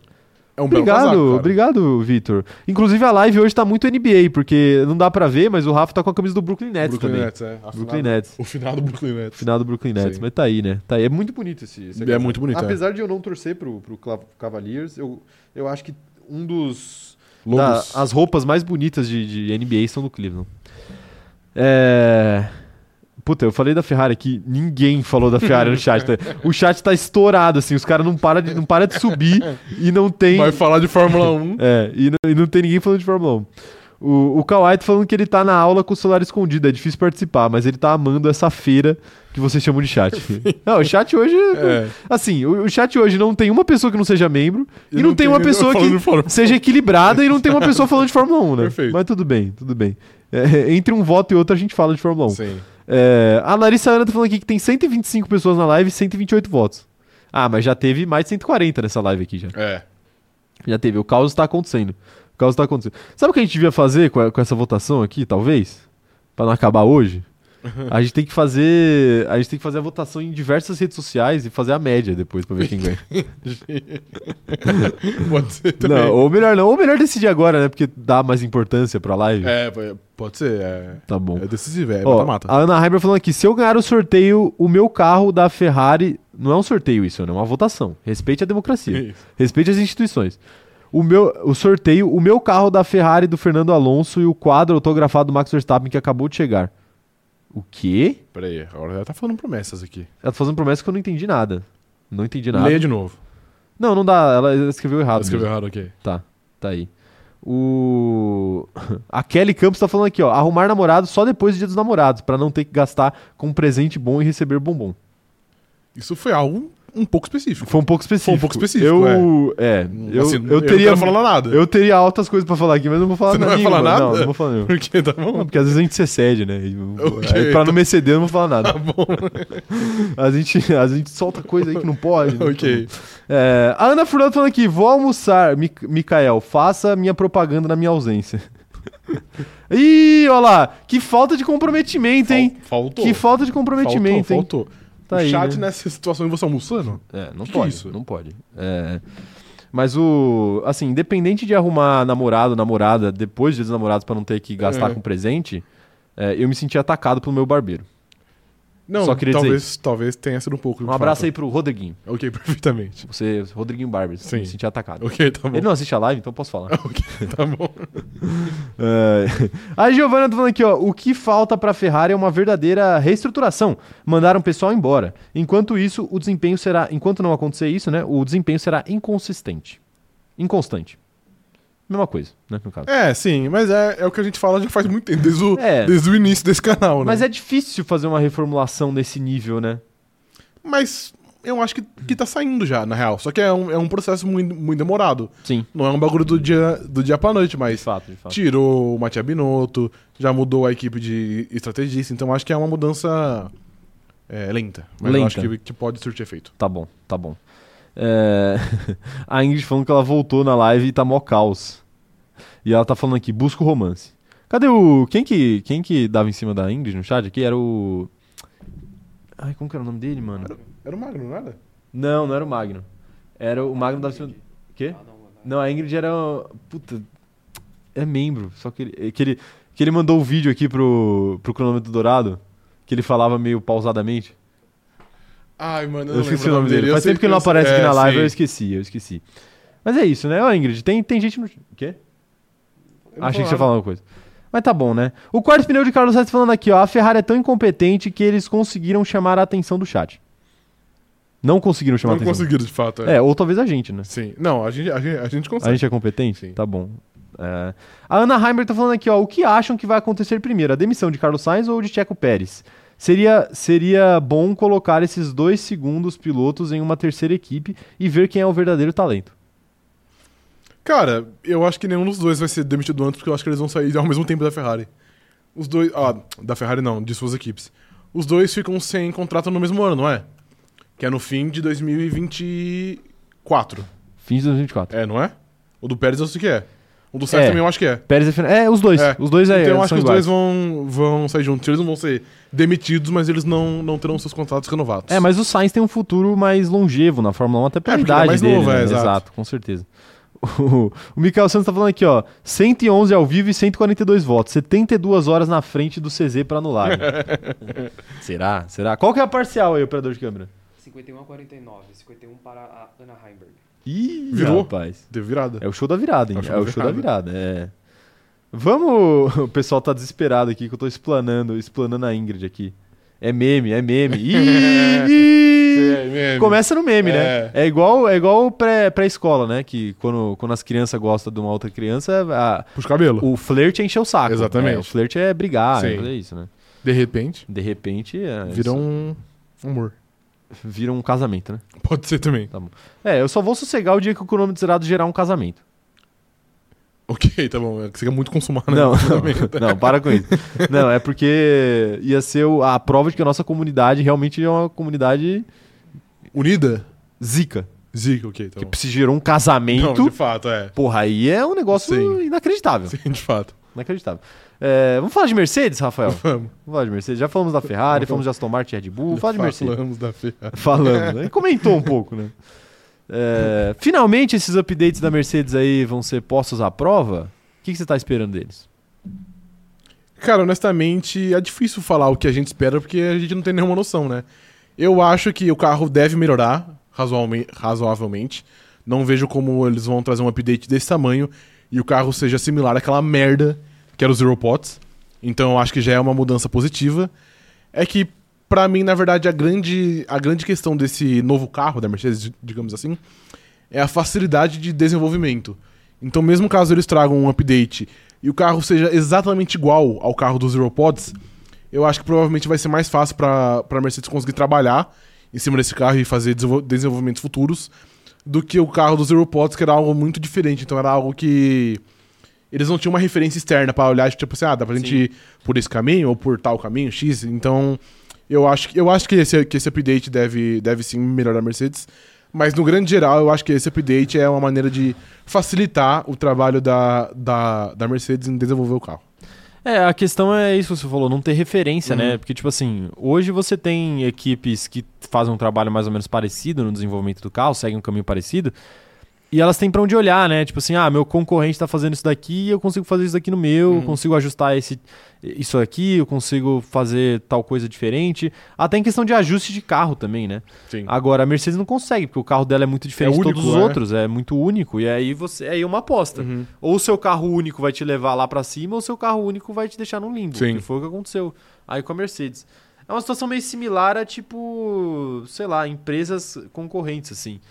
É um belo obrigado, casaco, cara. obrigado, Vitor. Inclusive a live hoje tá muito NBA, porque não dá pra ver, mas o Rafa tá com a camisa do Brooklyn Nets Brooklyn também. Nets, é. Afinado- Brooklyn Nets. O final do Brooklyn Nets. Final do Brooklyn Nets, Sim. mas tá aí, né? Tá aí. É muito bonito esse, esse É agasalho. muito bonito, é. Apesar de eu não torcer pro, pro Cla- Cavaliers, eu, eu acho que um dos da- Lobos. as roupas mais bonitas de, de NBA são do Cleveland. É... Puta, eu falei da Ferrari aqui, ninguém falou da Ferrari no chat. tá? O chat tá estourado, assim, os caras não param de, não para de subir e não tem. Vai falar de Fórmula 1. É, e não, e não tem ninguém falando de Fórmula 1. O, o Kawhi tá falando que ele tá na aula com o celular escondido, é difícil participar, mas ele tá amando essa feira que vocês chamam de chat. não, o chat hoje. É. Assim, o, o chat hoje não tem uma pessoa que não seja membro e, não, tem uma pessoa que falando de forma- seja equilibrada e não tem uma pessoa falando de Fórmula 1, né? Perfeito. Mas tudo bem, tudo bem. É, entre um voto e outro a gente fala de Fórmula 1. Sim. É, a Larissa Ana tá falando aqui que tem 125 pessoas na live e 128 votos. Ah, mas já teve mais de 140 nessa live aqui já. É. Já teve. O caos tá acontecendo. O caos tá acontecendo. Sabe o que a gente devia fazer com, a- com essa votação aqui, talvez? Pra não acabar hoje? A gente tem que fazer. A gente tem que fazer a votação em diversas redes sociais e fazer a média depois pra ver quem ganha. Pode ser também. não, ou melhor não, ou melhor decidir agora, né? Porque dá mais importância pra live. É, p- pode ser. É, Tá bom. é decisivo, é Ó, mata-mata. A Ana Heiber falando aqui: se eu ganhar o sorteio, o meu carro da Ferrari. Não é um sorteio isso, né? É uma votação. Respeite a democracia. Isso. Respeite as instituições. O meu o sorteio, o meu carro da Ferrari do Fernando Alonso e o quadro autografado do Max Verstappen que acabou de chegar. O quê? Peraí, agora ela tá falando promessas aqui. Ela tá fazendo promessa que eu não entendi nada. Não entendi nada. Leia de novo. Não, não dá. Ela escreveu errado. Ela escreveu mesmo. errado aqui. Tá, tá aí. O. A Kelly Campos tá falando aqui, ó. Arrumar namorado só depois do dia dos namorados, pra não ter que gastar com um presente bom e receber bombom. Isso foi algo um pouco específico. Foi um pouco específico. Foi um pouco específico, Eu, é. eu, Assim, eu teria, não quero falar nada. eu teria altas coisas pra falar aqui, mas não vou falar Você não vai nenhuma. falar nada? Não, não vou falar nenhuma. Porque tá bom. Não, porque às vezes a gente se excede, né? E- Ok, aí, pra não me exceder, eu não vou falar nada. Tá bom. a, gente, a gente solta coisa aí que não pode. né? ok. É, a Ana Furlan falando aqui, vou almoçar, Mi Mikael, faça minha propaganda na minha ausência. Ih, olha lá, que falta de comprometimento, hein? Fal- Faltou. Que falta de comprometimento, hein? faltou, faltou. Tá o aí, chat né? nessa situação e você almoçando? É, não Que pode, isso? não pode. É, mas o... Assim, independente de arrumar namorado, namorada, depois de dos namorados pra não ter que gastar É. com presente, é, eu me senti atacado pelo meu barbeiro. Não, Só queria dizer talvez, talvez tenha sido um pouco. Um abraço aí pro Rodriguinho. aí. Ok, perfeitamente. Você, Rodriguinho Barber, Sim. me senti atacado. Ok, tá bom. Ele não assiste a live, então eu posso falar. Ok, tá bom. É. A Giovana tá falando aqui, ó. O que falta pra Ferrari é uma verdadeira reestruturação. Mandaram o pessoal embora. Enquanto isso, o desempenho será. Enquanto não acontecer isso, né? O desempenho será inconsistente. Inconstante. Mesma coisa, né? No caso. É, sim, mas é, é o que a gente fala já faz muito tempo, desde o, É. desde o início desse canal, né? Mas é difícil fazer uma reformulação nesse nível, né? Mas eu acho que, que tá saindo já, na real. Só que é um, é um processo muito, muito demorado. Sim. Não é um bagulho do dia, do dia pra noite, De mas fato, de fato. tirou o Matia Binotto, já mudou a equipe de estrategista, então acho que é uma mudança é, lenta. Mas Lenta. eu acho que, que pode surtir efeito. Tá bom, tá bom. É, A Ingrid falando que ela voltou na live e tá mó caos. E ela tá falando aqui, busca o romance. Cadê o. Quem que, quem que dava em cima da Ingrid no chat aqui? Era o. Ai, como que era o nome dele, mano? Era o Magno, não era? Não, não era o Magno. Era o Magno dava em cima. Tá, Quê? Não, a Ingrid era. Puta. É membro. Só que ele. Que ele, que ele mandou o vídeo aqui pro, pro cronômetro dourado. Que ele falava meio pausadamente. Ai, mano, Eu esqueci o nome dele. Eu Faz sei tempo que ele não eu sei- aparece aqui é, na live, sim. eu esqueci, eu esqueci. Mas é isso, né? Ó, Ingrid, tem, tem gente no. Quê? Eu não né? Achei que falava. você ia falar uma coisa. Mas tá bom, né? O quarto pneu de Carlos Sainz falando aqui, ó. A Ferrari é tão incompetente que eles conseguiram chamar a atenção do chat. Não conseguiram chamar Não a atenção. conseguiram, de fato. É, ou talvez a gente, né? Sim. Não, a gente, a gente, a gente A consegue. gente é competente? Sim. Tá bom. É. A Ana Heimer tá falando aqui, ó. O que acham que vai acontecer primeiro? A demissão de Carlos Sainz ou de Checo Pérez? Seria, seria bom colocar esses dois segundos pilotos em uma terceira equipe e ver quem é o verdadeiro talento. Cara, eu acho que nenhum dos dois vai ser demitido antes, porque eu acho que eles vão sair ao mesmo tempo da Ferrari. Os dois. Ah, da Ferrari não, de suas equipes. Os dois ficam sem contrato no mesmo ano, não é? Que é no fim de 2024. Fim de 2024. É, não é? O do Pérez eu sei que é. O do Sainz É. também eu acho que é. Pérez é final. É, os dois. É. Os dois aí. Então eu acho são que os iguais. dois vão, vão sair juntos. Eles não vão ser demitidos, mas eles não, não terão seus contratos renovados. É, mas o Sainz tem um futuro mais longevo na Fórmula 1, até pela É, porque ele é idade mais dele. novo, né? é, exato. com certeza. O, o Mikael Santos tá falando aqui, ó. 111 ao vivo e 142 votos. 72 horas na frente do CZ pra anular. Será? Será? Qual que é a parcial aí, operador de câmera? 51 a 49, 51 para a Ana Heimberg. Ih, Virou? rapaz. Teve virada. É o show da virada, hein? É o show É o da show da virada, é. Vamos... O pessoal tá desesperado aqui que eu tô explanando, explanando a Ingrid aqui. É meme, é meme. Ih, ih. É, meme. Começa no meme, né? É. É igual, é igual pré- pré-escola, né? Que quando, quando as crianças gostam de uma outra criança, a- Puxa o cabelo. o flerte enche o saco. Exatamente. É, o flerte é brigar, Sim. é fazer isso, né? De repente, De repente, é, vira isso- um humor. vira um casamento, né? Pode ser também. É, eu só vou sossegar o dia que o cronômetro zerado gerar um casamento. Ok, tá bom. É que Você quer muito consumar, né? Não, Fundamento. não, para com isso. Não, é porque ia ser o- a prova de que a nossa comunidade realmente é uma comunidade Unida? zica. Zica, ok, tá bom. Que se gerou um Não, casamento. de fato, é. Porra, aí é um negócio Sim. inacreditável. Sim, de fato. Inacreditável. É, vamos falar de Mercedes, Rafael? Vamos. Vamos falar de Mercedes. Já falamos da Ferrari, Vamos. falamos de Aston Martin e Red Bull. Fala de Mercedes. Falamos da Ferrari. Falamos, né? Comentou um pouco, né? É, finalmente esses updates da Mercedes aí vão ser postos à prova. O que, que você tá esperando deles? Cara, honestamente, é difícil falar o que a gente espera porque a gente não tem nenhuma noção, né? Eu acho que o carro deve melhorar razoavelme- razoavelmente. Não vejo como eles vão trazer um update desse tamanho e o carro seja similar àquela merda que era o Zero Pots. Então eu acho que já é uma mudança positiva. É que, pra mim, na verdade, a grande, a grande questão desse novo carro da Mercedes, digamos assim, é a facilidade de desenvolvimento. Então, mesmo caso eles tragam um update e o carro seja exatamente igual ao carro do Zero Pods, eu acho que provavelmente vai ser mais fácil para a Mercedes conseguir trabalhar em cima desse carro e fazer desenvol- desenvolvimentos futuros do que o carro do Zero Pods, que era algo muito diferente. Então, era algo que eles não tinham uma referência externa para olhar, tipo assim, ah, dá pra gente ir por esse caminho ou por tal caminho, X. Então, eu acho, que- eu acho que, esse, que esse update deve, deve sim melhorar a Mercedes. Mas no grande geral, eu acho que esse update é uma maneira de facilitar o trabalho da, da, da Mercedes em desenvolver o carro. É, a questão é isso que você falou, não ter referência, Uhum. né? Porque, tipo assim, hoje você tem equipes que fazem um trabalho mais ou menos parecido no desenvolvimento do carro, seguem um caminho parecido, e elas têm pra onde olhar, né? Tipo assim, ah, meu concorrente tá fazendo isso daqui, eu consigo fazer isso daqui no meu, eu Uhum. consigo ajustar esse, isso aqui, eu consigo fazer tal coisa diferente. Até em questão de ajuste de carro também, né? Sim. Agora, a Mercedes não consegue, porque o carro dela é muito diferente de único, todos os né? outros, é muito único, e aí você aí é uma aposta. Uhum. Ou o seu carro único vai te levar lá pra cima, ou o seu carro único vai te deixar no limbo. Sim. Que foi o que aconteceu aí com a Mercedes. É uma situação meio similar a, tipo, sei lá, empresas concorrentes, assim.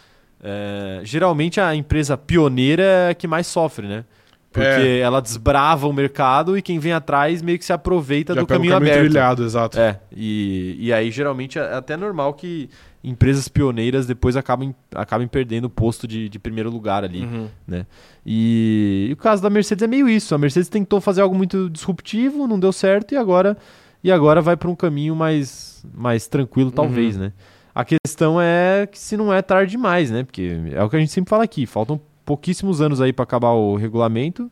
É, geralmente a empresa pioneira é a que mais sofre, né? Porque É. ela desbrava o mercado e quem vem atrás meio que se aproveita Já Tá do pega caminho, o caminho aberto. trilhado, exato. É, e, e aí geralmente é até normal que empresas pioneiras depois acabem, acabem perdendo o posto de, de primeiro lugar ali. né? Uhum. E, e o caso da Mercedes é meio isso. A Mercedes tentou fazer algo muito disruptivo, não deu certo e agora e agora vai para um caminho mais mais tranquilo Uhum. talvez, né? A questão é que se não é tarde demais, né? Porque é o que a gente sempre fala aqui, faltam pouquíssimos anos aí para acabar o regulamento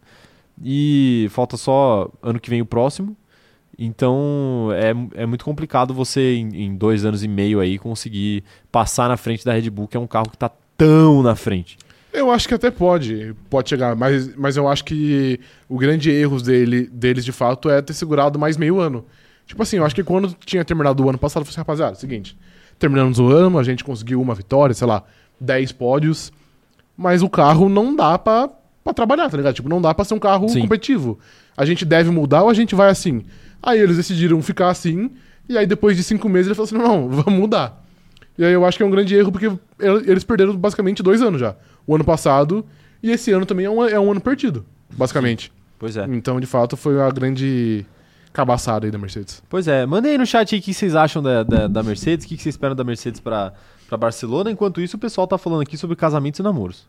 e falta só ano que vem o próximo. Então é, é muito complicado você, em, em dois anos e meio aí, conseguir passar na frente da Red Bull, que é um carro que tá tão na frente. Eu acho que até pode, pode chegar, mas, mas eu acho que o grande erro dele, deles de fato é ter segurado mais meio ano. Tipo assim, eu acho que quando tinha terminado o ano passado, eu falei assim, rapaziada, seguinte, terminamos o ano, a gente conseguiu uma vitória, sei lá, 10 pódios, mas o carro não dá pra, pra trabalhar, tá ligado? Tipo, não dá pra ser um carro Sim. competitivo. A gente deve mudar ou a gente vai assim? Aí eles decidiram ficar assim, e aí depois de cinco meses ele falou assim, não, não, vamos mudar. E aí eu acho que é um grande erro, porque el- eles perderam basicamente dois anos já. O ano passado, e esse ano também é um, é um ano perdido, basicamente. Pois é. Então, de fato, foi a grande cabaçada aí da Mercedes. Pois é, mandem aí no chat aí o que vocês acham da, da, da Mercedes, o que vocês esperam da Mercedes pra, pra Barcelona. Enquanto isso, o pessoal tá falando aqui sobre casamentos e namoros.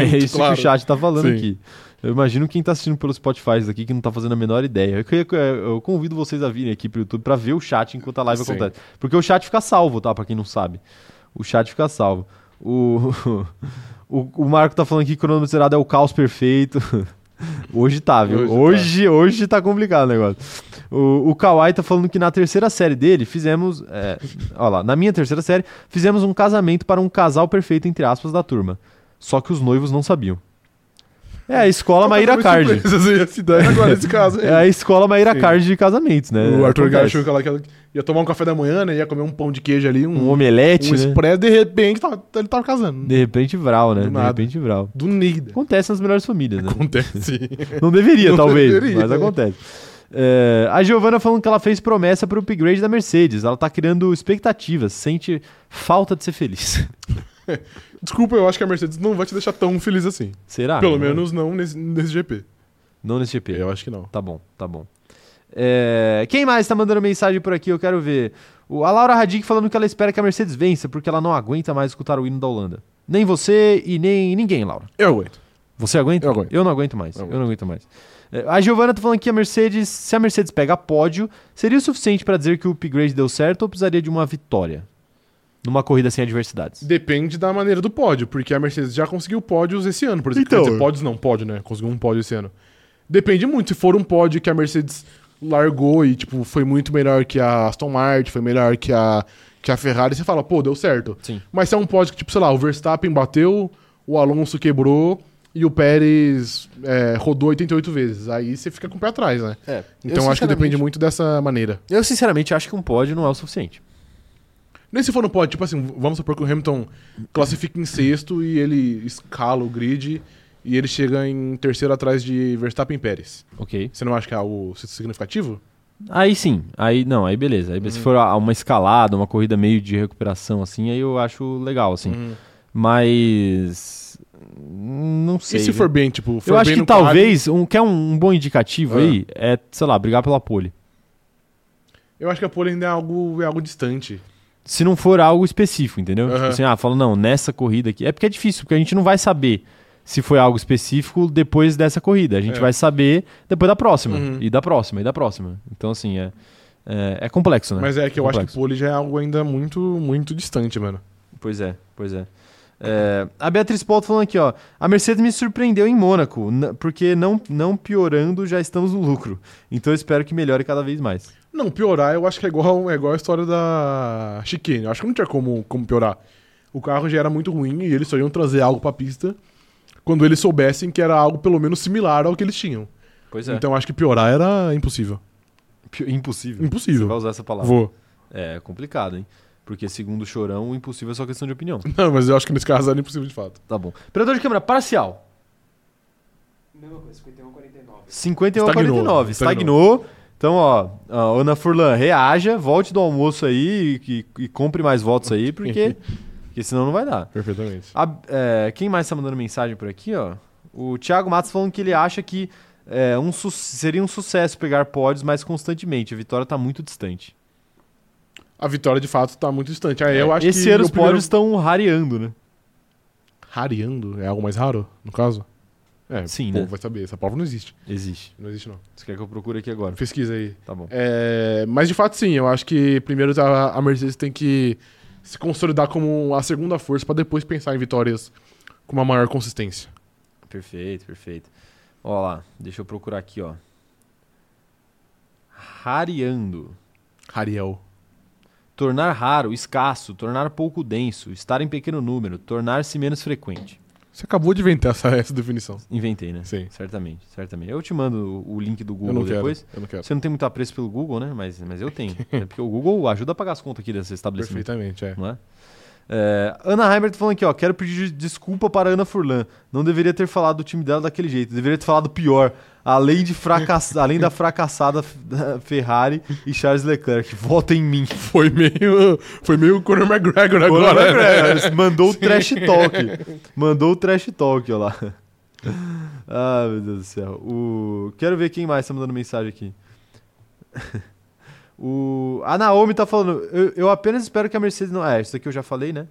é isso claro. que o chat tá falando Sim. aqui. Eu imagino quem tá assistindo pelo Spotify daqui que não tá fazendo a menor ideia. Eu, queria- é, eu convido vocês a virem aqui pro YouTube pra ver o chat enquanto a live Sim. acontece. Porque o chat fica salvo, tá? Pra quem não sabe. O chat fica salvo. O, o, o Marco tá falando que cronômetro zerado é o caos perfeito. Hoje tá, viu? Hoje tá. Hoje, hoje, tá complicado o negócio. O, o Kawai tá falando que na terceira série dele fizemos. É, ó lá, na minha terceira série, fizemos um casamento para um casal perfeito, entre aspas, da turma. Só que os noivos não sabiam. É a escola Maíra Card. assim, Agora, esse caso. aí. É a escola Maíra Sim. Card de casamentos, né? o Arthur Gás Acontece. achou que ela, que ela ia tomar um café da manhã, né? Ia comer um pão de queijo ali, Um um, um omelete, né? expresso, de repente tá- ele tava casando. De repente, Vral, né? Do De nada. repente, Vral. Do nada. Acontece nas melhores famílias, né? Acontece. Não deveria, Não talvez, deveria. mas acontece. É, a Giovana falando que ela fez promessa pro upgrade da Mercedes. Ela tá criando expectativas, sente falta de ser feliz. Desculpa, eu acho que a Mercedes não vai te deixar tão feliz assim. Será? Pelo Ah, Não, né? menos não nesse, nesse GP. Não nesse GP. Eu acho que não. Tá bom, tá bom. É, quem mais tá mandando mensagem por aqui? Eu quero ver. O- a Laura Radic falando que ela espera que a Mercedes vença, porque ela não aguenta mais escutar o hino da Holanda. Nem você e nem ninguém, Laura. Eu aguento. Você aguenta? Eu aguento. Eu não aguento mais. Eu Eu, não aguento mais. É, A Giovana tá falando que a Mercedes, se a Mercedes pega pódio, seria o suficiente pra dizer que o upgrade deu certo ou precisaria de uma vitória? Numa corrida sem adversidades. Depende da maneira do pódio, porque a Mercedes já conseguiu pódios esse ano, por exemplo. Então. Quer dizer, pódios não, pódio, né? Conseguiu um pódio esse ano. Depende muito. Se for um pódio que a Mercedes largou e, tipo, foi muito melhor que a Aston Martin, foi melhor que a, que a Ferrari, você fala, pô, deu certo. Sim. Mas se é um pódio que, tipo, sei lá, o Verstappen bateu, o Alonso quebrou e o Pérez é, rodou 88 vezes. Aí você fica com o pé atrás, né? É, Então acho que depende muito dessa maneira. Eu sinceramente acho que um pódio não é o suficiente. Nem se for no pódio, tipo assim, vamos supor que o Hamilton classifica em sexto e ele escala o grid e ele chega em terceiro atrás de Verstappen e Pérez. Ok. Você não acha que é algo significativo? Aí sim, aí não, aí beleza. Aí, Uhum. Se for a- uma escalada, uma corrida meio de recuperação, assim, aí eu acho legal, assim. Uhum. Hum. Mas. Não sei. e se viu? for bem, tipo, for eu acho bem que no quali- talvez, um, quer um, um bom indicativo Ah. aí, é, sei lá, brigar pela pole. eu acho que a pole ainda é algo, é algo distante. Se não for algo específico, entendeu? Tipo Aham. assim, ah, fala, não, nessa corrida aqui. É porque é difícil, porque a gente não vai saber se foi algo específico depois dessa corrida. A gente É. vai saber depois da próxima. Uhum. E da próxima, e da próxima. Então, assim, é, é, é complexo, né? Mas é que eu acho que Complexo. pole já é algo ainda muito, muito distante, mano. Pois é, pois é. É, a Beatriz Polto falando aqui, ó. A Mercedes me surpreendeu em Mônaco, n- porque não, não piorando já estamos no lucro. Então eu espero que melhore cada vez mais. Não, piorar eu acho que é igual, é igual a história da chicane. Eu acho que não tinha como, como piorar. O carro já era muito ruim e eles só iam trazer algo pra pista quando eles soubessem que era algo pelo menos similar ao que eles tinham. Pois é. Então acho que piorar era impossível. impossível. Você vai Impossível. usar essa palavra. Vou. É complicado, hein? Porque segundo o Chorão, o impossível é só questão de opinião. Não, mas eu acho que nesse caso era impossível de fato. Tá bom. Operador de câmera, parcial. É. Mesma coisa, 51 a 49. 51 a Estagnou, 49. Estagnou. estagnou. Então, ó, a Ana Furlan, reaja, volte do almoço aí e, e- e compre mais votos aí, porque, porque senão não vai dar. Perfeitamente. A- é, quem mais tá mandando mensagem por aqui, ó? O Thiago Matos falando que ele acha que é, um su- seria um sucesso pegar pódios mais constantemente. A vitória tá muito distante. A vitória de fato tá muito distante. Aí eu acho É, Esse que ano meu os pódios estão rareando, né? primeiro- Rareando? É algo mais raro, no caso? É, Sim, pô, né? vai saber. Essa prova não existe. Existe. Não existe, não. Você quer que eu procure aqui agora? Pesquisa aí. Tá bom. É, mas de fato, sim, eu acho que primeiro a, a Mercedes tem que se consolidar como a segunda força pra depois pensar em vitórias com uma maior consistência. Perfeito, perfeito. Ó lá, deixa eu procurar aqui, ó. Rareando. Rariel. Tornar raro, escasso, tornar pouco denso, estar em pequeno número, tornar-se menos frequente. Você acabou de inventar essa, essa definição. Inventei, né? Sim. Certamente, certamente. Eu te mando o o link do eu Google não depois. quero. Eu não quero. Você não tem muito apreço pelo Google, né? Mas, mas eu tenho. é porque o Google ajuda a pagar as contas aqui desse estabelecimento. Perfeitamente, é. Não é? É, Ana Heimer tá falando aqui, ó. Quero pedir desculpa para a Ana Furlan. Não deveria ter falado do time dela daquele jeito. Deveria ter falado pior. Além, de fracass... Além da fracassada F- da Ferrari e Charles Leclerc. Vota em mim. Foi meio. Foi meio Conor McGregor Conor agora. né? McGregor, Mandou o trash talk. Mandou o trash talk, ó lá. Ah, meu Deus do céu. O... Quero ver quem mais tá mandando mensagem aqui. O... A Naomi tá falando. Eu, eu apenas espero que a Mercedes não. É, isso daqui eu já falei, né?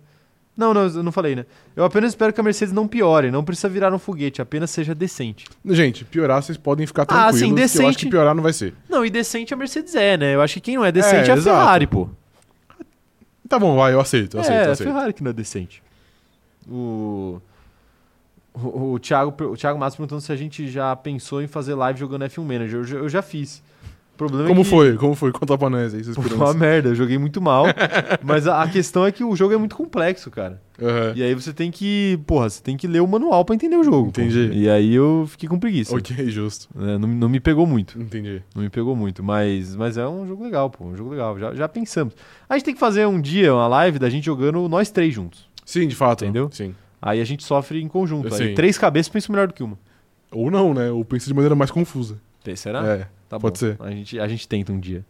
Não, não, eu não falei, né? Eu apenas espero que a Mercedes não piore. Não precisa virar um foguete, apenas seja decente. Gente, piorar vocês podem ficar Ah, tranquilos. sim, que Eu acho que decente. piorar não vai ser. Não, e decente a Mercedes é, né? Eu acho que quem não é decente é, É, a exato. Ferrari, pô. Tá bom, vai, eu aceito, eu aceito, é, eu a aceito. Ferrari que não é decente. O, o, o Thiago, per- o Thiago Matos perguntando se a gente já pensou em fazer live jogando F1 Manager. Eu, já- eu já fiz. O problema é Como que... foi? Como foi? Conta pra nós aí, vocês Pô, Uma merda, eu joguei muito mal. mas a, a questão é que o jogo é muito complexo, cara. E aí você tem que, porra, você tem que ler o manual pra entender o jogo. pô. Entendi. E aí eu fiquei com preguiça. Ok, justo. É, não, não me pegou muito. Entendi. Não me pegou muito, mas, mas é um jogo legal, pô. Um jogo legal. Já, já pensamos. A gente tem que fazer um dia uma live da gente jogando nós três juntos. Sim, de fato. Entendeu? Sim. Aí a gente sofre em conjunto. Aí Sim. três cabeças pensam melhor do que uma. Ou não, né? Ou pensa de maneira mais confusa. Será? É. Tá Pode bom. ser. A gente, a gente tenta um dia.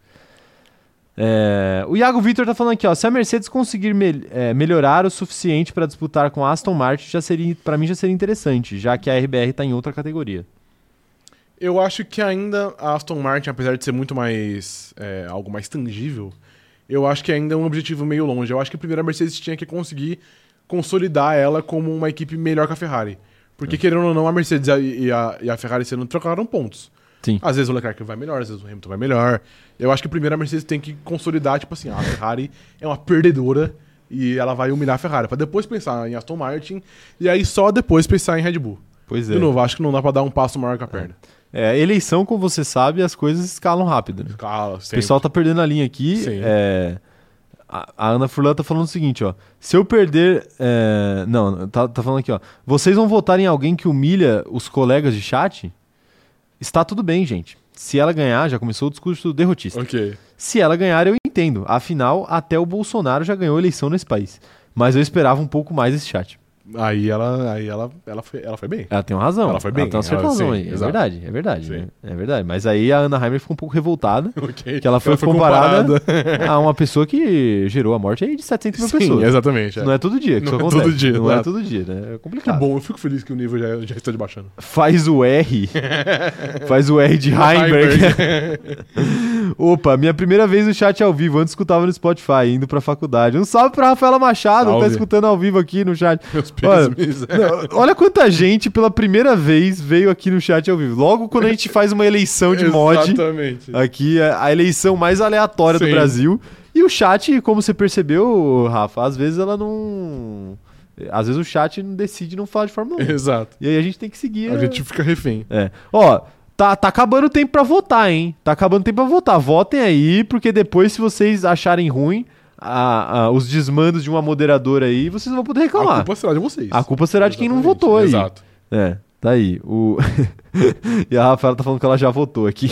É, o Iago Vitor tá falando aqui, ó. Se a Mercedes conseguir mel- é, melhorar o suficiente para disputar com a Aston Martin, já seria, para mim já seria interessante, já que a RBR tá em outra categoria. Eu acho que ainda a Aston Martin, apesar de ser muito mais. é, algo mais tangível, eu acho que ainda é um objetivo meio longe. Eu acho que primeiro a Mercedes tinha que conseguir consolidar ela como uma equipe melhor que a Ferrari. É. Porque, querendo ou não, a Mercedes e a- e a, e a Ferrari sendo trocaram pontos. Sim. Às vezes o Leclerc vai melhor, às vezes o Hamilton vai melhor. Eu acho que primeiro a Mercedes tem que consolidar, tipo assim, a Ferrari é uma perdedora e ela vai humilhar a Ferrari. Pra depois pensar em Aston Martin e aí só depois pensar em Red Bull. Pois De novo, acho que não dá pra dar um passo maior com a perna. É, eleição, como você sabe, as coisas escalam rápido. né? Cala, O pessoal tá perdendo a linha aqui. Sempre. é, a, a Ana Furlan tá falando o seguinte, ó. Se eu perder. é, não, tá, tá falando aqui, ó. Vocês vão votar em alguém que humilha os colegas de chat? Está tudo bem, gente. Se ela ganhar, já começou o discurso derrotista. Ok. Se ela ganhar, eu entendo. Afinal, até o Bolsonaro já ganhou eleição nesse país. Mas eu esperava um pouco mais esse chat. Aí ela, aí ela, ela, foi, ela foi bem. Ela tem uma razão. Ela foi bem, Ela tem uma certa ela- razão sim, aí. É exato. verdade, é verdade. Sim. né? É verdade. Mas aí a Ana Heimer ficou um pouco revoltada. Ok. Que ela foi, comparada, a uma pessoa que gerou a morte aí de 700 mil Sim, pessoas. exatamente. é. Não é todo dia que Não isso é acontece. todo dia, não é exato. todo dia, né? É Que complicado. bom, eu fico feliz que o nível já, já está debaixando. Faz o R. Faz o R de Heimberg. Opa, minha primeira vez no chat ao vivo. Antes escutava no Spotify, indo pra faculdade. Um salve pra Rafaela Machado, que tá Salve. escutando ao vivo aqui no chat. Meus Olha, pêsames. Não, olha quanta gente pela primeira vez veio aqui no chat ao vivo. Logo quando a gente faz uma eleição de mod. Exatamente. Aqui é a eleição mais aleatória do Sim. Brasil. E o chat, como você percebeu, Rafa, às vezes ela não. Às vezes o chat não decide não falar de Fórmula 1. Exato. e aí a gente tem que seguir. A né? gente fica refém. É. Ó, tá, tá acabando o tempo pra votar, hein? Tá acabando o tempo pra votar. Votem aí, porque depois, se vocês acharem ruim a- a- os desmandos de uma moderadora aí, vocês vão poder A reclamar. culpa será de vocês. A culpa será de quem não Exatamente. votou aí. Exato. É, tá aí. O... e a Rafaela tá falando que ela já votou aqui.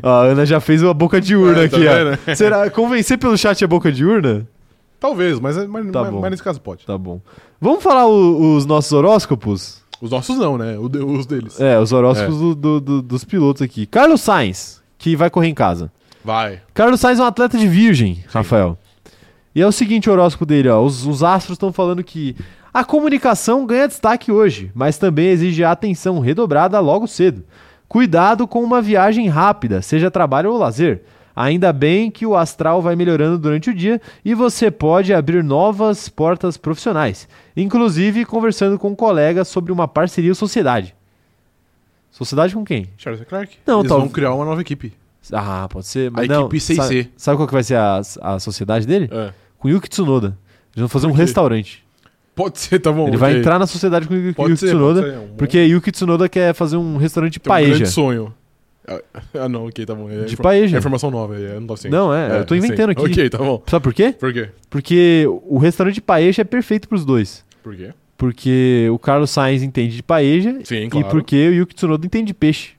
a Ana já fez uma boca de urna É, tá aqui, ó. vendo? Será convencer pelo chat é boca de urna? Talvez, mas, mas, Tá mas- bom. mas nesse caso pode. Tá bom. Vamos falar o- os nossos horóscopos? Os nossos não, né? O de- os deles. É, os horóscopos do- do- do- dos pilotos aqui. Carlos Sainz, que vai correr em casa. Vai. Carlos Sainz é um atleta de virgem, Rafael. E é o seguinte o horóscopo dele, ó. Os, os astros estão falando que a comunicação ganha destaque hoje, mas também exige atenção redobrada logo cedo. Cuidado com uma viagem rápida, seja trabalho ou lazer. Ainda bem que o astral vai melhorando durante o dia e você pode abrir novas portas profissionais, inclusive conversando com um colega sobre uma parceria ou sociedade. Sociedade com quem? Charles Leclerc. Não, Eles tal- vão criar uma nova equipe. Ah, pode ser. A não, equipe 6C. Sabe, sabe qual que vai ser a, a sociedade dele? É. Com Yuki Tsunoda. Eles vão fazer um Por quê? restaurante. Pode ser, tá bom. Ele ok. vai entrar na sociedade com Yuki, Pode Yuki ser, Tsunoda. pode ser, é um bom- Porque Yuki Tsunoda quer fazer um restaurante Tem um paeja. grande sonho. Ah, Ah, não, ok, tá bom. É De infor- paeja. É informação nova, é, eu não tô ciente. Não, é, eu tô inventando sim. aqui. Ok, tá bom. Sabe por quê? Por quê? Porque o restaurante paeja é perfeito pros dois. Por quê? Porque o Carlos Sainz entende de paeja Sim, e claro. porque o Yuki Tsunoda entende de peixe.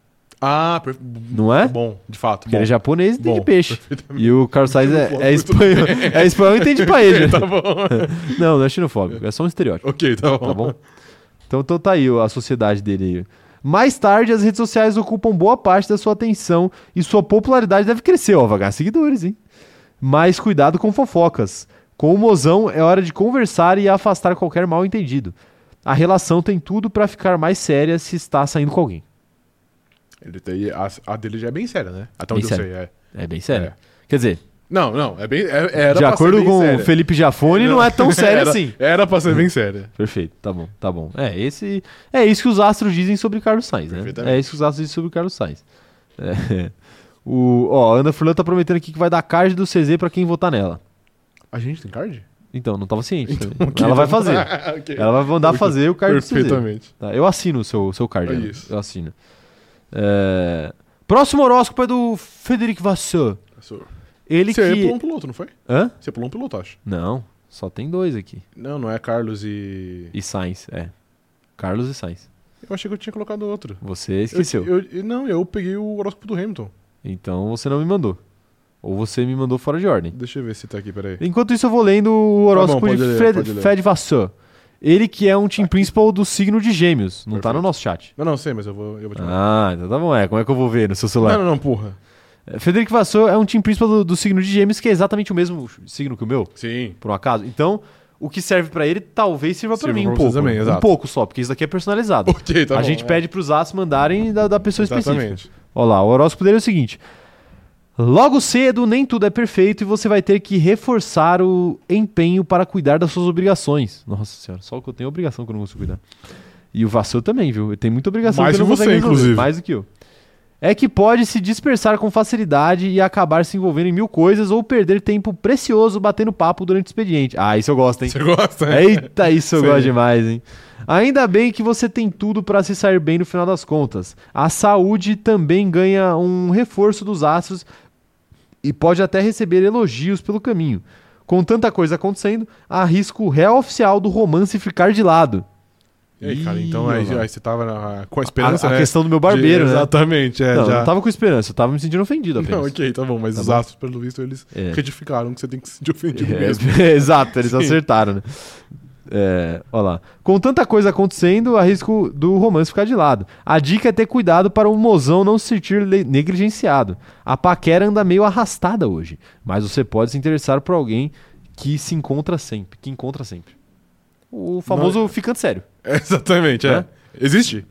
Ah, per... Não é? bom, de fato. Porque Bom. ele é japonês e entende Bom, peixe. E o Carlos Sainz é, é espanhol. É espanhol e entende de paeja. tá bom. Não, não é xenofóbico. É só um estereótipo. ok, tá bom. Tá bom? Então, então tá aí ó, a sociedade dele. aí. Mais tarde, as redes sociais ocupam boa parte da sua atenção e sua popularidade deve crescer, ó, vagar seguidores, hein? Mas cuidado com fofocas. Com o mozão é hora de conversar e afastar qualquer mal entendido. A relação tem tudo pra ficar mais séria se está saindo com alguém. Ele tem... a, a dele já é bem séria, né? Até Bem onde séria. eu sei, é. É bem sério. Quer dizer, Não, não, é bem... É, era de pra ser acordo bem com o séria. Felipe Jafone, não, é tão sério Era- assim. Era pra ser bem séria. Perfeito, tá bom, tá bom. É, esse, é isso que os astros dizem sobre Carlos Sainz, né? Perfeitamente. É isso que os astros dizem sobre Carlos Sainz. É. O, ó, a Ana Furlan tá prometendo aqui que vai dar card do CZ pra quem votar nela. A gente tem card? Então, não tava ciente. né? ok, Ela vai então- fazer. Ah, ok. Ela vai mandar fazer o card do CZ. Perfeitamente. Tá, eu assino o seu, seu card. É Ana. isso. Eu assino. É, Próximo horóscopo é do Frederic Vasseur. Ele Você que... pulou um piloto, não foi? Hã? Você pulou um piloto, acho. Não, só tem dois aqui. Não, não é Carlos e... E Sainz, é. Carlos e Sainz. Eu achei que eu tinha colocado outro. Você Eu- esqueceu. Eu, eu- não, eu peguei o horóscopo do Hamilton. Então você não me mandou. Ou você me mandou fora de ordem. Deixa eu ver se tá aqui, peraí. Enquanto isso, eu vou lendo o horóscopo bom, de pode ler, Fred, pode ler. Fred Vasseur. Ele que é um team principal do signo de gêmeos. Não tá no Perfeito. nosso chat. Não, não, sei, mas eu vou, eu vou te mandar. Ah, então tá bom. É, como é que eu vou ver no seu celular? não, não, não, porra. É, Frederico Vassou é um team principal do, do signo de gêmeos, que é exatamente o mesmo signo que o meu, Sim. por um acaso. Então, o que serve pra ele talvez sirva pra Sirva mim pra um você pouco. também, um exato. pouco só, porque isso daqui é personalizado. Ok, tá a bom. gente pede pros as mandarem da, da pessoa específica. Exatamente. Olha lá, o horóscopo dele é o seguinte. Logo cedo, nem tudo é perfeito e você vai ter que reforçar o empenho para cuidar das suas obrigações. Nossa senhora, só o que eu tenho é obrigação que eu não consigo cuidar. E o Vassou também, viu? Ele tem muita obrigação Mais que eu não que você, consegue resolver, inclusive. Mais do que eu. É que pode se dispersar com facilidade e acabar se envolvendo em mil coisas ou perder tempo precioso batendo papo durante o expediente. Ah, isso eu gosto, hein? Você gosta, né? Eita, isso eu Sim. gosto demais, hein? Ainda bem que você tem tudo pra se sair bem no final das contas. A saúde também ganha um reforço dos astros e pode até receber elogios pelo caminho. Com tanta coisa acontecendo, arrisco o réu oficial do romance ficar de lado. E aí, cara, então Ih, aí, olha lá. aí você tava na- com a esperança, a, a né? questão do meu barbeiro, de, né? Exatamente, é. não, eu já... não tava com esperança, eu tava me sentindo ofendido Não, apenas. ok, tá bom, mas Tá os bom. astros, pelo visto, eles É. retificaram que você tem que se sentir ofendido É, mesmo. Exato, eles Sim. acertaram, né? É, ó lá. Com tanta coisa acontecendo, arrisco do romance ficar de lado. A dica é ter cuidado para o mozão não se sentir le- negligenciado. A paquera anda meio arrastada hoje, mas você pode se interessar por alguém que se encontra sempre, que encontra sempre. O famoso ficando sério. É, exatamente, é. Né? Existe?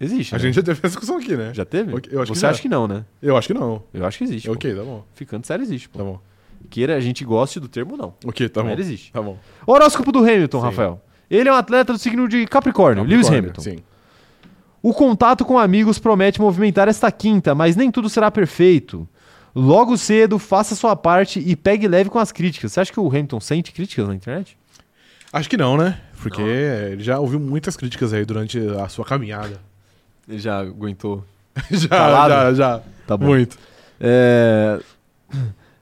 Existe. A né? gente já teve essa discussão aqui, né? já Tipo, teve? Ok, eu acho que você já. acha que não, né? Eu acho que não. Eu acho que existe. pô. Ok, tá bom. Ficando sério existe. Pô. Tá bom. Queira a gente goste do termo, não. Ok, tá Mas bom. ele existe. Tá bom. Horóscopo do Hamilton, Sim. Rafael. Ele é um atleta do signo de Capricórnio, Lewis Capricórnio, Hamilton. Sim. O contato com amigos promete movimentar esta quinta, mas nem tudo será perfeito. Logo cedo, faça sua parte e pegue leve com as críticas. Você acha que o Hamilton sente críticas na internet? Acho que não, né? Porque ele já ouviu muitas críticas aí durante a sua caminhada. Ele já aguentou. já, Calado? já, já. Tá bom. Muito. É,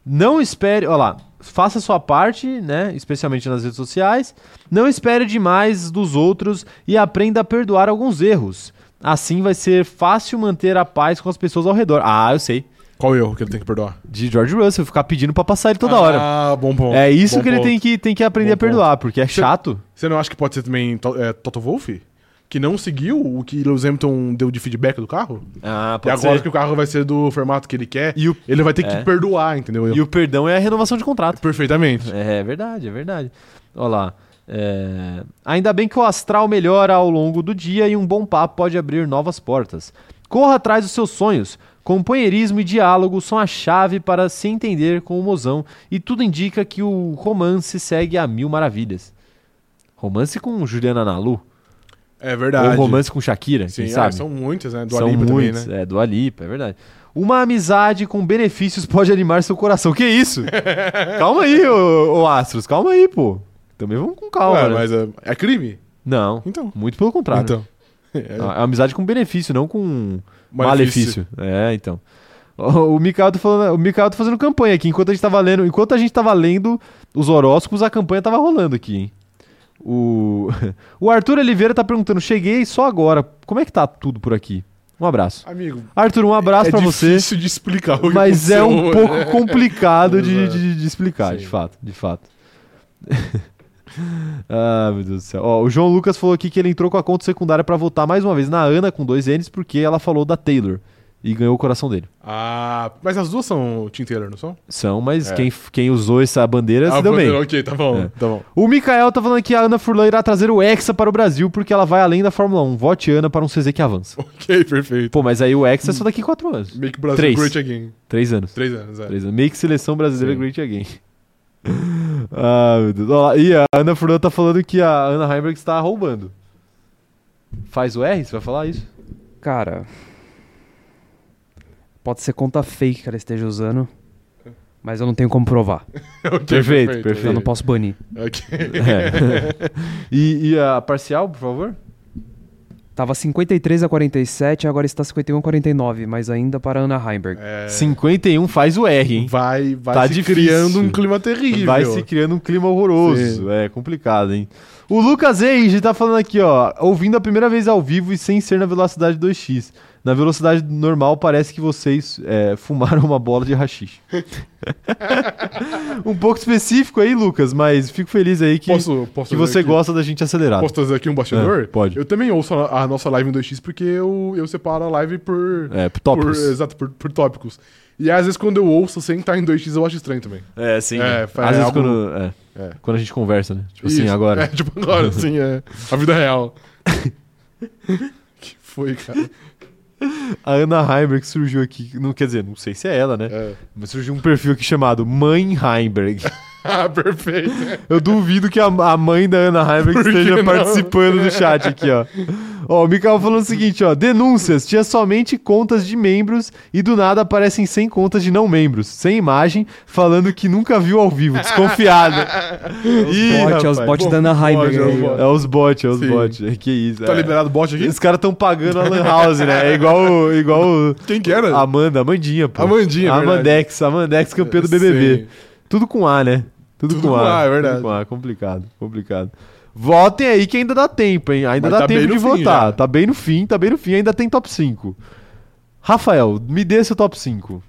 Não espere. Olha lá. Faça sua parte, né? Especialmente nas redes sociais. Não espere demais dos outros e aprenda a perdoar alguns erros. Assim vai ser fácil manter a paz com as pessoas ao redor. Ah, eu sei. Qual erro que ele tem que perdoar? De George Russell, ficar pedindo pra passar ele toda hora. Ah, bom ponto. É isso Bom que ele ponto. tem que, tem que aprender Bom a perdoar, porque é chato. Você não acha que pode ser também to- é, Toto Wolff? Que não seguiu o que Lewis Hamilton deu de feedback do carro? Ah, e agora que o carro vai ser do formato que ele quer, E o, ele vai ter que É. perdoar, entendeu? e o perdão é a renovação de contrato. Perfeitamente. É, verdade, é verdade. Olha lá. é, Ainda bem que o astral melhora ao longo do dia e um bom papo pode abrir novas portas. Corra atrás dos seus sonhos. Companheirismo e diálogo são a chave para se entender com o mozão e tudo indica que o romance segue a mil maravilhas. Romance com Juliana Nalu? É verdade. Ou romance com Shakira, Sim, quem ah, sabe? são muitas, né? Do São Alipa também, muitos, né? é, do Alipa, é verdade. Uma amizade com benefícios pode animar seu coração. Que isso? calma aí, ô, ô Astros, calma aí, pô. Também vamos com calma, Ué, né? mas é, é crime? Não, Então. muito pelo contrário. Então. É, A- a amizade com benefício, não com malefício. Ah, malefício. É, então. O o Mikael, tá falando, o Mikael tá fazendo campanha aqui. Enquanto a gente tava lendo, enquanto a gente tava lendo os horóscopos, a campanha tava rolando aqui, hein? O, o Arthur Oliveira tá perguntando: cheguei só agora. Como é que tá tudo por aqui? Um abraço. Amigo, Arthur, um abraço é pra você. difícil de explicar o que Mas é um aconteceu. né? pouco complicado de, Exato. de- de explicar, de Sim. fato, de fato. ah, meu Deus do céu. Ó, o João Lucas falou aqui que ele entrou com a conta secundária pra votar mais uma vez na Ana com dois N's, porque ela falou da Taylor e ganhou o coração dele. Ah, mas as duas são Tim Taylor, não são? São, mas É. quem, quem usou essa bandeira se ah, deu pode- bem. Ok, tá bom, É. tá bom. O Mikael tá falando que a Ana Furlan irá trazer o Hexa para o Brasil, porque ela vai além da Fórmula 1. Vote Ana para um CZ que avança. Ok, perfeito. Pô, mas aí o Hexa é só daqui quatro anos. Make Brasil Três. Great Again. Três anos. Três anos, é. Três anos. Make seleção brasileira Sim. Great Again. ah, meu Deus. Olha lá. E a Ana Furlan tá falando que a Ana Heimberg está roubando. Faz o R? Você vai falar isso? Cara. Pode ser conta fake que ela esteja usando. Mas eu não tenho como provar. Ok, Perfeito, Eu não posso banir. Ok. É. e, e a parcial, por favor? Tava 53 a 47, agora está 51 a 49, mas ainda para Ana Heimberg. É, 51 faz o R, hein? Vai, vai Tá se difícil. criando um clima terrível. Vai se criando um clima horroroso. É complicado, hein? O Lucas Eiji tá falando aqui, ó. Ouvindo a primeira vez ao vivo e sem ser na velocidade 2x. Na velocidade normal, parece que vocês é, fumaram uma bola de rachixe. um pouco específico aí, Lucas, mas fico feliz aí que, posso, posso que fazer você aqui- gosta da gente acelerada. Posso trazer aqui um bastidor? É, pode. Eu também ouço a, a nossa live em 2x porque eu, eu separo a live por. É, por tópicos. Exato, por, por tópicos. E às vezes quando eu ouço sem estar em 2x eu acho estranho também. É, sim. É, Às é vezes algo- quando, é, É. quando a gente conversa, né? Tipo assim, Isso. agora. É, tipo agora, assim, é. A vida real. que foi, cara? A Ana Heimberg surgiu aqui. Não, quer dizer, não sei se é ela, né? É. Mas surgiu um perfil aqui chamado Mãe Heimberg. ah, perfeito. Eu duvido que a, a mãe da Ana Heimberg Por que esteja não? participando do chat aqui, ó. Ó, o Mikael falando o seguinte, ó. Denúncias. Tinha somente contas de membros e do nada aparecem 100 contas de não membros. Sem imagem, falando que nunca viu ao vivo. Desconfiada. Ih, Bot, é os rapaz. bots Bom, da Ana Heimberg. bot, aí, é ó. bot. É os bots, é os Sim. bots. Que isso. Tá é. liberado o bot aqui? Os caras tão pagando a Lan House, né? É igual, o- igual o- Quem que era? a Amanda, a Mandinha, pô. Amandinha, é A verdade. Amandex, a Amandex campeã do BBB. Sim. Tudo com A, né? Tudo, com, A, é verdade. Tudo com A, complicado, complicado. Votem aí que ainda dá tempo, hein? Ainda Mas dá tá tempo bem no de fim votar. já. Tá bem no fim, tá bem no fim, ainda tem top 5. Rafael, me dê seu top 5.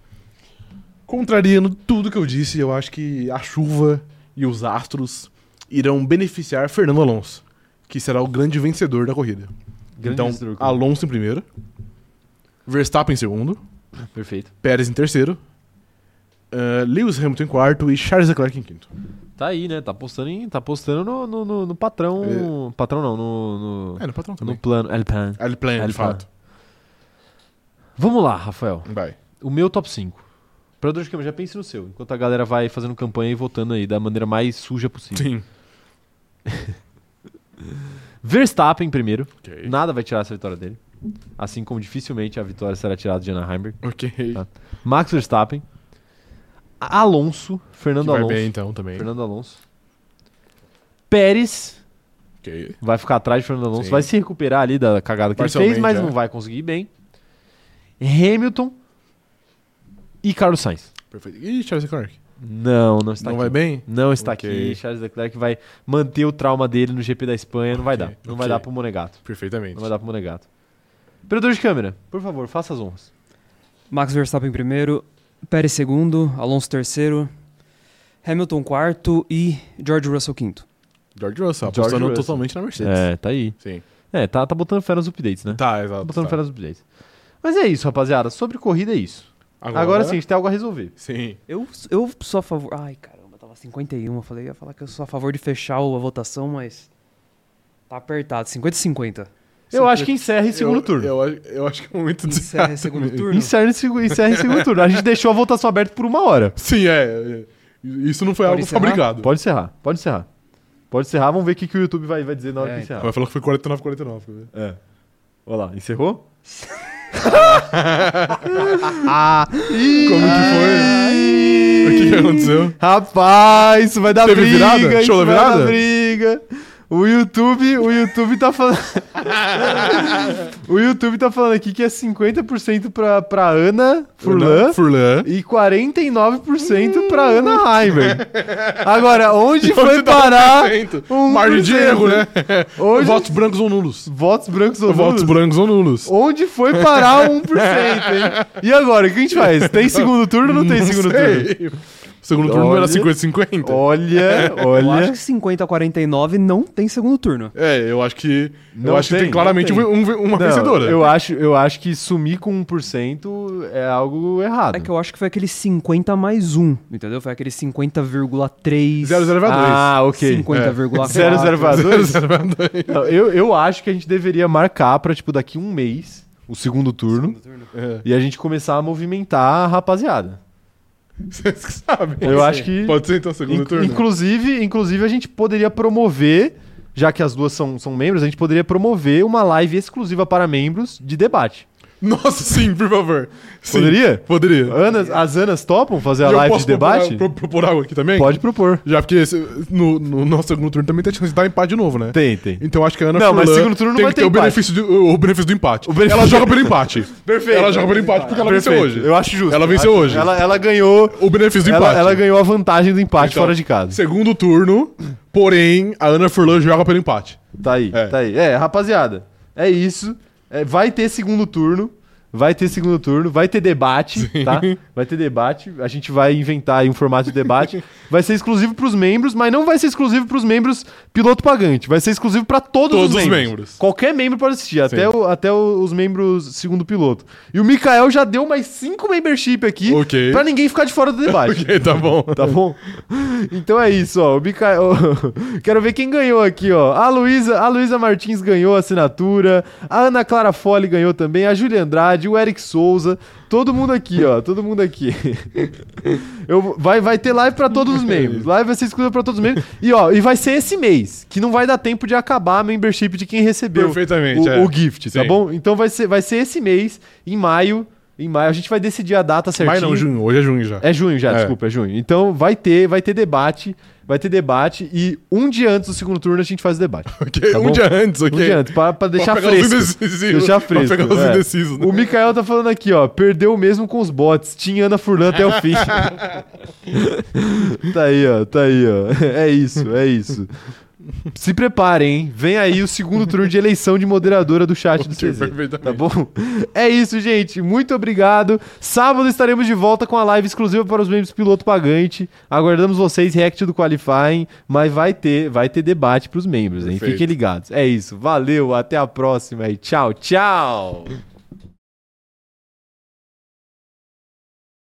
Contrariando tudo que eu disse, eu acho que a chuva e os astros irão beneficiar Fernando Alonso, que será o grande vencedor da corrida. então, ah, Alonso em primeiro, Verstappen em segundo, perfeito. Pérez em terceiro, eh, Lewis Hamilton em quarto e Charles Leclerc em quinto. Tá aí, né? Tá postando, em, tá postando no, no, no- no patrão. Patrão não, no. no, É, no patrão no também. plano. El plan. Ele plana, Ele de fato. Vamos lá, Rafael. Vai. O meu top 5. Operador de câmera, já pense no seu, enquanto a galera vai fazendo campanha e votando aí da maneira mais suja possível. Sim. Verstappen em primeiro. Ok. Nada vai tirar essa vitória dele. Assim como dificilmente a vitória será tirada de Ana Heimberg. Ok. Tá. Max Verstappen. A- Alonso. Que Fernando vai Alonso. bem então também. Fernando Alonso. Pérez. Ok. Vai ficar atrás de Fernando Alonso. Sim. Vai se recuperar ali da cagada que ele fez, Parcialmente, mas é. não vai conseguir ir bem. Hamilton. E Carlos Sainz. Perfeito. E Charles Leclerc? Não, não está Não tá aqui. vai bem? Não está Ok. aqui. Charles Leclerc vai manter o trauma dele no GP da Espanha. Não vai Ok, dar. Não ok. vai dar pro Monegato. Perfeitamente. Não vai dar pro Monegato. Operador de câmera, por favor, faça as honras. Max Verstappen em primeiro, Pérez segundo, Alonso terceiro, Hamilton quarto e George Russell quinto. George Russell, George apostando Russell. totalmente na Mercedes. É, tá aí. Sim. É, tá, tá botando fé nos updates, né? Tá, Tá exato. botando tá. fé nos updates. Mas é isso, rapaziada. Sobre corrida é isso. Agora, sim, a gente tem algo a resolver. né? Sim. Eu, eu sou a favor. Ai, caramba, tava 51. Eu falei, ia falar que eu sou a favor de fechar o- a votação, mas. Tá apertado, 50 e 50. Eu acho que encerra em segundo eu, é turno. Eu, acho- eu acho que é o momento de Encerra em segundo turno. Encerra, em segu- encerra em segundo turno. A gente deixou a votação aberta por uma hora. Sim, é. é. Isso não foi Pode algo encerrar? fabrigado. Pode encerrar, pode encerrar. Pode encerrar, vamos ver o que, que o YouTube vai, vai dizer na hora É, que encerrar. Ela falou que foi 49, 49. quer ver? É. Olha lá, encerrou? ah, Como que foi? O que, que aconteceu? Rapaz, isso vai dar Teve briga. virada? isso Show da vai virada? dar briga. O YouTube, o YouTube tá falando. o YouTube tá falando aqui que é 50% pra, pra Ana Furlan Furlan. e 49% pra Ana Heimer. Agora, onde foi tá parar? 1%. um Margem de por cento? erro, né? Hoje, votos... Votos brancos ou nulos. brancos ou Votos nulos? brancos ou nulos. Onde foi parar o 1%, hein? E agora, o que a gente faz? Tem segundo turno ou não tem segundo turno? turno? Segundo turno Olha. era 50-50. Olha, Eu acho olha. que 50 a 49 não tem segundo turno. É, eu acho que. Não eu acho tem, que tem claramente não tem. um- um- uma Não, vencedora. Eu acho, eu acho que sumir com 1% é algo errado. É que eu acho que foi aquele 50 mais 1, entendeu? Foi aquele 50,3. 0-0 vai 2. ah, ok. 50,4. 0,0 vai 2. vai 2. Não, eu, eu acho que a gente deveria marcar pra, tipo, daqui um mês, o segundo turno, É. e a gente começar a movimentar a rapaziada. Vocês que sabem. eu acho que. Pode ser então segundo inc- turno? inclusive, inclusive, a gente poderia promover, já que as duas são, são membros, a gente poderia promover uma live exclusiva para membros de debate. Nossa, sim, por favor. Sim, Poderia? Poderia. Anas, as Anas topam fazer E a eu live posso de debate? Propor, pro- propor algo aqui também? Pode propor. Já porque esse- no, no nosso segundo turno também tem chance de dar empate de novo, né? Tem, tem. Então acho que a Ana Não, mas Furlan segundo turno não tem vai que ter ter o empate. benefício, do, o benefício do empate. O benefício- Ela joga pelo empate. Perfeito. Ela joga pelo empate porque ela Perfeito. venceu hoje. Eu acho justo. Ela venceu hoje. Ela, ela ganhou. O benefício do Ela, empate. ela ganhou a vantagem do empate Então, fora de casa. Segundo turno, porém, a Ana Furlan joga pelo empate. Tá aí, É. tá aí. É, rapaziada, é isso. É, vai ter segundo turno. Vai ter segundo turno, vai ter debate, tá? Vai ter debate. A gente vai inventar aí um formato de debate. Vai ser exclusivo pros membros, mas não vai ser exclusivo pros membros piloto pagante. Vai ser exclusivo pra todos, Todos os os membros. membros. Qualquer membro pode assistir, até, Sim. o- até o- os membros segundo piloto. E o Mikael já deu mais cinco membership aqui Ok. pra ninguém ficar de fora do debate. Ok, tá bom. Tá bom? Então é isso, ó. O Micael... Quero ver quem ganhou aqui, ó. A Luísa, a Luísa Martins ganhou a assinatura, a Ana Clara Fole ganhou também, a Júlia Andrade, o Eric Souza, todo mundo aqui, ó. Todo mundo aqui. Eu, vou- vai, vai ter live pra todos os É membros. Live vai ser exclusiva pra todos os membros. E, ó, e vai ser esse mês, que não vai dar tempo de acabar a membership de quem recebeu Perfeitamente, o, é. o gift, tá Sim. bom? Então vai ser, vai ser esse mês, em maio. Em maio, a gente vai decidir a data certinha. Mas não, junho. Hoje é junho já. É junho já, É. desculpa, é junho. Então vai ter, vai ter debate, vai ter debate e um dia antes do segundo turno a gente faz o debate. Ok, Tá um bom? dia antes, ok? Um dia antes, pra, pra deixar pegar os fresco. indecisivos, Deixar pra fresco. pegar os é. indecisos, né? O Mikael tá falando aqui, ó. Perdeu mesmo com os bots. Tinha Ana Furlan até o fim. tá aí, ó. Tá aí, ó. É isso, é isso. Se preparem, hein? Vem aí o segundo turno de eleição de moderadora do chat do Ok, CZ. perfeitamente. Tá bom? É isso, gente. Muito obrigado. Sábado estaremos de volta com a live exclusiva para os membros piloto pagante. Aguardamos vocês, react do qualifying, mas vai ter, vai ter debate para os membros, hein? Perfeito. Fiquem ligados. É isso. Valeu, até a próxima e tchau, tchau.